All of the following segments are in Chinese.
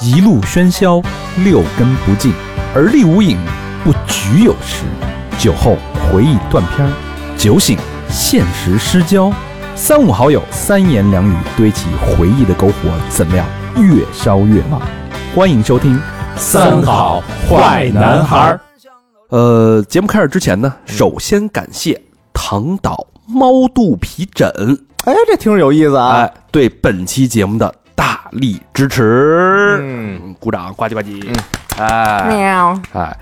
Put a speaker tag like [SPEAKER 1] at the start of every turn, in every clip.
[SPEAKER 1] 一路喧嚣，六根不净，而立无影，不局有时。酒后回忆断片儿，酒醒现实失焦。三五好友，三言两语堆起回忆的篝火，怎料越烧越旺。欢迎收听《
[SPEAKER 2] 三好坏男孩儿》。
[SPEAKER 1] 呃，节目开始之前呢，首先感谢唐岛猫肚皮枕。
[SPEAKER 2] 哎，这听着有意思啊！
[SPEAKER 1] 哎，对本期节目的大力支持，
[SPEAKER 2] 嗯，
[SPEAKER 1] 鼓掌，呱唧呱唧，哎
[SPEAKER 3] 喵，
[SPEAKER 1] 哎，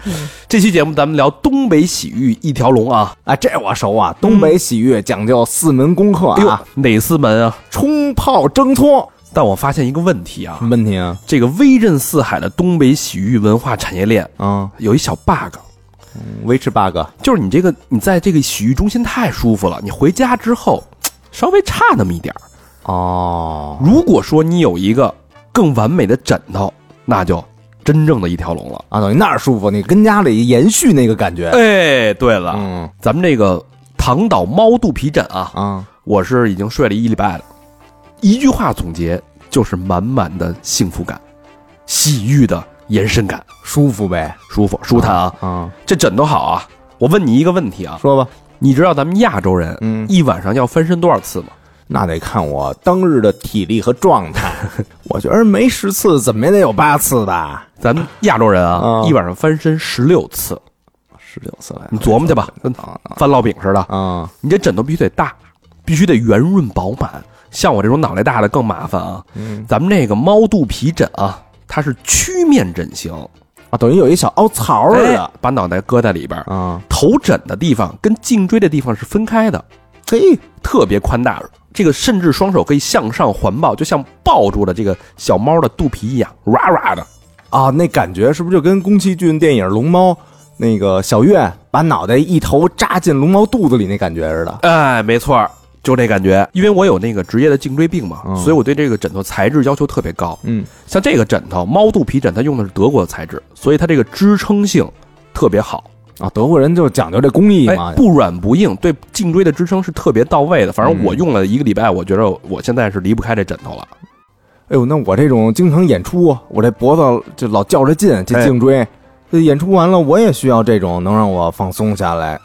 [SPEAKER 1] 这期节目咱们聊东北洗浴一条龙啊，
[SPEAKER 2] 啊，这我熟啊。东北洗浴讲究四门功课
[SPEAKER 1] 哎呦
[SPEAKER 2] 啊，，
[SPEAKER 1] 哪四门啊？
[SPEAKER 2] 冲泡蒸搓。
[SPEAKER 1] 但我发现一个问题啊，
[SPEAKER 2] 问题啊？
[SPEAKER 1] 这个威震四海的东北洗浴文化产业链
[SPEAKER 2] 嗯，
[SPEAKER 1] 有一小 bug，
[SPEAKER 2] 维持 bug
[SPEAKER 1] 就是你这个你在这个洗浴中心太舒服了，你回家之后嘖稍微差那么一点儿。
[SPEAKER 2] 哦，
[SPEAKER 1] 如果说你有一个更完美的枕头，那就真正的一条龙了。
[SPEAKER 2] 啊，等于那儿舒服，你跟家里延续那个感觉。
[SPEAKER 1] 哎，对了，
[SPEAKER 2] 嗯
[SPEAKER 1] 咱们这个唐岛猫肚皮枕啊，
[SPEAKER 2] 啊，
[SPEAKER 1] 我是已经睡了一礼拜了。一句话总结就是满满的幸福感，洗浴的延伸感，
[SPEAKER 2] 舒服呗。
[SPEAKER 1] 舒服舒坦啊！
[SPEAKER 2] 啊，
[SPEAKER 1] 这枕头好啊！我问你一个问题啊，
[SPEAKER 2] 说吧。
[SPEAKER 1] 你知道咱们亚洲人
[SPEAKER 2] 嗯，
[SPEAKER 1] 一晚上要翻身多少次吗？
[SPEAKER 2] 那得看我当日的体力和状态。我觉得没十次，怎么也得有八次吧。
[SPEAKER 1] 咱们亚洲人啊，
[SPEAKER 2] 啊
[SPEAKER 1] 一晚上翻身十六次，
[SPEAKER 2] 十六次来了
[SPEAKER 1] 你琢磨去吧，跟
[SPEAKER 2] 啊
[SPEAKER 1] 翻烙饼似的。
[SPEAKER 2] 啊，
[SPEAKER 1] 你这枕头必须得大，必须得圆润饱满。像我这种脑袋大的更麻烦啊。
[SPEAKER 2] 嗯
[SPEAKER 1] 咱们这个猫肚皮枕啊，它是曲面枕型，
[SPEAKER 2] 啊，等于有一小凹槽似
[SPEAKER 1] 哎
[SPEAKER 2] 的。
[SPEAKER 1] 把脑袋搁在里边儿，
[SPEAKER 2] 啊，
[SPEAKER 1] 头枕的地方跟颈椎的地方是分开的，
[SPEAKER 2] 嘿，
[SPEAKER 1] 特别宽大。这个甚至双手可以向上环抱，就像抱住了这个小猫的肚皮一样，哇哇的。
[SPEAKER 2] 啊，那感觉是不是就跟宫崎骏电影《龙猫》那个小月把脑袋一头扎进龙猫肚子里那感觉似的？
[SPEAKER 1] 哎，没错儿，就这感觉。因为我有那个职业的颈椎病嘛，
[SPEAKER 2] 嗯
[SPEAKER 1] 所以我对这个枕头材质要求特别高。
[SPEAKER 2] 嗯，
[SPEAKER 1] 像这个枕头，猫肚皮枕，它用的是德国的材质，所以它这个支撑性特别好，
[SPEAKER 2] 啊，德国人就讲究这工艺
[SPEAKER 1] 哎
[SPEAKER 2] 嘛，。
[SPEAKER 1] 不软不硬，对颈椎的支撑是特别到位的。反
[SPEAKER 2] 嗯
[SPEAKER 1] 正我用了一个礼拜，我觉得我现在是离不开这枕头了。
[SPEAKER 2] 哎呦，那我这种经常演出，我这脖子就老较着劲，这
[SPEAKER 1] 哎
[SPEAKER 2] 颈椎，这演出完了我也需要这种能让我放松下来、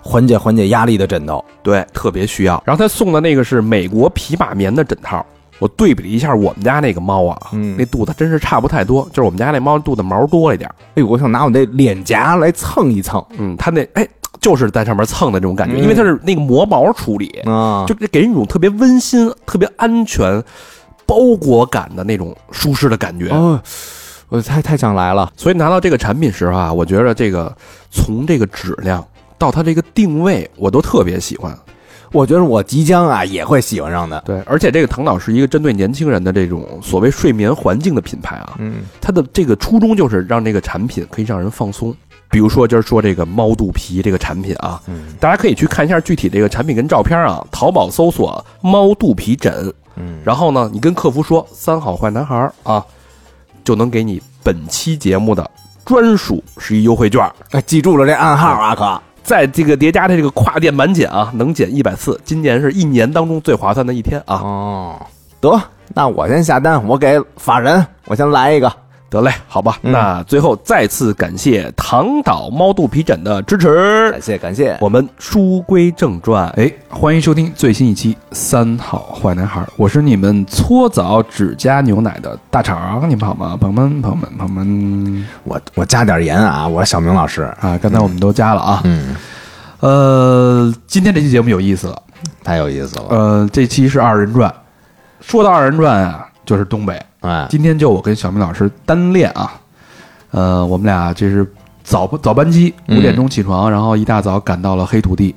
[SPEAKER 2] 缓解缓解压力的枕头。
[SPEAKER 1] 对，特别需要。然后他送的那个是美国匹马棉的枕套，我对比了一下我们家那个猫啊，
[SPEAKER 2] 嗯
[SPEAKER 1] 那肚子真是差不太多，就是我们家那猫肚子毛多一点儿，
[SPEAKER 2] 哎呦，我想拿我这脸颊来蹭一蹭
[SPEAKER 1] 嗯，它那哎就是在上面蹭的这种感觉，
[SPEAKER 2] 嗯
[SPEAKER 1] 因为它是那个磨毛处理，
[SPEAKER 2] 啊，
[SPEAKER 1] 就给人一种特别温馨、特别安全、包裹感的那种舒适的感觉。
[SPEAKER 2] 哦，我太太想来了，
[SPEAKER 1] 所以拿到这个产品时候啊，我觉得这个从这个质量到它这个定位，我都特别喜欢。
[SPEAKER 2] 我觉得我即将啊也会喜欢上的。
[SPEAKER 1] 对，而且这个唐岛是一个针对年轻人的这种所谓睡眠环境的品牌啊，
[SPEAKER 2] 嗯，
[SPEAKER 1] 它的这个初衷就是让这个产品可以让人放松。比如说今儿说这个猫肚皮这个产品啊，
[SPEAKER 2] 嗯
[SPEAKER 1] 大家可以去看一下具体这个产品跟照片啊，淘宝搜索“猫肚皮枕”，
[SPEAKER 2] 嗯，
[SPEAKER 1] 然后呢，你跟客服说“三好坏男孩儿”啊，就能给你本期节目的专属十一优惠券儿。
[SPEAKER 2] 哎，记住了这暗号啊，可。
[SPEAKER 1] 在这个叠加的这个跨店满减啊，能减一百次，今年是一年当中最划算的一天啊！
[SPEAKER 2] 哦，得，那我先下单，我给法人，我先来一个。
[SPEAKER 1] 得嘞，好吧，
[SPEAKER 2] 嗯
[SPEAKER 1] 那最后再次感谢唐岛猫肚皮枕的支持。
[SPEAKER 2] 感谢感谢，
[SPEAKER 1] 我们书归正传，
[SPEAKER 4] 哎，欢迎收听最新一期《三好坏男孩》，我是你们搓澡只加牛奶的大肠，你们好吗？朋友们，朋友们，朋友们
[SPEAKER 2] 我我加点盐啊，我是小明老师。
[SPEAKER 4] 啊！刚才我们都加了啊。
[SPEAKER 2] 嗯，
[SPEAKER 4] 呃，今天这期节目有意思了。
[SPEAKER 2] 太有意思了。
[SPEAKER 4] 呃，这期是二人转，说到二人转啊，就是东北。
[SPEAKER 2] 哎，
[SPEAKER 4] 今天就我跟小明老师单练啊，呃，我们俩这是早早班机，
[SPEAKER 2] 嗯
[SPEAKER 4] 五点钟起床，然后一大早赶到了黑土地，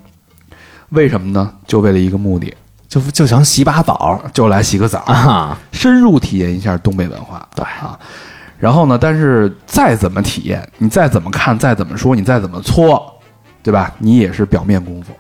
[SPEAKER 4] 为什么呢？就为了一个目的，
[SPEAKER 2] 就就想洗把澡
[SPEAKER 4] 就来洗个澡。
[SPEAKER 2] 啊。
[SPEAKER 4] 深入体验一下东北文化。对啊，然后呢，但是再怎么体验，你再怎么看，再怎么说，你再怎么搓，对吧？你也是表面功夫，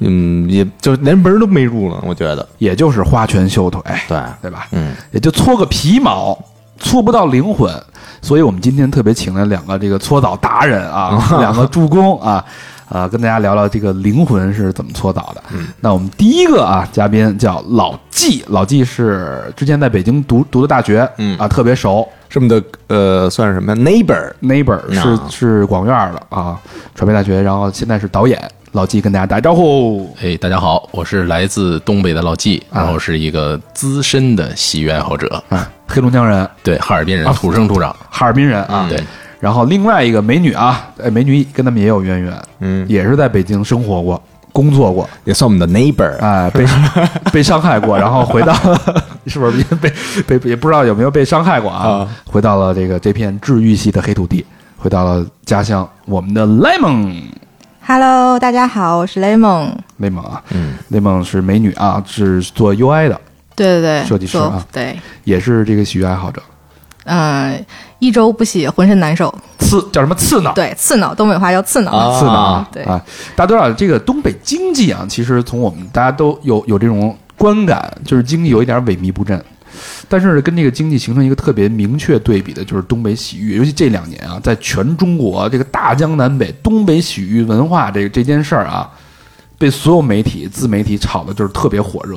[SPEAKER 2] 嗯，也就连门都没入了，我觉得。
[SPEAKER 4] 也就是花拳绣腿，
[SPEAKER 2] 对，
[SPEAKER 4] 对吧？
[SPEAKER 2] 嗯，
[SPEAKER 4] 也就搓个皮毛，搓不到灵魂。所以我们今天特别请了两个这个搓澡达人 啊，两个助攻啊。啊，跟大家聊聊这个灵魂是怎么搓澡的。那我们第一个啊，嘉宾叫老纪，老纪是之前在北京读读的大学，
[SPEAKER 2] 嗯
[SPEAKER 4] 啊，特别熟，
[SPEAKER 2] 这么的呃，算是什么呀？neighbor，
[SPEAKER 4] Neighbor 是
[SPEAKER 2] 啊
[SPEAKER 4] 是广院的啊，传媒大学，然后现在是导演，老纪跟大家打招呼。
[SPEAKER 3] 哎，大家好，我是来自东北的老纪，然后是一个资深的喜剧爱好者，
[SPEAKER 4] 啊，黑龙江人，
[SPEAKER 3] 对，哈尔滨人，土生土长，
[SPEAKER 4] 哈尔滨人啊。
[SPEAKER 3] 嗯对，
[SPEAKER 4] 然后另外一个美女啊，哎，美女跟他们也有渊源，
[SPEAKER 2] 嗯，
[SPEAKER 4] 也是在北京生活过、工作过，
[SPEAKER 2] 也算我们的 neighbor，
[SPEAKER 4] 哎，被被伤害过，然后回到 是不是 被被被也不知道有没有被伤害过啊？回到了这个这片治愈系的黑土地，回到了家乡，我们的 Lemon。
[SPEAKER 5] Hello，大家好，我是雷蒙。
[SPEAKER 4] 雷蒙啊，嗯，雷蒙是美女啊，是做 UI 的，
[SPEAKER 5] 对对对，
[SPEAKER 4] 设计师啊
[SPEAKER 5] 做对，
[SPEAKER 4] 也是这个喜剧爱好者。
[SPEAKER 5] 嗯、一周不洗浑身难受，
[SPEAKER 4] 刺叫什么刺挠？
[SPEAKER 5] 对，刺挠，东北话叫刺挠。
[SPEAKER 2] 啊
[SPEAKER 4] 刺挠啊！
[SPEAKER 5] 对
[SPEAKER 4] 啊，大家都知道这个东北经济啊，其实从我们大家都有有这种观感，就是经济有一点萎靡不振。但是跟这个经济形成一个特别明确对比的，就是东北洗浴，尤其这两年啊，在全中国这个大江南北，东北洗浴文化这这件事儿啊，被所有媒体、自媒体炒的就是特别火热。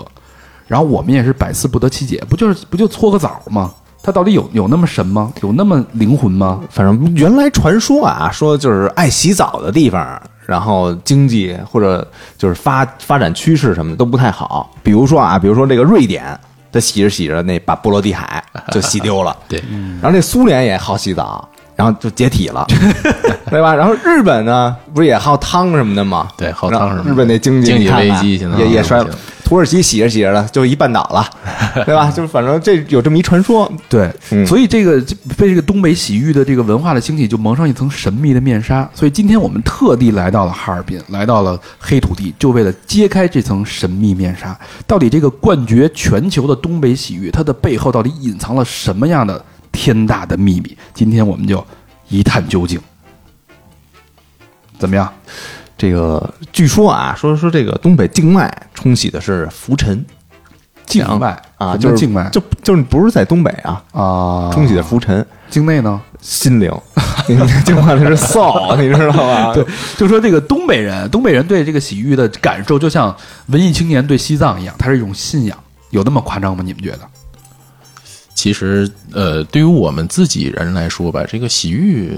[SPEAKER 4] 然后我们也是百思不得其解，不就是不就搓个澡吗？它到底有有那么神吗？有那么灵魂吗？
[SPEAKER 2] 反正原来传说啊，说就是爱洗澡的地方，然后经济或者就是发发展趋势什么的都不太好。比如说啊，比如说这个瑞典，它洗着洗着那把波罗的 海就洗丢了，
[SPEAKER 3] 对，
[SPEAKER 2] 然后这苏联也好洗澡，然后就解体 了，对吧？然后日本呢，不是也好汤什么的吗？
[SPEAKER 3] 对好汤什么的
[SPEAKER 2] 日本那经济
[SPEAKER 3] 经济
[SPEAKER 2] 你看看
[SPEAKER 3] 危机现在
[SPEAKER 2] 也也
[SPEAKER 3] 不行
[SPEAKER 2] 衰了，土耳其洗着洗着呢，就一半岛了，对吧？ 就是反正这有这么一传说，
[SPEAKER 4] 对，
[SPEAKER 2] 嗯
[SPEAKER 4] 所以这个这被这个东北洗浴的这个文化的兴起，就蒙上一层神秘的面纱。所以今天我们特地来到了哈尔滨，来到了黑土地，就为了揭开这层神秘面纱。到底这个冠绝全球的东北洗浴，它的背后到底隐藏了什么样的天大的秘密？今天我们就一探究竟。怎么样？
[SPEAKER 2] 这个据说啊，说说这个东北静脉冲洗的是浮尘
[SPEAKER 4] 境外
[SPEAKER 2] 啊，
[SPEAKER 4] 什么
[SPEAKER 2] 就是
[SPEAKER 4] 境外
[SPEAKER 2] 就就是不是在东北啊，
[SPEAKER 4] 啊，
[SPEAKER 2] 冲洗的浮尘，
[SPEAKER 4] 境内呢？
[SPEAKER 2] 心灵， 你静脉那是臊，你知道吧？
[SPEAKER 4] 对，就说这个东北人，东北人对这个洗浴的感受，就像文艺青年对西藏一样，它是一种信仰。有那么夸张吗？你们觉得？
[SPEAKER 3] 其实呃，对于我们自己人来说吧，这个洗浴。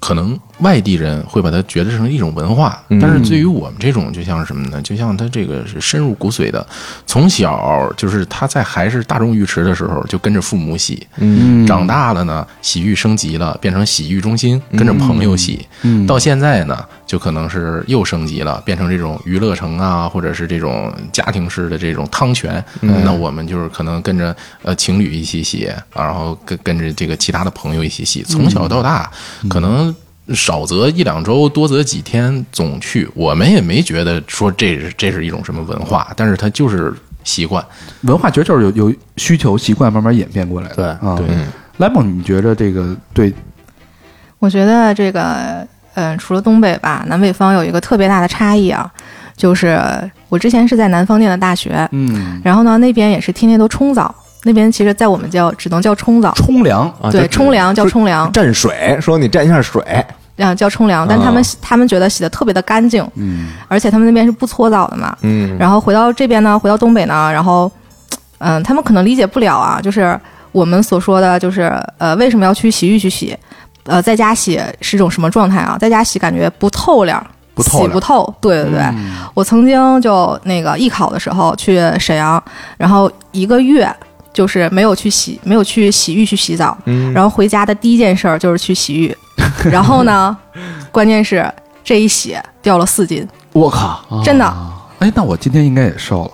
[SPEAKER 3] 可能外地人会把它觉得成一种文化，但是对于我们这种，就像是什么呢？就像它这个是深入骨髓的，从小就是他在还是大众浴池的时候就跟着父母洗，
[SPEAKER 4] 嗯
[SPEAKER 3] 长大了呢，洗浴升级了，变成洗浴中心，跟着朋友洗。
[SPEAKER 4] 嗯
[SPEAKER 3] 到现在呢，就可能是又升级了，变成这种娱乐城啊，或者是这种家庭式的这种汤泉。
[SPEAKER 4] 嗯
[SPEAKER 3] 那我们就是可能跟着呃情侣一起洗，然后跟跟着这个其他的朋友一起洗。从小到大，
[SPEAKER 4] 嗯
[SPEAKER 3] 可能。少则一两周，多则几天，总去，我们也没觉得说这是这是一种什么文化，但是它就是习惯。
[SPEAKER 4] 文化觉得就是有有需求习惯慢慢演变过来的。
[SPEAKER 2] 对
[SPEAKER 4] 啊，
[SPEAKER 3] 对。
[SPEAKER 4] 莱蒙，你觉得这个对
[SPEAKER 5] 我觉得这个，呃，除了东北吧，南北方有一个特别大的差异啊，就是我之前是在南方念的大学，
[SPEAKER 4] 嗯
[SPEAKER 5] 然后呢，那边也是天天都冲澡，那边其实在我们叫只能叫冲澡，
[SPEAKER 4] 冲凉
[SPEAKER 2] 啊
[SPEAKER 5] 对，
[SPEAKER 2] 就
[SPEAKER 5] 冲凉叫冲凉，
[SPEAKER 2] 蘸水，说你蘸一下水，
[SPEAKER 5] 嗯，叫冲凉，但
[SPEAKER 4] 啊
[SPEAKER 5] 他们、他们觉得洗的特别的干净，
[SPEAKER 4] 嗯，
[SPEAKER 5] 而且他们那边是不搓澡的嘛，
[SPEAKER 2] 嗯，
[SPEAKER 5] 然后回到这边呢，回到东北呢，然后，嗯，他们可能理解不了啊，就是我们所说的，就是呃，为什么要去洗浴去洗？呃，在家洗是一种什么状态啊？在家洗感觉不透亮，
[SPEAKER 4] 不透
[SPEAKER 5] 洗
[SPEAKER 4] 亮
[SPEAKER 5] 不透。对对对，我曾经就那个艺考的时候去沈阳，然后一个月就是没有去洗，没有去洗浴去洗澡，
[SPEAKER 2] 嗯
[SPEAKER 5] 然后回家的第一件事儿就是去洗浴，然后呢，关键是这一洗掉了四斤，
[SPEAKER 2] 我靠，
[SPEAKER 5] 真的、
[SPEAKER 4] 哎，那我今天应该也瘦了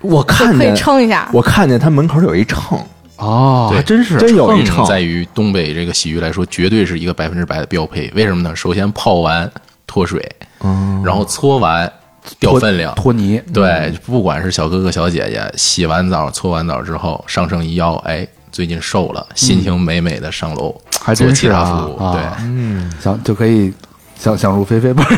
[SPEAKER 2] 我看
[SPEAKER 5] 可以
[SPEAKER 2] 见
[SPEAKER 5] 称一下。
[SPEAKER 2] 我看见他门口有一秤，
[SPEAKER 4] 哦
[SPEAKER 3] 对
[SPEAKER 4] 还真是
[SPEAKER 2] 真有一
[SPEAKER 3] 秤
[SPEAKER 2] 秤，
[SPEAKER 3] 在于东北这个洗浴来说，绝对是一个百分之百的标配。为什么呢？首先泡完脱水，然后搓完掉
[SPEAKER 4] 哦脱
[SPEAKER 3] 分量。
[SPEAKER 4] 托尼
[SPEAKER 3] 对，不管是小哥哥小姐姐，洗完澡、搓完澡之后，上秤一腰，哎，最近瘦了，心情美美的上楼
[SPEAKER 4] 嗯还
[SPEAKER 3] 做
[SPEAKER 4] 真
[SPEAKER 3] 其
[SPEAKER 4] 是
[SPEAKER 3] 他
[SPEAKER 4] 啊
[SPEAKER 3] 服务。
[SPEAKER 4] 啊
[SPEAKER 3] 对，嗯
[SPEAKER 4] 想就可以想想入非非，不是？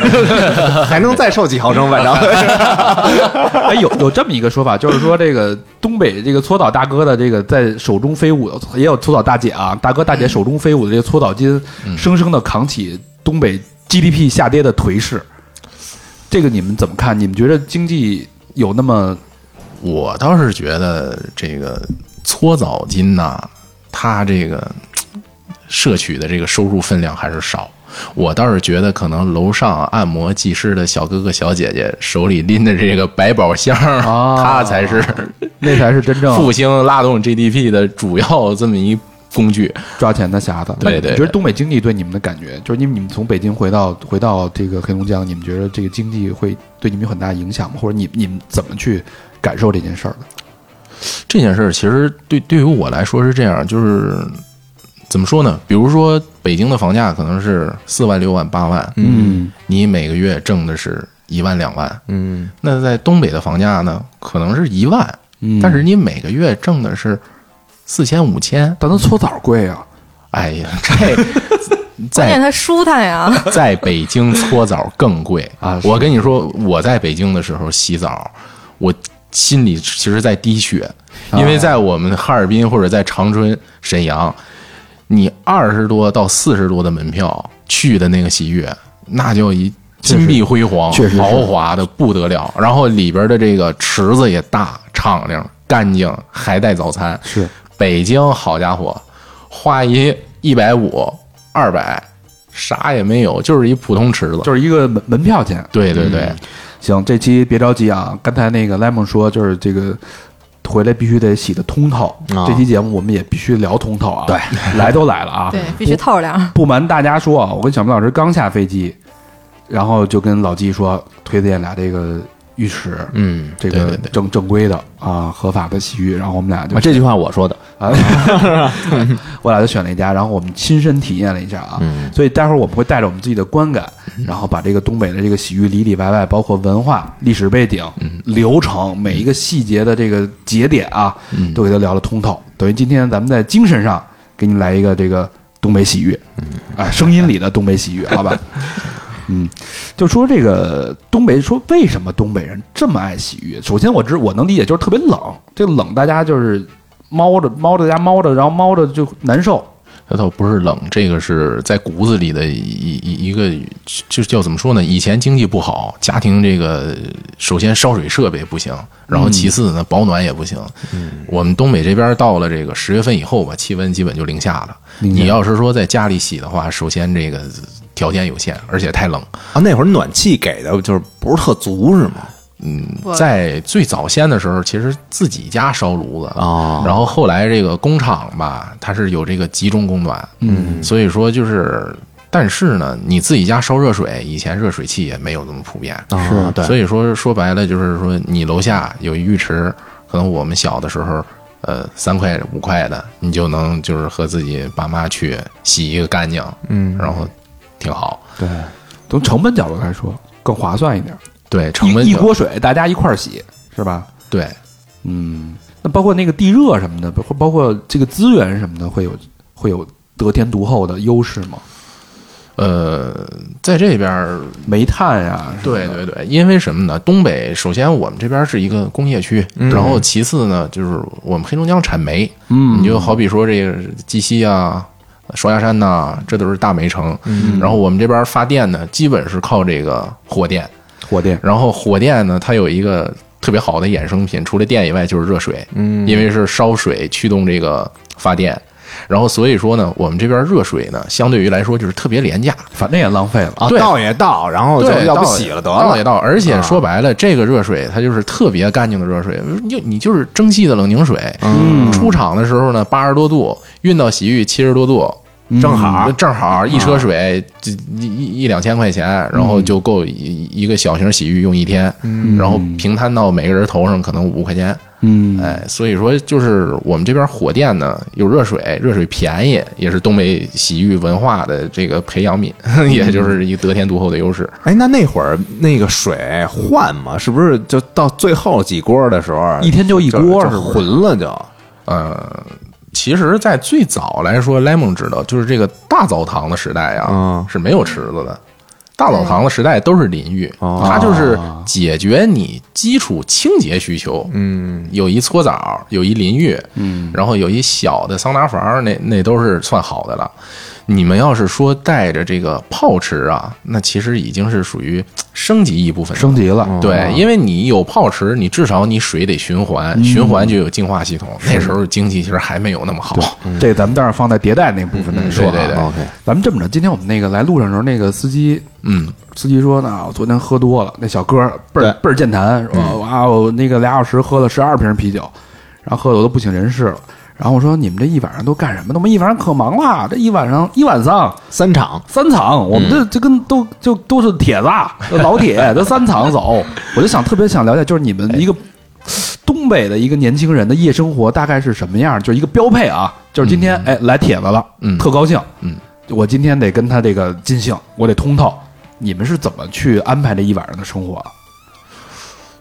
[SPEAKER 2] 还能再瘦几毫升，反正
[SPEAKER 4] 哎，有有这么一个说法，就是说这个东北这个搓澡大哥的这个在手中飞舞，也有搓澡大姐啊，大哥大姐手中飞舞的这个搓澡巾，
[SPEAKER 3] 嗯
[SPEAKER 4] 生生的扛起东北 GDP 下跌的颓势。这个你们怎么看？你们觉得经济有那么
[SPEAKER 3] 我倒是觉得这个搓澡巾呐、他这个嘖摄取的这个收入分量还是少。我倒是觉得，可能楼上按摩技师的小哥哥小姐姐手里拎的这个百宝箱，
[SPEAKER 4] 啊
[SPEAKER 3] 他才是
[SPEAKER 4] 那才是真正
[SPEAKER 3] 复兴拉动 GDP 的主要这么一工具。
[SPEAKER 4] 抓钱的匣子。
[SPEAKER 3] 对对对
[SPEAKER 4] 那你觉得东北经济对你们的感觉，就是因为你们从北京回到回到这个黑龙江，你们觉得这个经济会对你们有很大影响吗？或者你你们怎么去感受这件事儿的？
[SPEAKER 3] 这件事儿其实对对于我来说是这样，就是怎么说呢？比如说北京的房价可能是四万、六万、八万，
[SPEAKER 4] 嗯，
[SPEAKER 3] 你每个月挣的是一万、两万。
[SPEAKER 2] 嗯
[SPEAKER 3] 那在东北的房价呢，可能是一万，
[SPEAKER 4] 嗯
[SPEAKER 3] 但是你每个月挣的是四千、五千。
[SPEAKER 4] 但它搓澡贵啊，
[SPEAKER 3] 哎呀，这
[SPEAKER 5] 关键
[SPEAKER 3] 在
[SPEAKER 5] 它舒坦呀。
[SPEAKER 3] 在北京搓澡更贵
[SPEAKER 4] 啊是
[SPEAKER 3] 我跟你说，我在北京的时候洗澡，我心里其实在滴血，
[SPEAKER 4] 啊
[SPEAKER 3] 因为在我们哈尔滨或者在长春、沈阳，你二十多到四十多的门票去的那个洗浴，那叫一金碧辉煌、
[SPEAKER 4] 确实是
[SPEAKER 3] 豪华的不得了。然后里边的这个池子也大、敞亮、干净，还带早餐。
[SPEAKER 4] 是
[SPEAKER 3] 北京，好家伙，花一一百五、二百，啥也没有，就是一普通池子。
[SPEAKER 4] 就是一个门门票钱。
[SPEAKER 3] 对对对，
[SPEAKER 4] 行，这期别着急啊。刚才那个 Lemon 说，就是这个回来必须得洗得通透。
[SPEAKER 2] 啊
[SPEAKER 4] 这期节目我们也必须聊通透啊。对，来都来了啊。
[SPEAKER 5] 对，必须
[SPEAKER 4] 不。
[SPEAKER 5] 透亮。
[SPEAKER 4] 不瞒大家说啊，我跟小明老师刚下飞机，然后就跟老纪说推荐俩这个浴池，
[SPEAKER 2] 嗯，
[SPEAKER 4] 这
[SPEAKER 3] 对
[SPEAKER 4] 个
[SPEAKER 3] 对对
[SPEAKER 4] 正正规的啊合法的洗浴，然后我们俩就
[SPEAKER 2] 啊，这句话我说的，
[SPEAKER 4] 啊， 我俩就选了一家，然后我们亲身体验了一下啊，所以待会儿我们会带着我们自己的观感，然后把这个东北的这个洗浴里里外外，包括文化、历史背景、流程每一个细节的这个节点啊，都给它聊得通透。等于今天咱们在精神上给你来一个这个东北洗浴，啊，声音里的东北洗浴，好吧？嗯，就说这个东北，说为什么东北人这么爱洗浴？首先，我知我能理解，就是特别冷，这个冷大家就是猫着猫着家猫着，然后猫着就难受。
[SPEAKER 3] 它倒不是冷，这个是在骨子里的一一一个，就叫怎么说呢？以前经济不好，家庭这个首先烧水设备不行，然后其次呢保暖也不行。嗯，我们东北这边到了这个十月份以后吧，气温基本就零下了。
[SPEAKER 4] 零下
[SPEAKER 3] 你要是说在家里洗的话，首先这个条件有限，而且太冷。
[SPEAKER 2] 啊，那会儿暖气给的就是不是特足是吗？
[SPEAKER 5] 我
[SPEAKER 3] 嗯在最早先的时候，其实自己家烧炉子
[SPEAKER 2] 哦
[SPEAKER 3] 然后后来这个工厂吧，它是有这个集中供暖，嗯，所以说就是，但是呢，你自己家烧热水，以前热水器也没有这么普遍，
[SPEAKER 2] 是啊对，
[SPEAKER 3] 所以说说白了就是说，你楼下有一浴池，可能我们小的时候，呃，三块五块的，你就能就是和自己爸妈去洗一个干净，嗯，然后挺好，
[SPEAKER 4] 对，从成本角度来说更划算一点，
[SPEAKER 3] 对，成本
[SPEAKER 4] 一一
[SPEAKER 3] 就
[SPEAKER 4] 锅水大家一块儿洗是吧？
[SPEAKER 3] 对。
[SPEAKER 4] 嗯，那包括那个地热什么的，包括包括这个资源什么的，会有会有得天独厚的优势吗？
[SPEAKER 3] 呃，在这边儿
[SPEAKER 4] 煤炭呀、什么
[SPEAKER 3] 对
[SPEAKER 4] 的
[SPEAKER 3] 对对，因为什么呢？东北首先我们这边是一个工业区，然后其次呢，就是我们黑龙江产煤，
[SPEAKER 4] 嗯
[SPEAKER 3] 你就好比说这个鸡西啊、双鸭山呐、这都是大煤城。
[SPEAKER 2] 嗯
[SPEAKER 4] 嗯
[SPEAKER 3] 然后我们这边发电呢，基本是靠这个火电。
[SPEAKER 4] 火电
[SPEAKER 3] 然后火电呢，它有一个特别好的衍生品，除了电以外就是热水，嗯，因为是烧水驱动这个发电。然后所以说呢，我们这边热水呢，相对于来说就是特别廉价，
[SPEAKER 4] 反正也浪费了
[SPEAKER 2] 啊，
[SPEAKER 3] 对
[SPEAKER 2] 倒也倒，然哦后就
[SPEAKER 3] 对，
[SPEAKER 2] 要不
[SPEAKER 3] 倒也
[SPEAKER 2] 洗了得啊
[SPEAKER 3] 倒也
[SPEAKER 2] 了，
[SPEAKER 3] 倒，而且说白了，这个热水它就是特别干净的热水，你就你就是蒸汽的冷凝水。嗯，出厂的时候呢，八十多度，运到洗浴七十多度。嗯
[SPEAKER 2] 正好
[SPEAKER 4] 嗯
[SPEAKER 3] 正好一
[SPEAKER 2] 啊
[SPEAKER 3] 车水，这一一一两千块钱，然
[SPEAKER 2] 嗯
[SPEAKER 3] 后就够一一个小型洗浴用一天，然后
[SPEAKER 2] 嗯
[SPEAKER 3] 平摊到每个人头上可能五块钱，
[SPEAKER 4] 嗯
[SPEAKER 3] 哎，所以说就是我们这边火电呢有热水，热水便宜，也是东北洗浴文化的这个培养皿， 也就是一得天独厚的优势。
[SPEAKER 2] 哎，那那会儿那个水换嘛，是不是就到最后几锅的时候，
[SPEAKER 4] 一天就一锅
[SPEAKER 2] 就是是
[SPEAKER 4] 不是
[SPEAKER 2] 浑了就？
[SPEAKER 3] 呃，其实，在最早来说，Lemon 知道，就是这个大澡堂的时代啊，
[SPEAKER 2] 嗯
[SPEAKER 3] 是没有池子的。大
[SPEAKER 4] 啊
[SPEAKER 3] 澡堂的时代都是淋浴，它就是解决你基础清洁需求。嗯，有一搓澡，有一淋浴，嗯，然后有一小的桑拿房，那那都是算好的了。你们要是说带着这个泡池啊，那其实已经是属于升级一部分了，
[SPEAKER 4] 升级了，
[SPEAKER 3] 对，因为你有泡池，你至少你水得循
[SPEAKER 4] 嗯
[SPEAKER 3] 环，循环就有净化系统。那时候经济其实还没有那么好，嗯
[SPEAKER 4] 这咱们待会儿放在迭代那部分再说啊。
[SPEAKER 3] 对对对
[SPEAKER 2] OK
[SPEAKER 4] 咱们这么着，今天我们那个来路上的时候，那个司机，
[SPEAKER 3] 嗯，
[SPEAKER 4] 司机说呢，我昨天喝多了，那小哥儿倍儿倍儿健谈，
[SPEAKER 3] 嗯
[SPEAKER 4] 说哇，我那个俩小时喝了十二瓶啤酒，然后喝的我都不省人事了。然后我说你们这一晚上都干什么呢？我们一晚上可忙了，这一晚上一晚上
[SPEAKER 2] 三场，
[SPEAKER 4] 三场，
[SPEAKER 3] 嗯
[SPEAKER 4] 我们这这跟都就都是铁子， 老铁，都三场走。我就想特别想了解，就是你
[SPEAKER 3] 哎
[SPEAKER 4] 们一个东北的一个年轻人的夜生活大概是什么样？就是一个标配啊，就是今天、哎来铁子了，
[SPEAKER 3] 嗯
[SPEAKER 4] 特高兴，
[SPEAKER 3] 嗯，
[SPEAKER 4] 我今天得跟他这个尽兴，我得通透。你们是怎么去安排这一晚上的生活？啊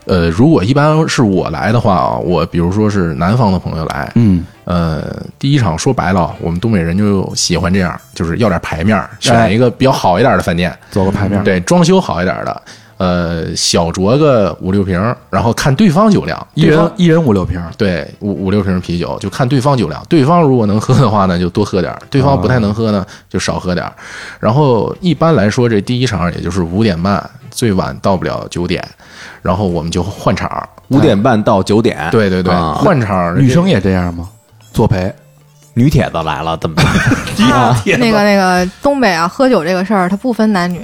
[SPEAKER 3] 呃，如果一般是我来的话啊，我比如说是南方的朋友来，
[SPEAKER 4] 嗯，
[SPEAKER 3] 呃，第一场说白了，我们东北人就喜欢这样，就是要点牌面儿，选一个比较好一点的饭店，
[SPEAKER 4] 走个牌面，，
[SPEAKER 3] 对，装修好一点的，呃，小酌个五六瓶儿，然后看对方酒量，
[SPEAKER 4] 一
[SPEAKER 3] 对
[SPEAKER 4] 人
[SPEAKER 3] 方
[SPEAKER 4] 一人五六瓶，
[SPEAKER 3] 对五五六瓶啤酒，就看对方酒量。对方如果能喝的话呢，就多喝点儿；对方不太能喝呢，就少喝点儿。然后一般来说，这第一场也就是五点半，最晚到不了九点，然后我们就换场儿。
[SPEAKER 2] 五点半到九点，
[SPEAKER 3] 对对对，
[SPEAKER 2] 啊
[SPEAKER 3] 换场儿
[SPEAKER 4] 女生也这样吗？作陪，
[SPEAKER 2] 女铁子来了，怎么办？
[SPEAKER 5] 那个那个东北啊，喝酒这个事儿它不分男女，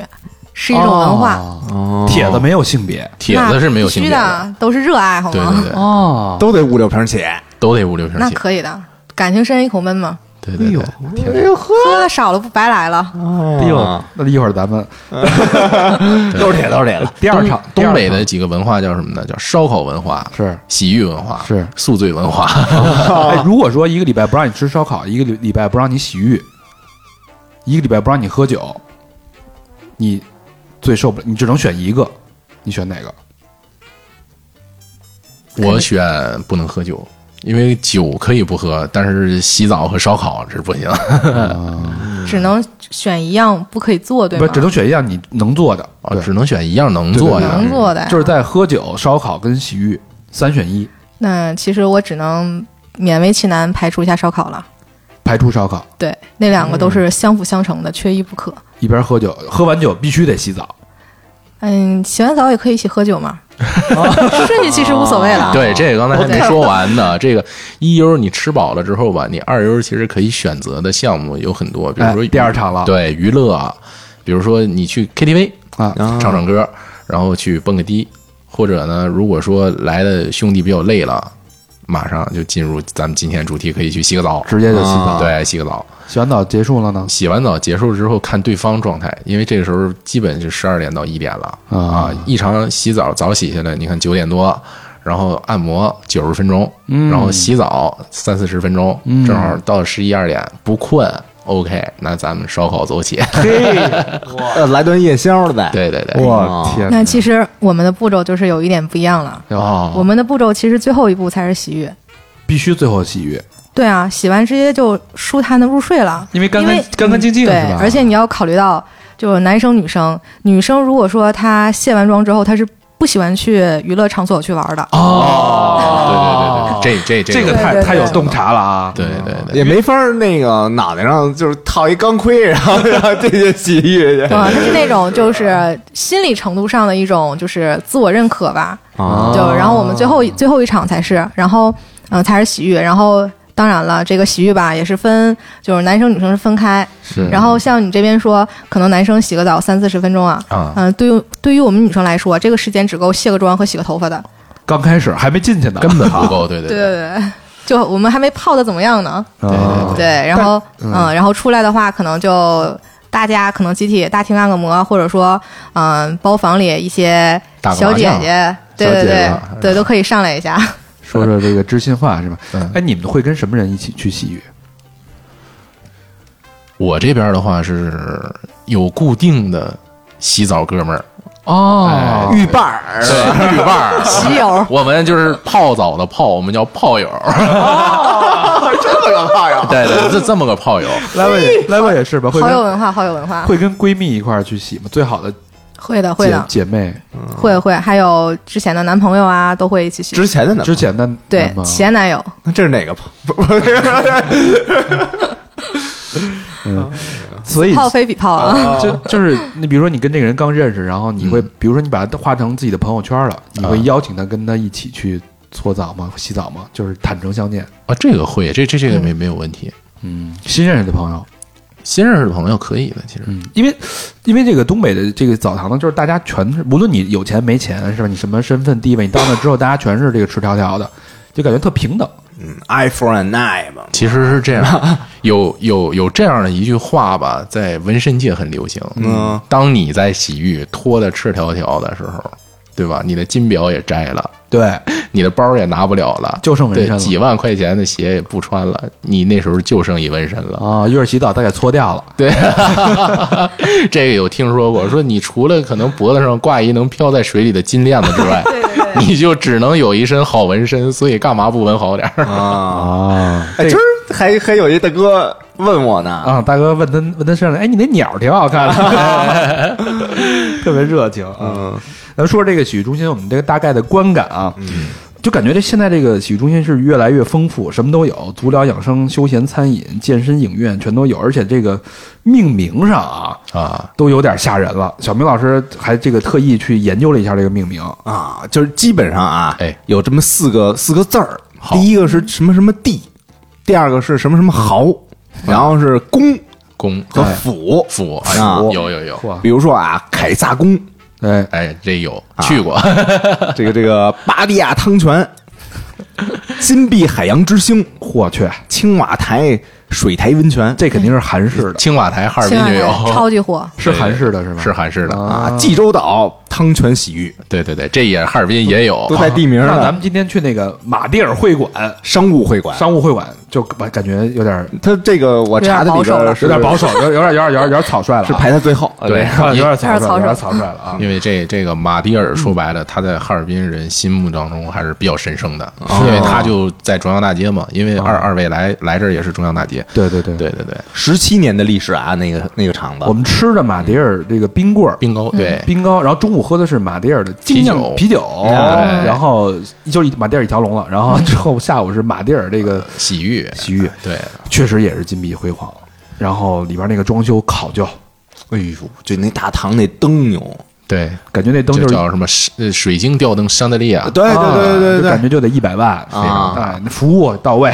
[SPEAKER 5] 是一种文化。
[SPEAKER 4] 哦铁子没有性别
[SPEAKER 3] 铁子是没有性
[SPEAKER 5] 那
[SPEAKER 3] 别
[SPEAKER 5] 必须
[SPEAKER 3] 的，
[SPEAKER 5] 的，都是热爱好
[SPEAKER 3] 对
[SPEAKER 5] 吗？
[SPEAKER 3] 对对，
[SPEAKER 4] 哦，
[SPEAKER 2] 都得五六瓶 起。
[SPEAKER 3] 都得五六瓶
[SPEAKER 5] 那
[SPEAKER 3] 起，
[SPEAKER 5] 可以的，感情深一口闷嘛，
[SPEAKER 3] 对对对。
[SPEAKER 5] 喝了少了不白来了。
[SPEAKER 4] 哎呦，那一会儿咱们
[SPEAKER 2] 都是铁，都是铁子。
[SPEAKER 4] 第二场，
[SPEAKER 3] 东
[SPEAKER 4] 第
[SPEAKER 3] 北
[SPEAKER 4] 二
[SPEAKER 3] 的
[SPEAKER 4] 场
[SPEAKER 3] 几个文化叫什么呢？叫烧烤文化，
[SPEAKER 4] 是
[SPEAKER 3] 洗浴文化，
[SPEAKER 4] 是
[SPEAKER 3] 宿醉文化。啊
[SPEAKER 4] 哎，如果说一个礼拜不让你吃烧烤，一个礼礼拜不让你洗浴，一个礼拜不让你喝酒，你最受不了，你只能选一个，你选哪个？
[SPEAKER 3] 我选不能喝酒，因为酒可以不喝，但是洗澡和烧烤这不行。嗯
[SPEAKER 5] 只能选一样不可以做，对
[SPEAKER 4] 不
[SPEAKER 5] 吗？，
[SPEAKER 4] 只能选一样你能做的，
[SPEAKER 3] 啊，只能选一样能做呀。
[SPEAKER 5] 能做的。
[SPEAKER 4] 就是在喝酒、烧烤跟洗浴三选一，
[SPEAKER 5] 那其实我只能勉为其难排除一下烧烤了。
[SPEAKER 4] 排除烧烤，
[SPEAKER 5] 对，那两个都
[SPEAKER 3] 嗯
[SPEAKER 5] 是相辅相成的，缺一不可。
[SPEAKER 4] 一边喝酒，喝完酒必须得洗澡。
[SPEAKER 5] 嗯，洗完澡也可以一起喝酒 嘛，顺序其实无所谓了。
[SPEAKER 3] 对，这个刚才还没说完呢。这个一优你吃饱了之后吧，你二优其实可以选择的项目有很多，比如说
[SPEAKER 4] 哎第二场了
[SPEAKER 3] 对娱乐啊，比如说你去 KTV
[SPEAKER 4] 啊
[SPEAKER 3] 唱唱歌，然后去蹦个迪，或者呢，如果说来的兄弟比较累了，马上就进入咱们今天主题，可以去洗个澡，
[SPEAKER 4] 直接就洗澡，
[SPEAKER 3] 对，洗个澡。
[SPEAKER 4] 洗完澡结束了呢，
[SPEAKER 3] 洗完澡结束之后看对方状态，因为这个时候基本是十二点到一点了
[SPEAKER 4] 啊
[SPEAKER 3] 啊。一场洗澡早洗下来，你看九点多，然后按摩九十分钟，
[SPEAKER 4] 嗯
[SPEAKER 3] 然后洗澡三四十分钟，正好到十一二点不困，OK，那咱们烧烤走起。
[SPEAKER 2] 呃，来顿夜宵的呗。
[SPEAKER 3] 对对对，
[SPEAKER 4] 我天
[SPEAKER 3] 啊
[SPEAKER 4] 哪，
[SPEAKER 5] 那其实我们的步骤就是有一点不一样了。我
[SPEAKER 3] 哦，
[SPEAKER 5] 们的步骤其实最后一步才是洗浴。
[SPEAKER 4] 必须最后洗浴，
[SPEAKER 5] 对啊，洗完直接就舒坦的入睡了，
[SPEAKER 4] 因为干
[SPEAKER 5] 因
[SPEAKER 4] 干
[SPEAKER 5] 为嗯
[SPEAKER 4] 干干净净
[SPEAKER 5] 对
[SPEAKER 4] 是吧，
[SPEAKER 5] 而且你要考虑到，就是男生女生，女生如果说她卸完妆之后，她是不喜欢去娱乐场所去玩的。
[SPEAKER 4] 哦，
[SPEAKER 3] 对对对对，这
[SPEAKER 4] 这
[SPEAKER 3] 这
[SPEAKER 4] 个
[SPEAKER 5] 对
[SPEAKER 4] 太
[SPEAKER 5] 对
[SPEAKER 4] 太有
[SPEAKER 5] 对
[SPEAKER 4] 洞察了啊，
[SPEAKER 3] 对对对。
[SPEAKER 2] 也没法儿那个脑袋上就是套一钢盔，然后 然后这就洗浴去
[SPEAKER 5] 啊，她是那种就是心理程度上的一种就是自我认可吧，
[SPEAKER 2] 啊
[SPEAKER 4] 哦
[SPEAKER 5] 就
[SPEAKER 3] 哦
[SPEAKER 5] 然后我们最后最后一场才是，然后嗯、呃才是洗浴，然后当然了，这个洗浴吧也是分就是男生女生是分开，
[SPEAKER 3] 是
[SPEAKER 5] 然后像你这边说，可能男生洗个澡三四十分钟啊，
[SPEAKER 3] 啊
[SPEAKER 5] 嗯、对于对于我们女生来说，这个时间只够卸个妆和洗个头发的，
[SPEAKER 4] 刚开始还没进去呢，
[SPEAKER 3] 根本不 够，对对
[SPEAKER 5] 对对对，就我们还没泡的怎么样呢？
[SPEAKER 4] 对
[SPEAKER 3] 哦
[SPEAKER 4] 对
[SPEAKER 5] 对，然后嗯、然后出来的话，可能就大家可能集体大厅按个摩，或者说嗯、包房里一些
[SPEAKER 3] 打个麻
[SPEAKER 5] 小姐
[SPEAKER 3] 将
[SPEAKER 5] 姐，对
[SPEAKER 3] 小
[SPEAKER 5] 对
[SPEAKER 3] 姐
[SPEAKER 5] 对
[SPEAKER 3] 啊
[SPEAKER 5] 对，都可以上来一下。
[SPEAKER 4] 说说这个知心话是吧
[SPEAKER 3] 嗯？
[SPEAKER 4] 哎，你们会跟什么人一起去洗浴？
[SPEAKER 3] 我这边的话是有固定的洗澡哥们 儿，
[SPEAKER 4] 哦
[SPEAKER 2] 浴伴儿，
[SPEAKER 3] 对，伴儿，
[SPEAKER 5] 喜友，
[SPEAKER 3] 我们就是泡澡的泡，我们叫泡友。
[SPEAKER 2] 这么可怕呀！
[SPEAKER 3] 对对，这这么个炮友，
[SPEAKER 4] 来吧也来吧也是吧，会
[SPEAKER 5] 哎好啊有
[SPEAKER 4] 跟
[SPEAKER 5] 文化，好有文化，
[SPEAKER 4] 会跟闺蜜一块儿去洗吗？最好的
[SPEAKER 5] 会的会
[SPEAKER 4] 姐
[SPEAKER 5] 的
[SPEAKER 4] 姐妹，
[SPEAKER 5] 会会，还有之前的男朋友啊，都会一起去。
[SPEAKER 2] 之前的呢？
[SPEAKER 4] 之前的
[SPEAKER 5] 对
[SPEAKER 4] 男朋友
[SPEAKER 5] 前男友，
[SPEAKER 2] 这是哪个？不不，
[SPEAKER 4] 所以
[SPEAKER 5] 泡非彼泡啊，
[SPEAKER 4] 就就是你比如说你跟这个人刚认识，然后你会，比如说你把他画成自己的朋友圈了，你会邀请他跟他一起去搓澡吗？洗澡吗？就是坦诚相见，
[SPEAKER 3] 啊，这个会，这这这个没没有问题。
[SPEAKER 4] 嗯，新认识的朋友，
[SPEAKER 3] 新认识的朋友可以的，其实
[SPEAKER 4] 嗯，因为因为这个东北的这个澡堂呢，就是大家全是，无论你有钱没钱是吧，你什么身份地位，你到那之后，大家全是这个赤条条的，就感觉特平等。
[SPEAKER 2] 嗯，eye for an eye 嘛，
[SPEAKER 3] 其实是这样，有有有这样的一句话吧，在纹身界很流行。
[SPEAKER 2] 嗯，
[SPEAKER 3] 当你在洗浴脱的赤条条的时候，对吧？你的金表也摘了，
[SPEAKER 4] 对，
[SPEAKER 3] 你的包也拿不了了，
[SPEAKER 4] 就剩纹身
[SPEAKER 3] 对
[SPEAKER 4] 了
[SPEAKER 3] 几万块钱的鞋也不穿了，你那时候就剩一纹身了。
[SPEAKER 4] 啊，一会儿洗澡他给搓掉了，
[SPEAKER 3] 对，这个有听说过，说你除了可能脖子上挂一能飘在水里的金链子之外，
[SPEAKER 5] 对对对。
[SPEAKER 3] 你就只能有一身好纹身，所以干嘛不纹好点 儿？
[SPEAKER 2] 啊，
[SPEAKER 4] 啊
[SPEAKER 2] 哎，今儿还还有一大哥问我呢，
[SPEAKER 4] 啊！大哥问他问他身上的，哎，你那鸟儿挺好看的， 特别热情。嗯，
[SPEAKER 2] 啊
[SPEAKER 4] 咱说这个洗浴中心，我们这个大概的观感啊，
[SPEAKER 2] 嗯
[SPEAKER 4] 就感觉这现在这个洗浴中心是越来越丰富，什么都有，足疗、养生、休闲、餐饮、健身、影院全都有，而且这个命名上啊
[SPEAKER 3] 啊，
[SPEAKER 4] 都有点吓人了。小明老师还这个特意去研究了一下这个命名，
[SPEAKER 2] 啊，就是基本上啊，
[SPEAKER 3] 哎
[SPEAKER 2] 有这么四个四个字儿，第一个是什么什么地，第二个是什么什么豪，然后是公
[SPEAKER 3] 公
[SPEAKER 2] 和府。
[SPEAKER 3] 府哎
[SPEAKER 2] 啊
[SPEAKER 3] 有有有，
[SPEAKER 4] 嚯
[SPEAKER 2] 比如说啊，凯撒宫，
[SPEAKER 4] 哎，
[SPEAKER 3] 哎，这有去过，
[SPEAKER 2] 这个这个巴利亚汤 泉，金碧海洋之星，
[SPEAKER 4] 我去，
[SPEAKER 2] 青瓦台水台温泉
[SPEAKER 4] 这肯定是韩式的，
[SPEAKER 3] 青瓦台哈尔滨
[SPEAKER 5] 青瓦
[SPEAKER 3] 就有，
[SPEAKER 5] 台超级火，
[SPEAKER 4] 是韩式的是吧？
[SPEAKER 3] 是韩式的，
[SPEAKER 2] 啊，济州岛汤泉洗浴
[SPEAKER 3] 对对对，这也哈尔滨也有
[SPEAKER 2] 都，带地名
[SPEAKER 4] 那咱
[SPEAKER 2] 了。
[SPEAKER 4] 们今天去那个马蒂尔会馆，
[SPEAKER 2] 商务会馆，
[SPEAKER 4] 商务会馆，就感感觉有点
[SPEAKER 2] 它这个我查的里边儿是
[SPEAKER 4] 有点保守，有有点有点有点有点草率了啊，
[SPEAKER 2] 是排在最后。
[SPEAKER 3] 对
[SPEAKER 4] 有点草率，
[SPEAKER 5] 有点草率
[SPEAKER 4] 有点草率了啊。
[SPEAKER 3] 因为这这个马蒂尔说白了，他在哈尔滨人心目当中还是比较神圣的，因为他就在中央大街嘛，因为二二位来来这儿也是中央大街，
[SPEAKER 4] 对对对
[SPEAKER 3] 对对对，
[SPEAKER 2] 十七年的历史啊，那个那个厂子
[SPEAKER 4] 我，们吃的马迭尔这个冰棍儿、
[SPEAKER 3] 冰糕对
[SPEAKER 5] 嗯
[SPEAKER 4] 冰糕，然后中午喝的是马迭尔的精
[SPEAKER 3] 啤
[SPEAKER 4] 酿
[SPEAKER 3] 酒
[SPEAKER 4] 啤酒，
[SPEAKER 3] 哎
[SPEAKER 4] 然后就是马迭尔一条龙了，然后之后下午是马迭尔这个
[SPEAKER 3] 洗浴
[SPEAKER 4] 洗浴，
[SPEAKER 3] 对，
[SPEAKER 4] 确实也是金碧辉煌，然后里边那个装修考究，
[SPEAKER 2] 哎呦，就那大堂那灯牛，
[SPEAKER 3] 对，
[SPEAKER 4] 感觉那灯
[SPEAKER 3] 就
[SPEAKER 4] 就是
[SPEAKER 3] 叫什么水呃水晶吊灯香得利亚，
[SPEAKER 2] 对
[SPEAKER 4] 啊
[SPEAKER 2] 对对对
[SPEAKER 4] 就
[SPEAKER 2] 对
[SPEAKER 4] 感
[SPEAKER 2] 对，
[SPEAKER 4] 觉就得一百万
[SPEAKER 2] 啊
[SPEAKER 4] 哎，那服务到位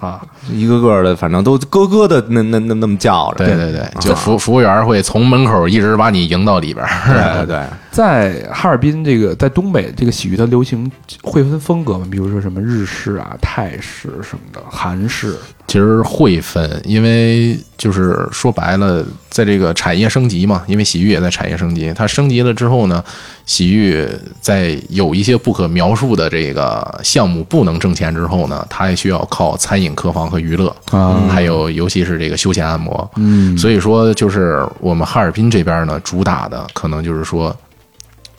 [SPEAKER 4] 啊，
[SPEAKER 2] 一个个的，反正都咯咯的那那那那么叫着。
[SPEAKER 3] 对 对啊对，就服服务员会从门口一直把你迎到里边儿，
[SPEAKER 2] 对对对，
[SPEAKER 4] 在哈尔滨这个在东北这个洗浴它流行会分风格吗？比如说什么日式啊、泰式什么的，韩式
[SPEAKER 3] 其实会分，因为就是说白了，在这个产业升级嘛，因为洗浴也在产业升级，它升级了之后呢，洗浴在有一些不可描述的这个项目不能挣钱之后呢，它也需要靠餐饮、客房和娱乐
[SPEAKER 4] 啊
[SPEAKER 3] 还有尤其是这个休闲按摩。
[SPEAKER 4] 嗯
[SPEAKER 3] 所以说，就是我们哈尔滨这边呢，主打的可能就是说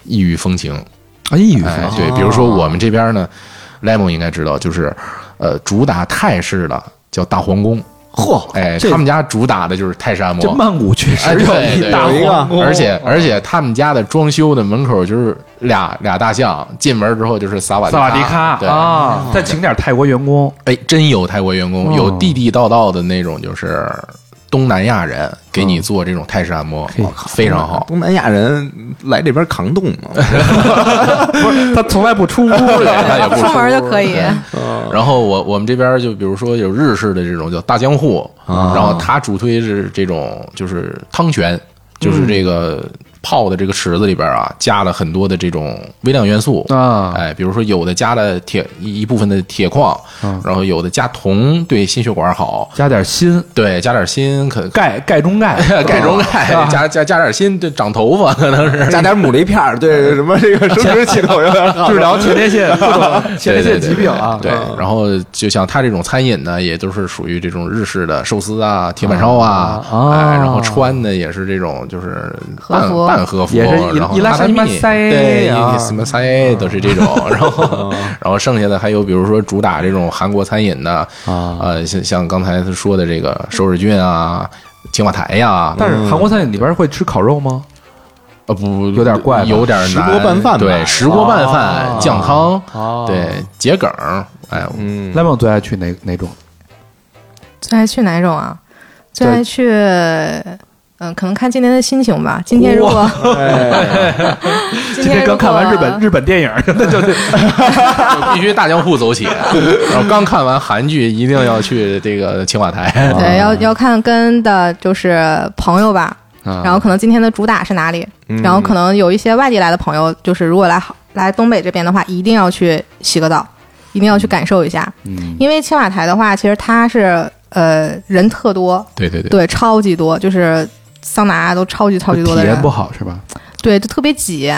[SPEAKER 3] 异域风情，
[SPEAKER 4] 啊，异域
[SPEAKER 3] 哎，对，比如说我们这边呢，Lemon 应该知道，就是呃，主打泰式的叫大皇宫，
[SPEAKER 2] 嚯，
[SPEAKER 3] 哎，
[SPEAKER 4] 这
[SPEAKER 3] 他们家主打的就是泰式按
[SPEAKER 4] 这哦
[SPEAKER 3] 摩。
[SPEAKER 4] 曼谷确
[SPEAKER 3] 哎
[SPEAKER 4] 实
[SPEAKER 3] 对
[SPEAKER 4] 有一
[SPEAKER 3] 对
[SPEAKER 4] 大
[SPEAKER 2] 有一个
[SPEAKER 4] 皇宫，
[SPEAKER 3] 而且而且他们家的装修的门口就是俩俩大象，进门之后就是萨瓦
[SPEAKER 4] 萨瓦迪卡
[SPEAKER 3] 对，
[SPEAKER 4] 啊，再请点泰国员工，
[SPEAKER 3] 哎，真有泰国员工，
[SPEAKER 4] 哦
[SPEAKER 3] 有地地道道的那种，就是东南亚人给
[SPEAKER 4] 哦
[SPEAKER 3] 你做这种泰式按摩，非常好。
[SPEAKER 2] 东南亚人来这边扛冻嘛，
[SPEAKER 4] 不是他从来不出屋
[SPEAKER 3] 他
[SPEAKER 4] 的，
[SPEAKER 3] 也不
[SPEAKER 5] 出门就可以。
[SPEAKER 3] 然后我我们这边就比如说有日式的这种叫大江户，然后他主推是这种就是汤泉，就是这个泡的这个池子里边啊，加了很多的这种微量元素
[SPEAKER 4] 啊
[SPEAKER 3] 哎，比如说有的加了铁一一部分的铁矿，然后有的加铜，对心血管好，
[SPEAKER 4] 加点锌，
[SPEAKER 3] 对，加点锌可。，
[SPEAKER 4] 钙钙中钙啊
[SPEAKER 3] 钙中钙，加加加点锌，对长头发可能是
[SPEAKER 2] 加点牡蛎片儿，对什么这个生殖系统有点好
[SPEAKER 4] 啊 治疗前列腺各 种前列
[SPEAKER 3] 对
[SPEAKER 4] 腺疾病啊，
[SPEAKER 3] 对，然后就像他这种餐饮呢，也都是属于这种日式的寿司啊、铁板烧啊，
[SPEAKER 4] 啊
[SPEAKER 3] 哎，然后穿的也是这种就是
[SPEAKER 5] 和
[SPEAKER 3] 半
[SPEAKER 5] 服
[SPEAKER 3] 半和服，
[SPEAKER 4] 也是一
[SPEAKER 3] 然后
[SPEAKER 4] 一拉
[SPEAKER 3] 榻
[SPEAKER 4] 沙
[SPEAKER 3] 榻
[SPEAKER 4] 一拉
[SPEAKER 3] 米
[SPEAKER 4] 塞
[SPEAKER 3] 对，
[SPEAKER 4] 啊
[SPEAKER 3] 一什么塞都是这 种，然后然后剩下的还有比如说主打这种韩国餐饮的
[SPEAKER 4] 啊
[SPEAKER 3] 呃，像像刚才他说的这个首尔郡啊。青瓦台呀，
[SPEAKER 4] 但是韩国餐饮里边会吃烤肉吗？
[SPEAKER 3] 呃不，
[SPEAKER 4] 有点怪吧
[SPEAKER 3] 有点难。
[SPEAKER 2] 石锅拌饭吧
[SPEAKER 3] 对，石锅拌
[SPEAKER 4] 啊
[SPEAKER 3] 饭、酱汤，
[SPEAKER 4] 哦
[SPEAKER 3] 对，桔梗儿，哎，
[SPEAKER 2] 嗯，
[SPEAKER 4] 莱蒙最爱去哪哪种？
[SPEAKER 5] 最爱去哪种啊？最爱去，嗯、可能看今天的心情吧。今天如果
[SPEAKER 2] 哎
[SPEAKER 5] 今
[SPEAKER 4] 今天刚看完日本
[SPEAKER 5] 日
[SPEAKER 4] 日本电影，那就
[SPEAKER 3] 必须大江户走起。 然后刚看完韩剧，一定要去这个青瓦台。
[SPEAKER 5] 哎对要要看跟的就是朋友吧，
[SPEAKER 4] 啊
[SPEAKER 5] 然后可能今天的主打是哪里，
[SPEAKER 2] 嗯
[SPEAKER 5] 然后可能有一些外地来的朋友，就是如果来好来东北这边的话，一定要去洗个澡，一定要去感受一下，因为青瓦台的话，其实它是呃人特多，
[SPEAKER 3] 对对对，
[SPEAKER 5] 对，超级多，就是桑拿都超级超级多的
[SPEAKER 4] 体
[SPEAKER 5] 人
[SPEAKER 4] 验，不好是吧？
[SPEAKER 5] 对，就特别挤，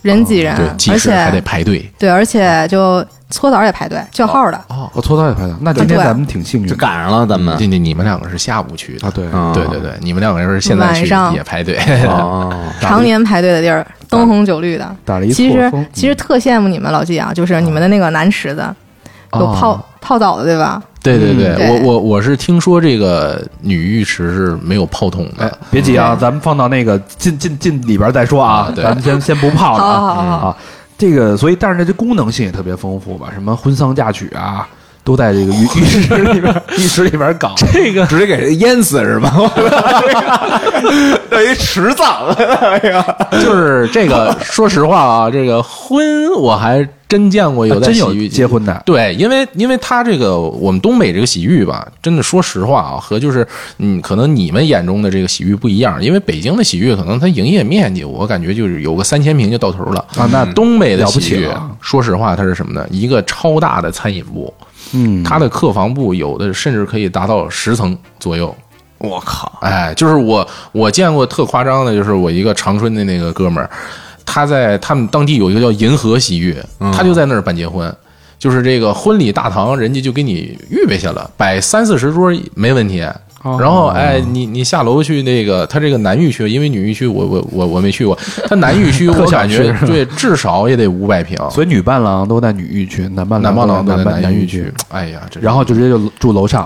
[SPEAKER 5] 人挤人，
[SPEAKER 3] 哦对，即
[SPEAKER 5] 啊而
[SPEAKER 3] 使还得
[SPEAKER 5] 且
[SPEAKER 3] 排队。
[SPEAKER 5] 对，而且就搓澡也排队叫号的，
[SPEAKER 4] 哦，我搓澡也排档，那今天
[SPEAKER 5] 对
[SPEAKER 4] 咱们挺幸运
[SPEAKER 2] 嗯就
[SPEAKER 4] 的
[SPEAKER 2] 赶上了咱们
[SPEAKER 3] 这这你们两个是下午去的
[SPEAKER 4] 啊，，对，
[SPEAKER 2] 嗯
[SPEAKER 3] 对对对，你们两个人是现在去
[SPEAKER 5] 晚上
[SPEAKER 3] 也排队。
[SPEAKER 2] 哦，
[SPEAKER 5] 常年排队的地儿，灯红酒绿的。
[SPEAKER 4] 打了一
[SPEAKER 5] 其
[SPEAKER 4] 错
[SPEAKER 5] 实
[SPEAKER 4] 峰，
[SPEAKER 5] 其实特羡慕你们老季啊，就是你们的那个南池子，有
[SPEAKER 4] 哦
[SPEAKER 5] 泡泡澡的对吧？
[SPEAKER 3] 对对对，
[SPEAKER 5] 嗯对
[SPEAKER 3] 我我我是听说这个女浴池是没有泡筒
[SPEAKER 4] 哎
[SPEAKER 3] 的，，
[SPEAKER 4] 别急啊，
[SPEAKER 5] 对
[SPEAKER 4] 咱们放到那个进进进里边再说啊
[SPEAKER 3] 嗯啊，对嗯
[SPEAKER 4] 咱们先先不泡
[SPEAKER 5] 好
[SPEAKER 4] 了
[SPEAKER 5] 好
[SPEAKER 4] 啊
[SPEAKER 5] 好好好，
[SPEAKER 4] 啊。这个，所以但是这功能性也特别丰富吧，什么婚丧嫁娶啊，都在这个浴浴室里边浴室里边 搞。啊
[SPEAKER 2] 这个 直接给人淹死是吧？ 等于池葬，
[SPEAKER 3] 哎就是这 个。说实话啊，这个婚我还啊真见过有在
[SPEAKER 4] 真
[SPEAKER 3] 洗
[SPEAKER 4] 有
[SPEAKER 3] 浴
[SPEAKER 4] 结婚的，
[SPEAKER 3] 对，因为因为他这个我们东北这个洗浴吧，真的说实话啊，和就是嗯，可能你们眼中的这个洗浴不一样，因为北京的洗浴可能它营业面积，我感觉就是有个三千平就到头了
[SPEAKER 4] 啊那
[SPEAKER 3] 东北的
[SPEAKER 4] 了不
[SPEAKER 3] 洗
[SPEAKER 4] 起
[SPEAKER 3] 浴
[SPEAKER 4] 了啊，
[SPEAKER 3] 说实话它是什么呢？一个超大的餐饮部，
[SPEAKER 4] 嗯，
[SPEAKER 3] 它的客房部有的甚至可以达到十层左右。
[SPEAKER 2] 我靠！
[SPEAKER 3] 哎，就是我我见过特夸张的，就是我一个长春的那个哥们儿，他在他们当地有一个叫银河洗浴，
[SPEAKER 4] 嗯
[SPEAKER 3] 他就在那儿办结婚。就是这个婚礼大堂，人家就给你预备下了，摆三四十桌没问题。
[SPEAKER 4] 哦
[SPEAKER 3] 然后，哎，你你下楼去那个，他这个男浴区，因为女浴区我我我我没去过，他男浴区我
[SPEAKER 4] 特想
[SPEAKER 3] 感
[SPEAKER 4] 去
[SPEAKER 3] 觉
[SPEAKER 4] 是吧
[SPEAKER 3] 对至少也得五百平，
[SPEAKER 4] 所以女伴郎都在女浴区，男伴
[SPEAKER 3] 男伴郎
[SPEAKER 4] 郎
[SPEAKER 3] 都在
[SPEAKER 4] 在男
[SPEAKER 3] 男浴
[SPEAKER 4] 浴
[SPEAKER 3] 区，。哎呀，这
[SPEAKER 4] 然后就直接就住楼 上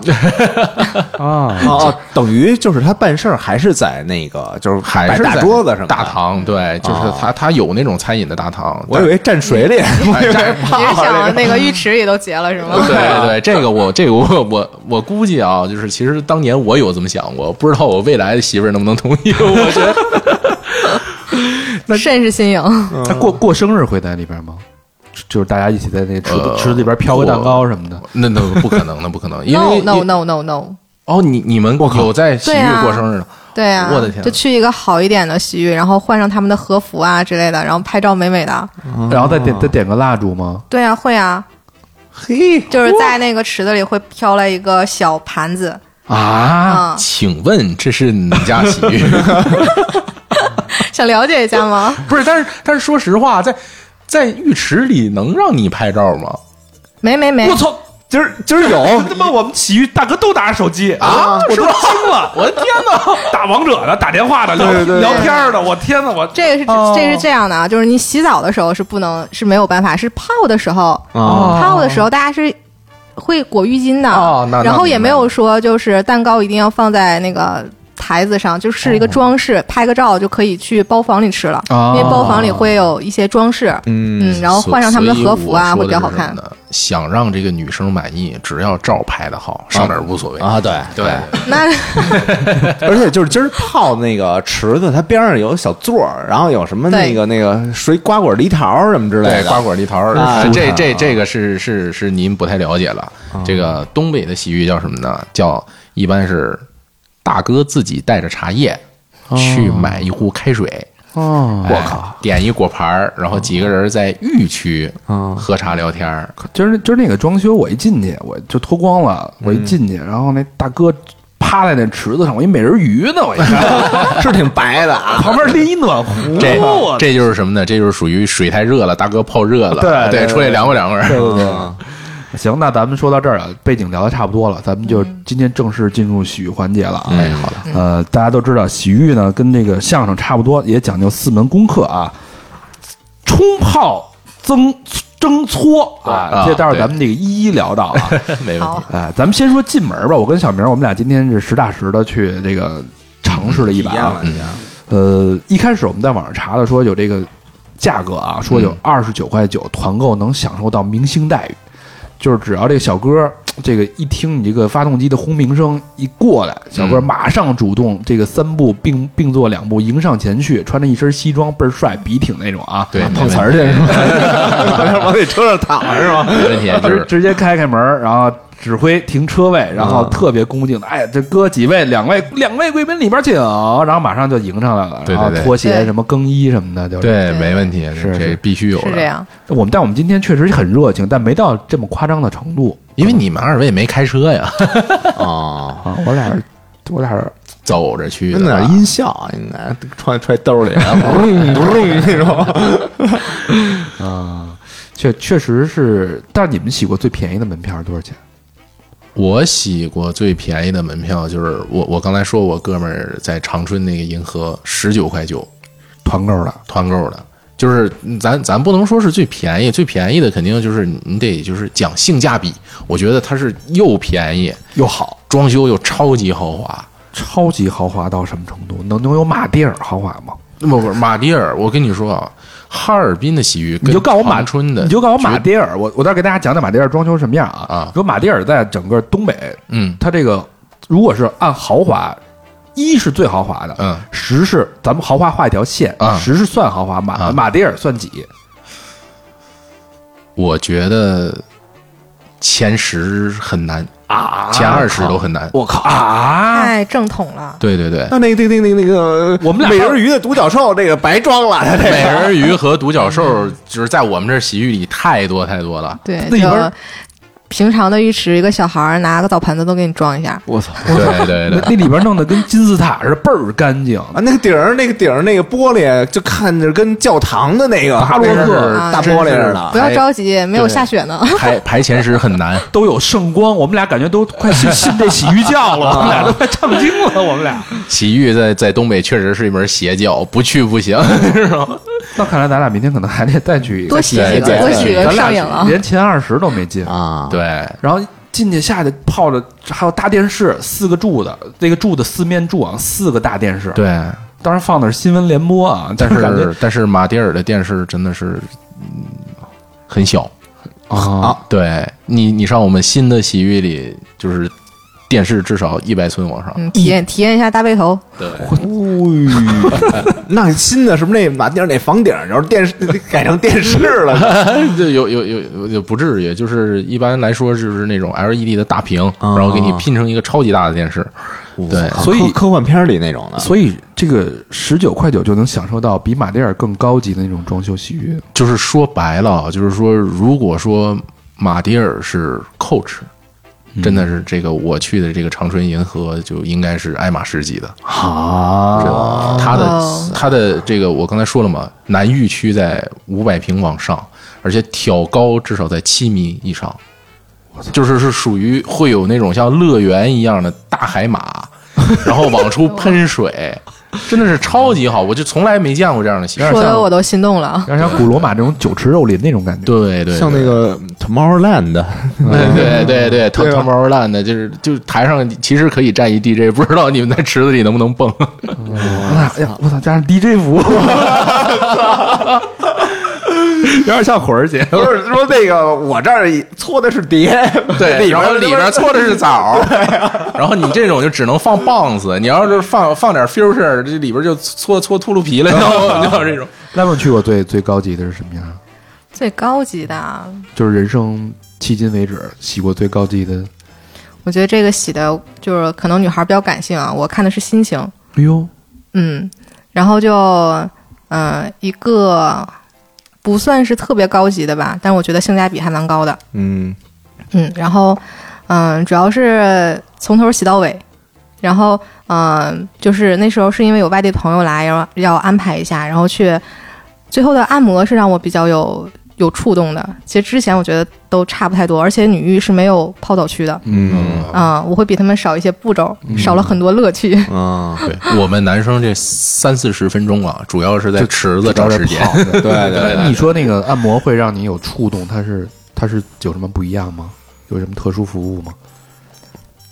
[SPEAKER 4] 啊，
[SPEAKER 3] 嗯
[SPEAKER 2] 哦，等于就是他办事儿还是在那个，就是
[SPEAKER 3] 还
[SPEAKER 2] 摆
[SPEAKER 3] 是
[SPEAKER 2] 大
[SPEAKER 3] 在
[SPEAKER 2] 桌子上，啊
[SPEAKER 3] 大。堂，对，就是
[SPEAKER 4] 哦
[SPEAKER 3] 他他有那种餐饮的大堂，
[SPEAKER 2] 我以为蘸水里，我以为
[SPEAKER 5] 你是
[SPEAKER 2] 泡
[SPEAKER 5] 想那个浴池里都结了是吗？
[SPEAKER 3] 对对，这个我这个我我我估计啊，就是其实当年我有这么想过，不知道我未来的媳妇儿能不能同意。我 觉得
[SPEAKER 5] 甚是新颖。
[SPEAKER 4] 他过过生日会在里边吗？就是大家一起在那池子
[SPEAKER 3] 呃
[SPEAKER 4] 池子里边飘个蛋糕什么的，
[SPEAKER 3] 那那不可能，那不可能，因
[SPEAKER 5] No
[SPEAKER 3] 为
[SPEAKER 5] no no no no，
[SPEAKER 3] 哦，你你们有在洗
[SPEAKER 5] 对
[SPEAKER 3] 浴
[SPEAKER 5] 啊
[SPEAKER 3] 过生日呢？
[SPEAKER 5] 对啊，
[SPEAKER 3] 我的天
[SPEAKER 5] 就去一个好一点的洗浴，然后换上他们的和服啊之类的，然后拍照美美的。
[SPEAKER 4] 然后再
[SPEAKER 3] 嗯
[SPEAKER 4] 点再点个蜡烛吗？
[SPEAKER 5] 对啊，会啊，
[SPEAKER 2] 嘿，
[SPEAKER 5] 就是在那个池子里会飘来一个小盘子，
[SPEAKER 3] 啊，
[SPEAKER 5] 啊
[SPEAKER 3] 请问这是哪家洗浴？
[SPEAKER 5] 想了解一下吗？
[SPEAKER 3] 不是，但是但是说实话，在在浴池里能让你拍照吗？
[SPEAKER 5] 没没没，
[SPEAKER 4] 操！
[SPEAKER 2] 今儿今儿有
[SPEAKER 4] 他妈我们洗浴大哥都拿着手机
[SPEAKER 3] 啊
[SPEAKER 4] 我都惊了！
[SPEAKER 3] 我的天哪！
[SPEAKER 4] 打王者的，打电话的，聊
[SPEAKER 2] 对对对
[SPEAKER 4] 聊天的，我天哪！我
[SPEAKER 5] 这个是这是这样的啊，就是你洗澡的时候是不能是没有办法，是泡的时候，
[SPEAKER 4] 哦
[SPEAKER 2] 啊，
[SPEAKER 5] 泡的时候大家是会裹浴巾的，
[SPEAKER 3] 哦那那
[SPEAKER 5] 啊然后也
[SPEAKER 3] 明白
[SPEAKER 5] 没有说就是蛋糕一定要放在那个。台子上就是一
[SPEAKER 3] 哦
[SPEAKER 5] 个装饰，拍个照就可以去包房里吃了，
[SPEAKER 4] 哦
[SPEAKER 5] 因为包房里会有一些装饰，嗯然后换上他们的和服啊，
[SPEAKER 3] 所
[SPEAKER 5] 会
[SPEAKER 3] 以
[SPEAKER 5] 比
[SPEAKER 3] 我
[SPEAKER 5] 较
[SPEAKER 3] 说
[SPEAKER 5] 好
[SPEAKER 3] 的是什
[SPEAKER 5] 看
[SPEAKER 3] 么。呢。想让这个女生满意，只要照拍的好，上哪儿无所谓
[SPEAKER 2] 啊对
[SPEAKER 3] 对，
[SPEAKER 5] 那
[SPEAKER 2] 而且就是今儿泡那个池子，它边上有小座儿，然后有什么那个那个水瓜果梨桃什么之类
[SPEAKER 3] 对，
[SPEAKER 2] 的，
[SPEAKER 3] 瓜果梨桃儿，
[SPEAKER 2] 啊
[SPEAKER 3] 是这这这个是是是您不太了解了。这个东北的洗浴叫什么呢？叫一般是大哥自己带着茶叶去买一壶开水，
[SPEAKER 4] 哦，
[SPEAKER 3] 我靠，点一果盘儿，然后几个人在浴区喝茶聊天儿。
[SPEAKER 4] 今儿今儿那个装修，我一进去我就脱光了，我一进去，然后那大哥趴在那池子上，我一美人鱼呢，我一看
[SPEAKER 2] 是挺白的啊。
[SPEAKER 4] 旁边拎一暖壶，
[SPEAKER 3] 这
[SPEAKER 4] 我
[SPEAKER 3] 这就是什么呢？这就是属于水太热了，大哥泡热了，
[SPEAKER 4] 对 对
[SPEAKER 3] 对出来凉快凉快。
[SPEAKER 4] 行，那咱们说到这儿啊，背景聊的差不多了，咱们就
[SPEAKER 5] 嗯
[SPEAKER 4] 今天正式进入洗浴环节了啊。
[SPEAKER 3] 哎，好了，
[SPEAKER 4] 呃，大家都知道，洗浴呢跟这个相声差不多，也讲究四门功课啊：冲泡、蒸、蒸搓
[SPEAKER 3] 啊
[SPEAKER 4] 啊。这待会儿
[SPEAKER 3] 对
[SPEAKER 4] 咱们这个一一聊到啊。
[SPEAKER 3] 没问题
[SPEAKER 5] 好。
[SPEAKER 4] 哎，咱们先说进门吧。我跟小明，我们俩今天是实打实的去这个尝试了
[SPEAKER 3] 嗯
[SPEAKER 4] 一把啊。
[SPEAKER 2] 一样
[SPEAKER 4] 呃，一开始我们在网上查了，说有这个价格啊，
[SPEAKER 3] 嗯
[SPEAKER 4] 说有二十九块九团购能享受到明星待遇，就是只要这个小哥这个一听你这个发动机的轰鸣声一过来，小
[SPEAKER 3] 嗯
[SPEAKER 4] 哥马上主动这个三步并并作两步迎上前去，穿着一身西装倍儿帅，笔挺那种啊，
[SPEAKER 3] 对，
[SPEAKER 2] 碰瓷儿去是吧？往那车上躺是吗？
[SPEAKER 3] 没问题，没问题就
[SPEAKER 4] 直
[SPEAKER 3] 是
[SPEAKER 4] 直接开开门儿，然后指挥停车位，然后
[SPEAKER 2] 嗯
[SPEAKER 4] 特别恭敬的，哎，这哥几位，两位两位贵宾里边请，然后马上就迎上来了，
[SPEAKER 3] 对对
[SPEAKER 4] 然后
[SPEAKER 3] 对
[SPEAKER 4] 拖鞋
[SPEAKER 5] 对
[SPEAKER 4] 什么更衣什么的，就是。
[SPEAKER 3] 对，没问题，
[SPEAKER 4] 是
[SPEAKER 3] 这
[SPEAKER 4] 是
[SPEAKER 3] 必须有
[SPEAKER 5] 是
[SPEAKER 3] 的
[SPEAKER 5] 这。样，
[SPEAKER 4] 我们但我们今天确实很热情，但没到这么夸张的程度
[SPEAKER 3] 因为你们二位没开车呀，
[SPEAKER 2] 哦，
[SPEAKER 4] 啊。我俩，我俩
[SPEAKER 3] 走着去的
[SPEAKER 2] 弄点
[SPEAKER 3] 吧。
[SPEAKER 2] 音效啊应该揣揣兜里，啊咚咚那种。
[SPEAKER 4] 啊，确确实是。但是你们洗过最便宜的门票是多少钱？
[SPEAKER 3] 我洗过最便宜的门票就是我，我刚才说我哥们儿在长春那个银河十九块九
[SPEAKER 4] 团购的，
[SPEAKER 3] 团购的，就是咱咱不能说是最便宜，最便宜的肯定就是你得就是讲性价比，我觉得它是又便宜又好，装修又超级豪华。
[SPEAKER 4] 超级豪华到什么程度？能能有马蒂尔豪华吗？
[SPEAKER 3] 那么马蒂尔，我跟你说啊，哈尔滨的洗浴
[SPEAKER 4] 你
[SPEAKER 3] 跟
[SPEAKER 4] 就告诉我马
[SPEAKER 3] 长春的，
[SPEAKER 4] 你就告诉我马迭尔，我我待会儿给大家讲讲马迭尔装修什么样啊？
[SPEAKER 3] 啊
[SPEAKER 4] 说马迭尔在整个东北，
[SPEAKER 3] 嗯
[SPEAKER 4] 它这个如果是按豪华，一是最豪华的，
[SPEAKER 3] 嗯
[SPEAKER 4] 十是咱们豪华画一条线，
[SPEAKER 3] 啊
[SPEAKER 4] 十是算豪华，马、
[SPEAKER 3] 啊
[SPEAKER 4] 马迭尔算几？
[SPEAKER 3] 我觉得前十很难啊，前二十都很难。
[SPEAKER 4] 我靠啊！
[SPEAKER 5] 太正统了。
[SPEAKER 3] 对对对，
[SPEAKER 2] 啊那那个那个那个那个，
[SPEAKER 4] 我们俩
[SPEAKER 2] 美人鱼的独角兽这个白装了， 他这
[SPEAKER 3] 美人鱼和独角兽就是在我们这儿洗浴里太多太 多了。
[SPEAKER 5] 对，
[SPEAKER 4] 那里边
[SPEAKER 5] 就平常的浴池，一个小孩儿拿个澡盆子都给你装一下，
[SPEAKER 2] 我操
[SPEAKER 3] 对对
[SPEAKER 4] 那
[SPEAKER 3] 对，
[SPEAKER 4] 那里边弄得跟金字塔似的，倍儿干净。
[SPEAKER 2] 啊！那个顶儿那个顶儿那个玻璃，就看着跟教堂的那个
[SPEAKER 4] 巴洛克
[SPEAKER 2] 那是
[SPEAKER 5] 啊
[SPEAKER 2] 大玻璃似的。
[SPEAKER 5] 不要着急，没有下雪呢。
[SPEAKER 3] 排排前十很难。
[SPEAKER 4] 都有圣光，我们俩感觉都快信信这洗浴教 了，我们俩都快唱经了，我们俩。
[SPEAKER 3] 洗浴在在东北确实是一门邪教，不去不行。
[SPEAKER 4] 那看来咱俩明天可能还得再去一个
[SPEAKER 5] 多洗几
[SPEAKER 3] 对
[SPEAKER 5] 个，
[SPEAKER 3] 对
[SPEAKER 5] 多洗
[SPEAKER 3] 对
[SPEAKER 5] 个
[SPEAKER 4] 咱
[SPEAKER 5] 上瘾
[SPEAKER 4] 俩
[SPEAKER 5] 了。
[SPEAKER 4] 连前二十都没进
[SPEAKER 2] 啊，
[SPEAKER 3] 对，
[SPEAKER 4] 啊然后进去下去泡着，还有大电视，四个柱子，那个柱子四面柱啊，四个大电视。，
[SPEAKER 3] 对，
[SPEAKER 4] 当然放的是新闻联播啊，
[SPEAKER 3] 但
[SPEAKER 4] 感觉
[SPEAKER 3] 是但是马迭尔的电视真的是嗯很小。
[SPEAKER 4] 啊，
[SPEAKER 3] 对你，你上我们新的洗浴里，就是电视至少一百寸往上。
[SPEAKER 5] 嗯，体验体验一下大背头，
[SPEAKER 2] 那新的是不是那马丁那房顶儿就是电视改成电视了？
[SPEAKER 3] 这有有有有不至于，就是一般来说就是那种 LED 的大屏，
[SPEAKER 2] 哦
[SPEAKER 3] 然后给你拼成一个超级大的电视。对
[SPEAKER 2] 啊
[SPEAKER 4] 所以
[SPEAKER 2] 科科幻片里那种的，
[SPEAKER 4] 所以这个十九块九就能享受到比马迭尔更高级的那种装修洗浴。
[SPEAKER 3] 就是说白了，啊就是说，如果说马迭尔是 Coach，真的是这个我去的这个长春银河就应该是爱马仕级的。
[SPEAKER 2] 啊，
[SPEAKER 3] 它
[SPEAKER 5] 哦
[SPEAKER 3] 的它的这个我刚才说了嘛，南浴区在五百平往上，而且挑高至少在七米以上，就是是属于会有那种像乐园一样的大海马，然后往出喷水，真的是超级好，我就从来没见过这样的洗浴。
[SPEAKER 5] 说的我都心动了。
[SPEAKER 4] 要像古罗马这种酒池肉林那种感觉。
[SPEAKER 3] 对对对，
[SPEAKER 2] 像那个 Tomorrowland，
[SPEAKER 4] 嗯
[SPEAKER 3] 对对对，
[SPEAKER 2] 嗯
[SPEAKER 3] 汤
[SPEAKER 2] 对吧
[SPEAKER 3] 汤包儿烂的，就是就是台上其实可以站一 DJ，不知 道你们在池子里能不能蹦。
[SPEAKER 4] 那哎呀，我操，加上 DJ 服务， 有点像火儿 姐。
[SPEAKER 2] 不是说那个我这儿搓的是碟， 里
[SPEAKER 3] 然后
[SPEAKER 2] 边
[SPEAKER 3] 里边搓的是枣 儿，
[SPEAKER 4] 啊
[SPEAKER 3] 然后你这种就只能放棒子，你要是放放点 future，这里边就搓搓秃 噜皮了，然后就 这种。
[SPEAKER 4] 那们去过最最高级的是什么样？
[SPEAKER 5] 最高级的啊，
[SPEAKER 4] 就是人生迄今为止洗过最高级的。
[SPEAKER 5] 我觉得这个洗的，就是可能女孩比较感性啊，我看的是心情。
[SPEAKER 4] 哎呦，
[SPEAKER 5] 嗯，然后就呃一个不算是特别高级的吧，但我觉得性价比还蛮高的。
[SPEAKER 2] 嗯，
[SPEAKER 5] 嗯，然后嗯、主要是从头洗到尾。然后，嗯、就是那时候是因为有外地朋友来，然后要安排一下，然后去最后的按摩是让我比较有有触动的。其实之前我觉得都差不太多，而且女浴是没有泡澡区的，
[SPEAKER 2] 嗯
[SPEAKER 5] 嗯、我会比他们少一些步骤，少了很多乐趣。
[SPEAKER 2] 啊，
[SPEAKER 3] 对我们男生这三四十分钟啊，主要是在池子找时 间。
[SPEAKER 2] 对对
[SPEAKER 4] 哎你说那个按摩会让你有触动，它是它是有什么不一样吗？有什么特殊服务吗？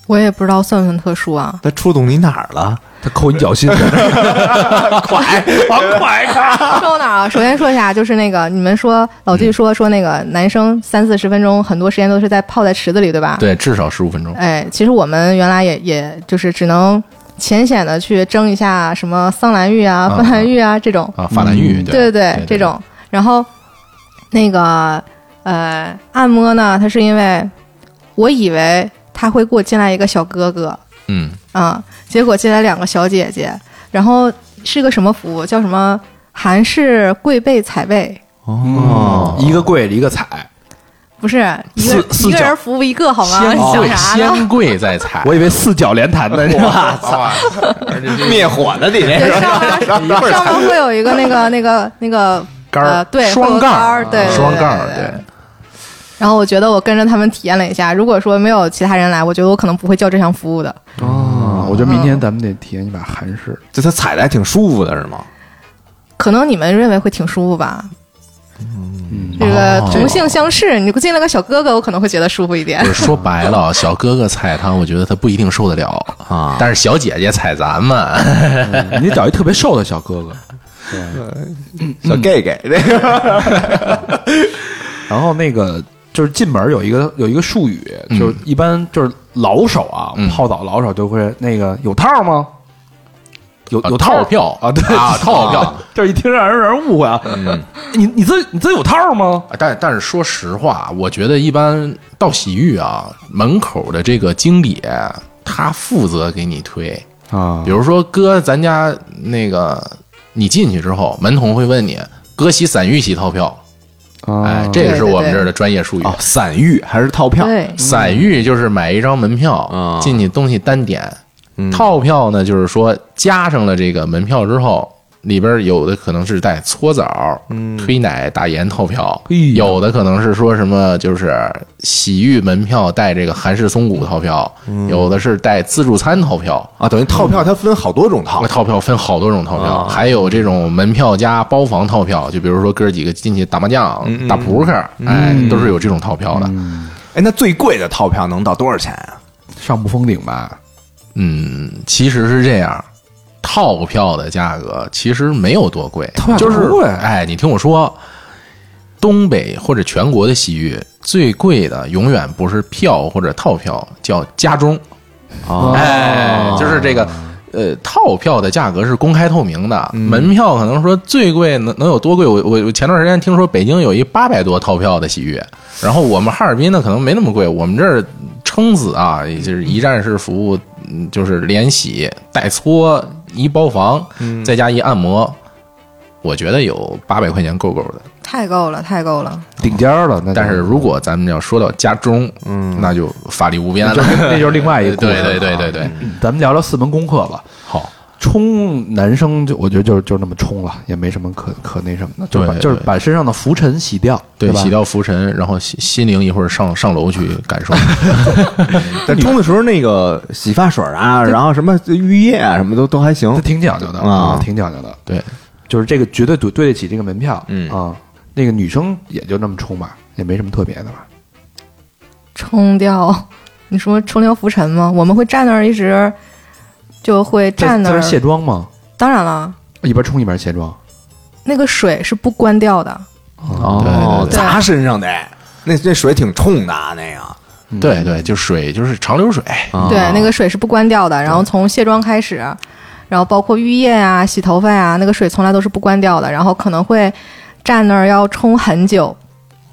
[SPEAKER 5] 我也不知道算不算特殊啊。
[SPEAKER 2] 它触动你哪儿了？
[SPEAKER 4] 他扣你脚 心去了，
[SPEAKER 2] 快，往快看！
[SPEAKER 5] 说到哪儿啊？首先说一下，就是那个你们说老季说说那个男生三四十分钟，很多时间都是在泡在池子里，对 吧？。
[SPEAKER 3] 对，至少十五分钟。
[SPEAKER 5] 哎，其实我们原来也也就是只能浅显的去蒸一下什么桑兰浴啊、
[SPEAKER 3] 啊
[SPEAKER 5] 芬兰浴啊这种，
[SPEAKER 3] 啊，法兰浴，
[SPEAKER 5] 对
[SPEAKER 3] 对
[SPEAKER 5] 对，这种。然后那个呃，按摩呢，它是因为我以为他会给我进来一个小哥哥，
[SPEAKER 3] 嗯，
[SPEAKER 5] 啊，结果进来两个小姐姐，然后是个什么服务？叫什么韩式跪背踩背？
[SPEAKER 2] 哦，
[SPEAKER 4] 一个跪着一个踩，
[SPEAKER 5] 不是一个
[SPEAKER 4] 四四
[SPEAKER 5] 一个
[SPEAKER 4] 角
[SPEAKER 5] 人服务一个好吗？
[SPEAKER 3] 先
[SPEAKER 5] 你想
[SPEAKER 3] 跪
[SPEAKER 5] 啥呢？
[SPEAKER 3] 先跪再踩，哦
[SPEAKER 4] 我以为四脚连 弹的，
[SPEAKER 3] 操！而且这
[SPEAKER 2] 灭火的你这
[SPEAKER 5] 对，
[SPEAKER 2] 是
[SPEAKER 5] 上 面上面会有一个那个那个那个
[SPEAKER 3] 杆
[SPEAKER 5] 呃
[SPEAKER 3] 儿，
[SPEAKER 5] 对，会
[SPEAKER 3] 双
[SPEAKER 5] 有
[SPEAKER 3] 杠
[SPEAKER 5] 杆
[SPEAKER 3] 儿
[SPEAKER 5] 儿，对，对
[SPEAKER 3] 双杠儿，
[SPEAKER 5] 对。对对然后我觉得我跟着他们体验了一下，如果说没有其他人来，我觉得我可能不会叫这项服务的。
[SPEAKER 4] 啊我觉得明天咱们得体验一把韩式，
[SPEAKER 2] 就它踩的还挺舒服的，是吗？
[SPEAKER 5] 可能你们认为会挺舒服吧？
[SPEAKER 4] 嗯
[SPEAKER 5] 这个
[SPEAKER 3] 哦哎
[SPEAKER 5] 同性相视，你进来个小哥哥，我可能会觉得舒服一点
[SPEAKER 3] 不。是说白了，小哥哥踩他，我觉得他不一定受得了
[SPEAKER 2] 啊
[SPEAKER 3] 但是小姐姐踩咱们，
[SPEAKER 4] 你得找一特别瘦的小哥哥。
[SPEAKER 2] 小 gay gay 这个
[SPEAKER 4] 然后那个就是进门有一个有一个术语，
[SPEAKER 3] 嗯
[SPEAKER 4] 就是一般就是老手啊，
[SPEAKER 3] 嗯
[SPEAKER 4] 泡澡老手就会那个有套吗？有有套
[SPEAKER 3] 套票
[SPEAKER 4] 啊？对
[SPEAKER 3] 啊套票。
[SPEAKER 4] 就是一听让人让人误会啊， 你你这你这有套吗？
[SPEAKER 3] 啊但但是说实话，我觉得一般到洗浴啊，门口的这个经理他负责给你推。
[SPEAKER 4] 啊
[SPEAKER 3] 比如说，哥，咱家那个你进去之后，门童会问你，哥洗散浴洗套票？
[SPEAKER 4] 啊
[SPEAKER 3] 哎，这个是我们这儿的专业术语。
[SPEAKER 2] 哦，散浴还是套票？
[SPEAKER 5] 对，
[SPEAKER 3] 散浴嗯就是买一张门
[SPEAKER 2] 啊
[SPEAKER 3] 票，进去东西单点。
[SPEAKER 2] 嗯
[SPEAKER 3] 套票呢，就是说加上了这个门票之后，里边有的可能是带搓澡、
[SPEAKER 2] 嗯
[SPEAKER 3] 推奶、打盐套票
[SPEAKER 4] 哎呀，
[SPEAKER 3] 有的可能是说什么就是洗浴门票带这个韩式松骨套票，
[SPEAKER 2] 嗯
[SPEAKER 3] 有的是带自助餐套票。
[SPEAKER 2] 啊，等于套票它分好多种套
[SPEAKER 3] 那，套票分好多种套票，
[SPEAKER 2] 啊
[SPEAKER 3] 还有这种门票加包房套票，就比如说哥几个进去打麻将、
[SPEAKER 2] 嗯
[SPEAKER 3] 打扑克，哎，都是有这种套票的。
[SPEAKER 2] 哎，那最贵的套票能到多少钱啊？
[SPEAKER 4] 上不封顶吧？
[SPEAKER 3] 嗯，其实是这样，套票的价格其实没有多贵，
[SPEAKER 4] 套票
[SPEAKER 3] 就是
[SPEAKER 4] 不贵
[SPEAKER 3] 哎，你听我说，东北或者全国的洗浴最贵的永远不是票或者套票，叫家中，
[SPEAKER 2] 哦
[SPEAKER 3] 哎，就是这个。呃，套票的价格是公开透明的，门票可能说最贵能能有多贵？我我我前段时间听说北京有一八百多套票的洗浴，然后我们哈尔滨呢可能没那么贵，我们这儿撑死啊，也就是一站式服务，嗯就是连洗带搓一包房，
[SPEAKER 2] 嗯
[SPEAKER 3] 再加一按摩，我觉得有八百块钱够够的。
[SPEAKER 5] 太够了，太够了。
[SPEAKER 4] 顶尖儿了，那就
[SPEAKER 3] 但是如果咱们要说到家中，嗯，那就法力无边了，
[SPEAKER 4] 那就是另外一个故事
[SPEAKER 3] 对
[SPEAKER 4] 了啊
[SPEAKER 3] 对对对对，
[SPEAKER 4] 咱们聊聊四门功课吧。
[SPEAKER 3] 好，
[SPEAKER 4] 冲男生就我觉得就是就是那么冲了，也没什么可可那什么的，就是把
[SPEAKER 3] 对对
[SPEAKER 4] 就是把身上的浮尘洗掉，
[SPEAKER 3] 对，
[SPEAKER 4] 吧
[SPEAKER 3] 洗？掉浮尘，然后心心灵一会儿上上楼去感受。
[SPEAKER 2] 在冲的时候，那个洗发水啊，然后什么浴液啊，什么都都还行
[SPEAKER 4] 这。挺讲究的
[SPEAKER 2] 啊
[SPEAKER 4] 挺讲究的。
[SPEAKER 3] 对，
[SPEAKER 4] 就是这个绝对对对得起这个门票，
[SPEAKER 2] 嗯
[SPEAKER 4] 啊，那个女生也就那么冲吧，也没什么特别的吧。
[SPEAKER 5] 冲掉，你说冲掉浮尘吗？我们会站那儿一直就会
[SPEAKER 4] 在
[SPEAKER 5] 站那
[SPEAKER 4] 在那
[SPEAKER 5] 儿。
[SPEAKER 4] 卸妆吗？
[SPEAKER 5] 当然了，
[SPEAKER 4] 一边冲一边卸妆，
[SPEAKER 5] 那个水是不关掉的，
[SPEAKER 4] 啊
[SPEAKER 3] 啊
[SPEAKER 2] 哦，
[SPEAKER 5] 对对对
[SPEAKER 2] 砸身上得，那那水挺冲的啊，那个。
[SPEAKER 4] 嗯
[SPEAKER 3] 对对，就水就是长流水，哎
[SPEAKER 2] 啊
[SPEAKER 5] 对，那个水是不关掉的。然后从卸妆开始，然后包括浴液啊、洗头发呀、那个水从来都是不关掉的。然后可能会站那儿要冲很久。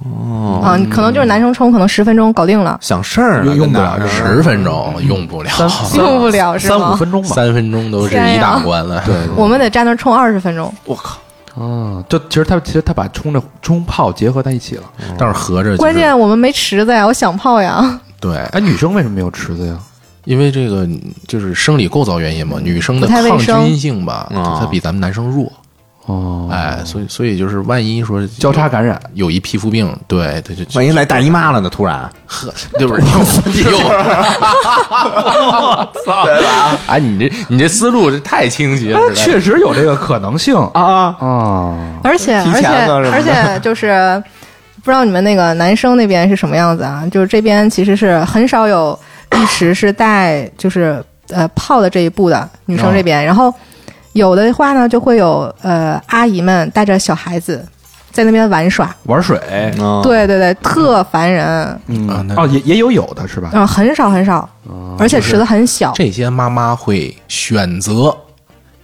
[SPEAKER 5] 哦，啊，可能就是男生冲，可能十分钟搞定了，
[SPEAKER 2] 想事儿呢
[SPEAKER 4] 用用不
[SPEAKER 2] 跟那儿
[SPEAKER 4] 了
[SPEAKER 3] 十分钟用不了，
[SPEAKER 5] 用不了是
[SPEAKER 4] 三五
[SPEAKER 5] 吗？
[SPEAKER 4] 分钟吧。
[SPEAKER 3] 三分嗯钟都是一大关了。对，
[SPEAKER 5] 我们得站那儿冲二十分钟。
[SPEAKER 4] 啊，就其实他其实他把冲着冲泡结合在一起了。
[SPEAKER 3] 但是合着就是
[SPEAKER 5] 关键我们没池子呀，我想泡呀。
[SPEAKER 3] 对，
[SPEAKER 4] 哎，女生为什么没有池子呀？
[SPEAKER 3] 因为这个就是生理构造原因嘛，女生的
[SPEAKER 5] 不太卫
[SPEAKER 3] 抗
[SPEAKER 5] 生
[SPEAKER 3] 菌性吧，
[SPEAKER 2] 啊
[SPEAKER 3] 它比咱们男生弱。
[SPEAKER 4] 哦，
[SPEAKER 3] 哎，所以所以就是万一说
[SPEAKER 4] 交叉感染，
[SPEAKER 3] 有一皮肤病，对对对，
[SPEAKER 2] 万一来大姨妈了呢？突然，
[SPEAKER 3] 呵，对不是又 又，我操！哎，你这你这思路这太清晰了，
[SPEAKER 4] 哎
[SPEAKER 3] 啊实在是
[SPEAKER 4] 确实有这个可能性啊
[SPEAKER 2] 啊，
[SPEAKER 4] 啊。
[SPEAKER 5] 而且
[SPEAKER 2] 提
[SPEAKER 5] 而且
[SPEAKER 2] 前了是吧
[SPEAKER 5] 而且就是不知道你们那个男生那边是什么样子啊？就是这边其实是很少有一直是带就是呃泡的这一步的女
[SPEAKER 2] 哦
[SPEAKER 5] 生这边，然后有的话呢就会有呃阿姨们带着小孩子在那边玩耍，
[SPEAKER 4] 玩水
[SPEAKER 2] 啊，
[SPEAKER 5] 对对对，特烦人，
[SPEAKER 2] 嗯
[SPEAKER 3] 啊那
[SPEAKER 4] 哦，也也有有的是吧？
[SPEAKER 5] 嗯、很少很少，
[SPEAKER 2] 哦
[SPEAKER 5] 而且池子很小，
[SPEAKER 3] 这些妈妈会选择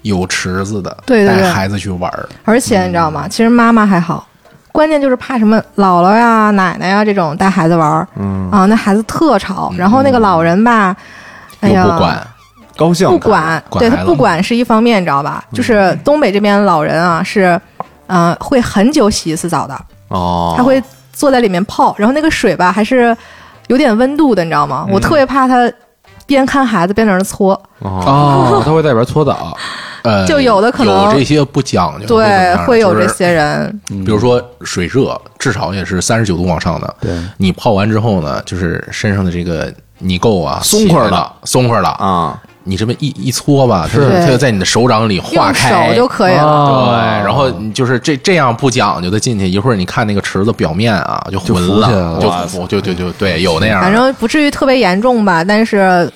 [SPEAKER 3] 有池子的，
[SPEAKER 5] 对对对
[SPEAKER 3] 带孩子去玩儿。
[SPEAKER 5] 而且你知道
[SPEAKER 3] 嗯
[SPEAKER 5] 吗？其实妈妈还好，关键就是怕什么姥姥呀、奶奶呀这种带孩子玩儿，
[SPEAKER 2] 嗯
[SPEAKER 5] 啊，那孩子特吵，然后那个老人吧，
[SPEAKER 3] 嗯
[SPEAKER 5] 哎
[SPEAKER 3] 又
[SPEAKER 5] 呀，
[SPEAKER 3] 不管，
[SPEAKER 2] 高兴
[SPEAKER 5] 不管，
[SPEAKER 3] 管
[SPEAKER 5] 对
[SPEAKER 3] 孩
[SPEAKER 5] 他
[SPEAKER 3] 子嗯
[SPEAKER 5] 不管是一方面，你知道吧？就是东北这边老人啊，是，呃，会很久洗一次澡的，
[SPEAKER 2] 哦，
[SPEAKER 5] 他会坐在里面泡，然后那个水吧还是有点温度的，你知道
[SPEAKER 3] 嗯
[SPEAKER 5] 吗？我特别怕他。边看孩子边在那儿搓，
[SPEAKER 2] 哦
[SPEAKER 4] 哦，他会在里边搓澡，
[SPEAKER 3] 呃，
[SPEAKER 5] 就有的可能
[SPEAKER 3] 有这些不讲究，怎么
[SPEAKER 5] 对，
[SPEAKER 3] 样
[SPEAKER 5] 会有
[SPEAKER 3] 就是
[SPEAKER 5] 这些人，
[SPEAKER 3] 比如说水热，至少也是三十九度往上的。
[SPEAKER 4] 对，
[SPEAKER 3] 你泡完之后呢，就是身上的这个泥垢啊，
[SPEAKER 2] 松快了
[SPEAKER 3] 起来了，松快了啊！
[SPEAKER 2] 啊，
[SPEAKER 3] 你这么一一搓吧，它就是它就在你的手掌里化
[SPEAKER 5] 用
[SPEAKER 3] 开
[SPEAKER 5] 手。就可以了。
[SPEAKER 3] 对，
[SPEAKER 4] 啊
[SPEAKER 3] 然后你就是这这样不讲究的进去，一会儿你看那个池子表面啊，就浑
[SPEAKER 4] 浮起来
[SPEAKER 3] 了，
[SPEAKER 4] 了
[SPEAKER 3] 就浮，就对对对，有那样的。
[SPEAKER 5] 反正不至于特别严重吧，但是